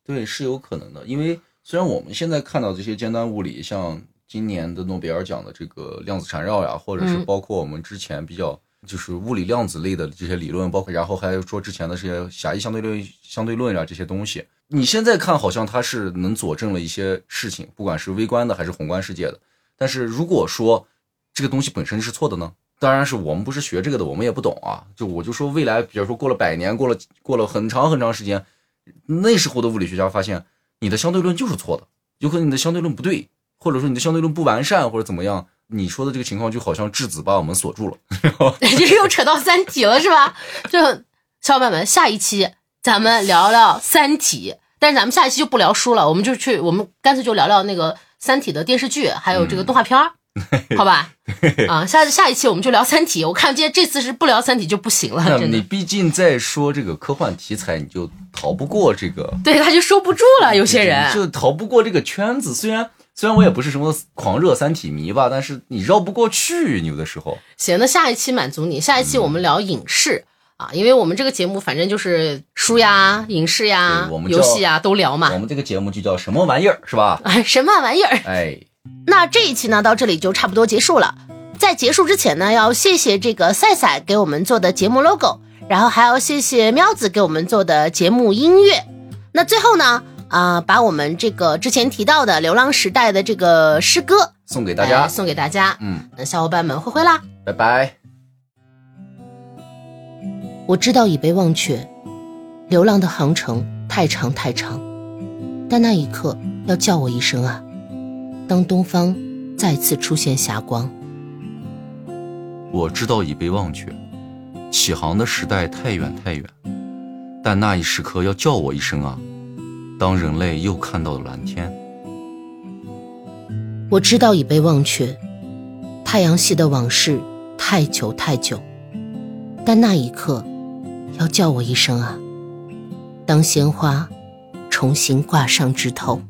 S2: 对，是有可能的，因为虽然我们现在看到这些尖端物理，像今年的诺贝尔奖的这个量子缠绕呀，或者是
S1: 嗯
S2: 包括我们之前比较就是物理量子类的这些理论，包括然后还有说之前的这些狭义相对论、相对论呀这些东西，你现在看好像它是能佐证了一些事情，不管是微观的还是宏观世界的。但是如果说这个东西本身是错的呢？当然是我们不是学这个的，我们也不懂啊。就我就说未来，比如说过了百年，过了过了很长很长时间，那时候的物理学家发现你的相对论就是错的，有可能你的相对论不对，或者说你的相对论不完善，或者怎么样。你说的这个情况就好像质子把我们锁住了，
S1: 就是 又扯到《三体》了，是吧？就小伙伴们，下一期咱们聊聊《三体》，但是咱们下一期就不聊书了，我们就去，我们干脆就聊聊那个《三体》的电视剧，还有
S2: 嗯
S1: 这个动画片 儿。好吧，啊，下下一期我们就聊《三体》。我看今天这次是不聊《三体》就不行了，
S2: 那
S1: 啊真
S2: 你
S1: 的。
S2: 毕竟在说这个科幻题材，你就逃不过这个
S1: 对，他就收不住了，啊有些人。
S2: 就逃不过这个圈子。虽然虽然我也不是什么狂热三体迷吧，但是你绕不过去，你有的时候。
S1: 行，那下一期满足你，下一期我们聊影视、啊，因为我们这个节目反正就是书呀、影视呀
S2: 对我、们
S1: 游
S2: 叫
S1: 戏呀都聊
S2: 我
S1: 嘛。
S2: 们这个节目就叫什么玩意儿是吧？
S1: 哎，什么玩意儿？
S2: 哎，
S4: 那这一期呢，到这里就差不多结束了。在结束之前呢，要谢谢这个赛赛给我们做的节目 logo，然后还要谢谢喵子给我们做的节目音乐。那最后呢，啊、把我们这个之前提到的流浪时代的这个诗歌，
S2: 送给大家，
S1: 哎送给大家。
S2: 嗯，
S1: 那小伙伴们，挥挥啦！
S2: 拜拜。
S4: 我知道已被忘却，流浪的航程太长太长，但那一刻要叫我一声啊！当东方再次出现霞光。
S2: 我知道已被忘却，起航的时代太远太远，但那一时刻要叫我一声啊！当人类又看到了蓝天，
S4: 我知道已被忘却，太阳系的往事太久太久，但那一刻要叫我一声啊！当鲜花重新挂上枝头。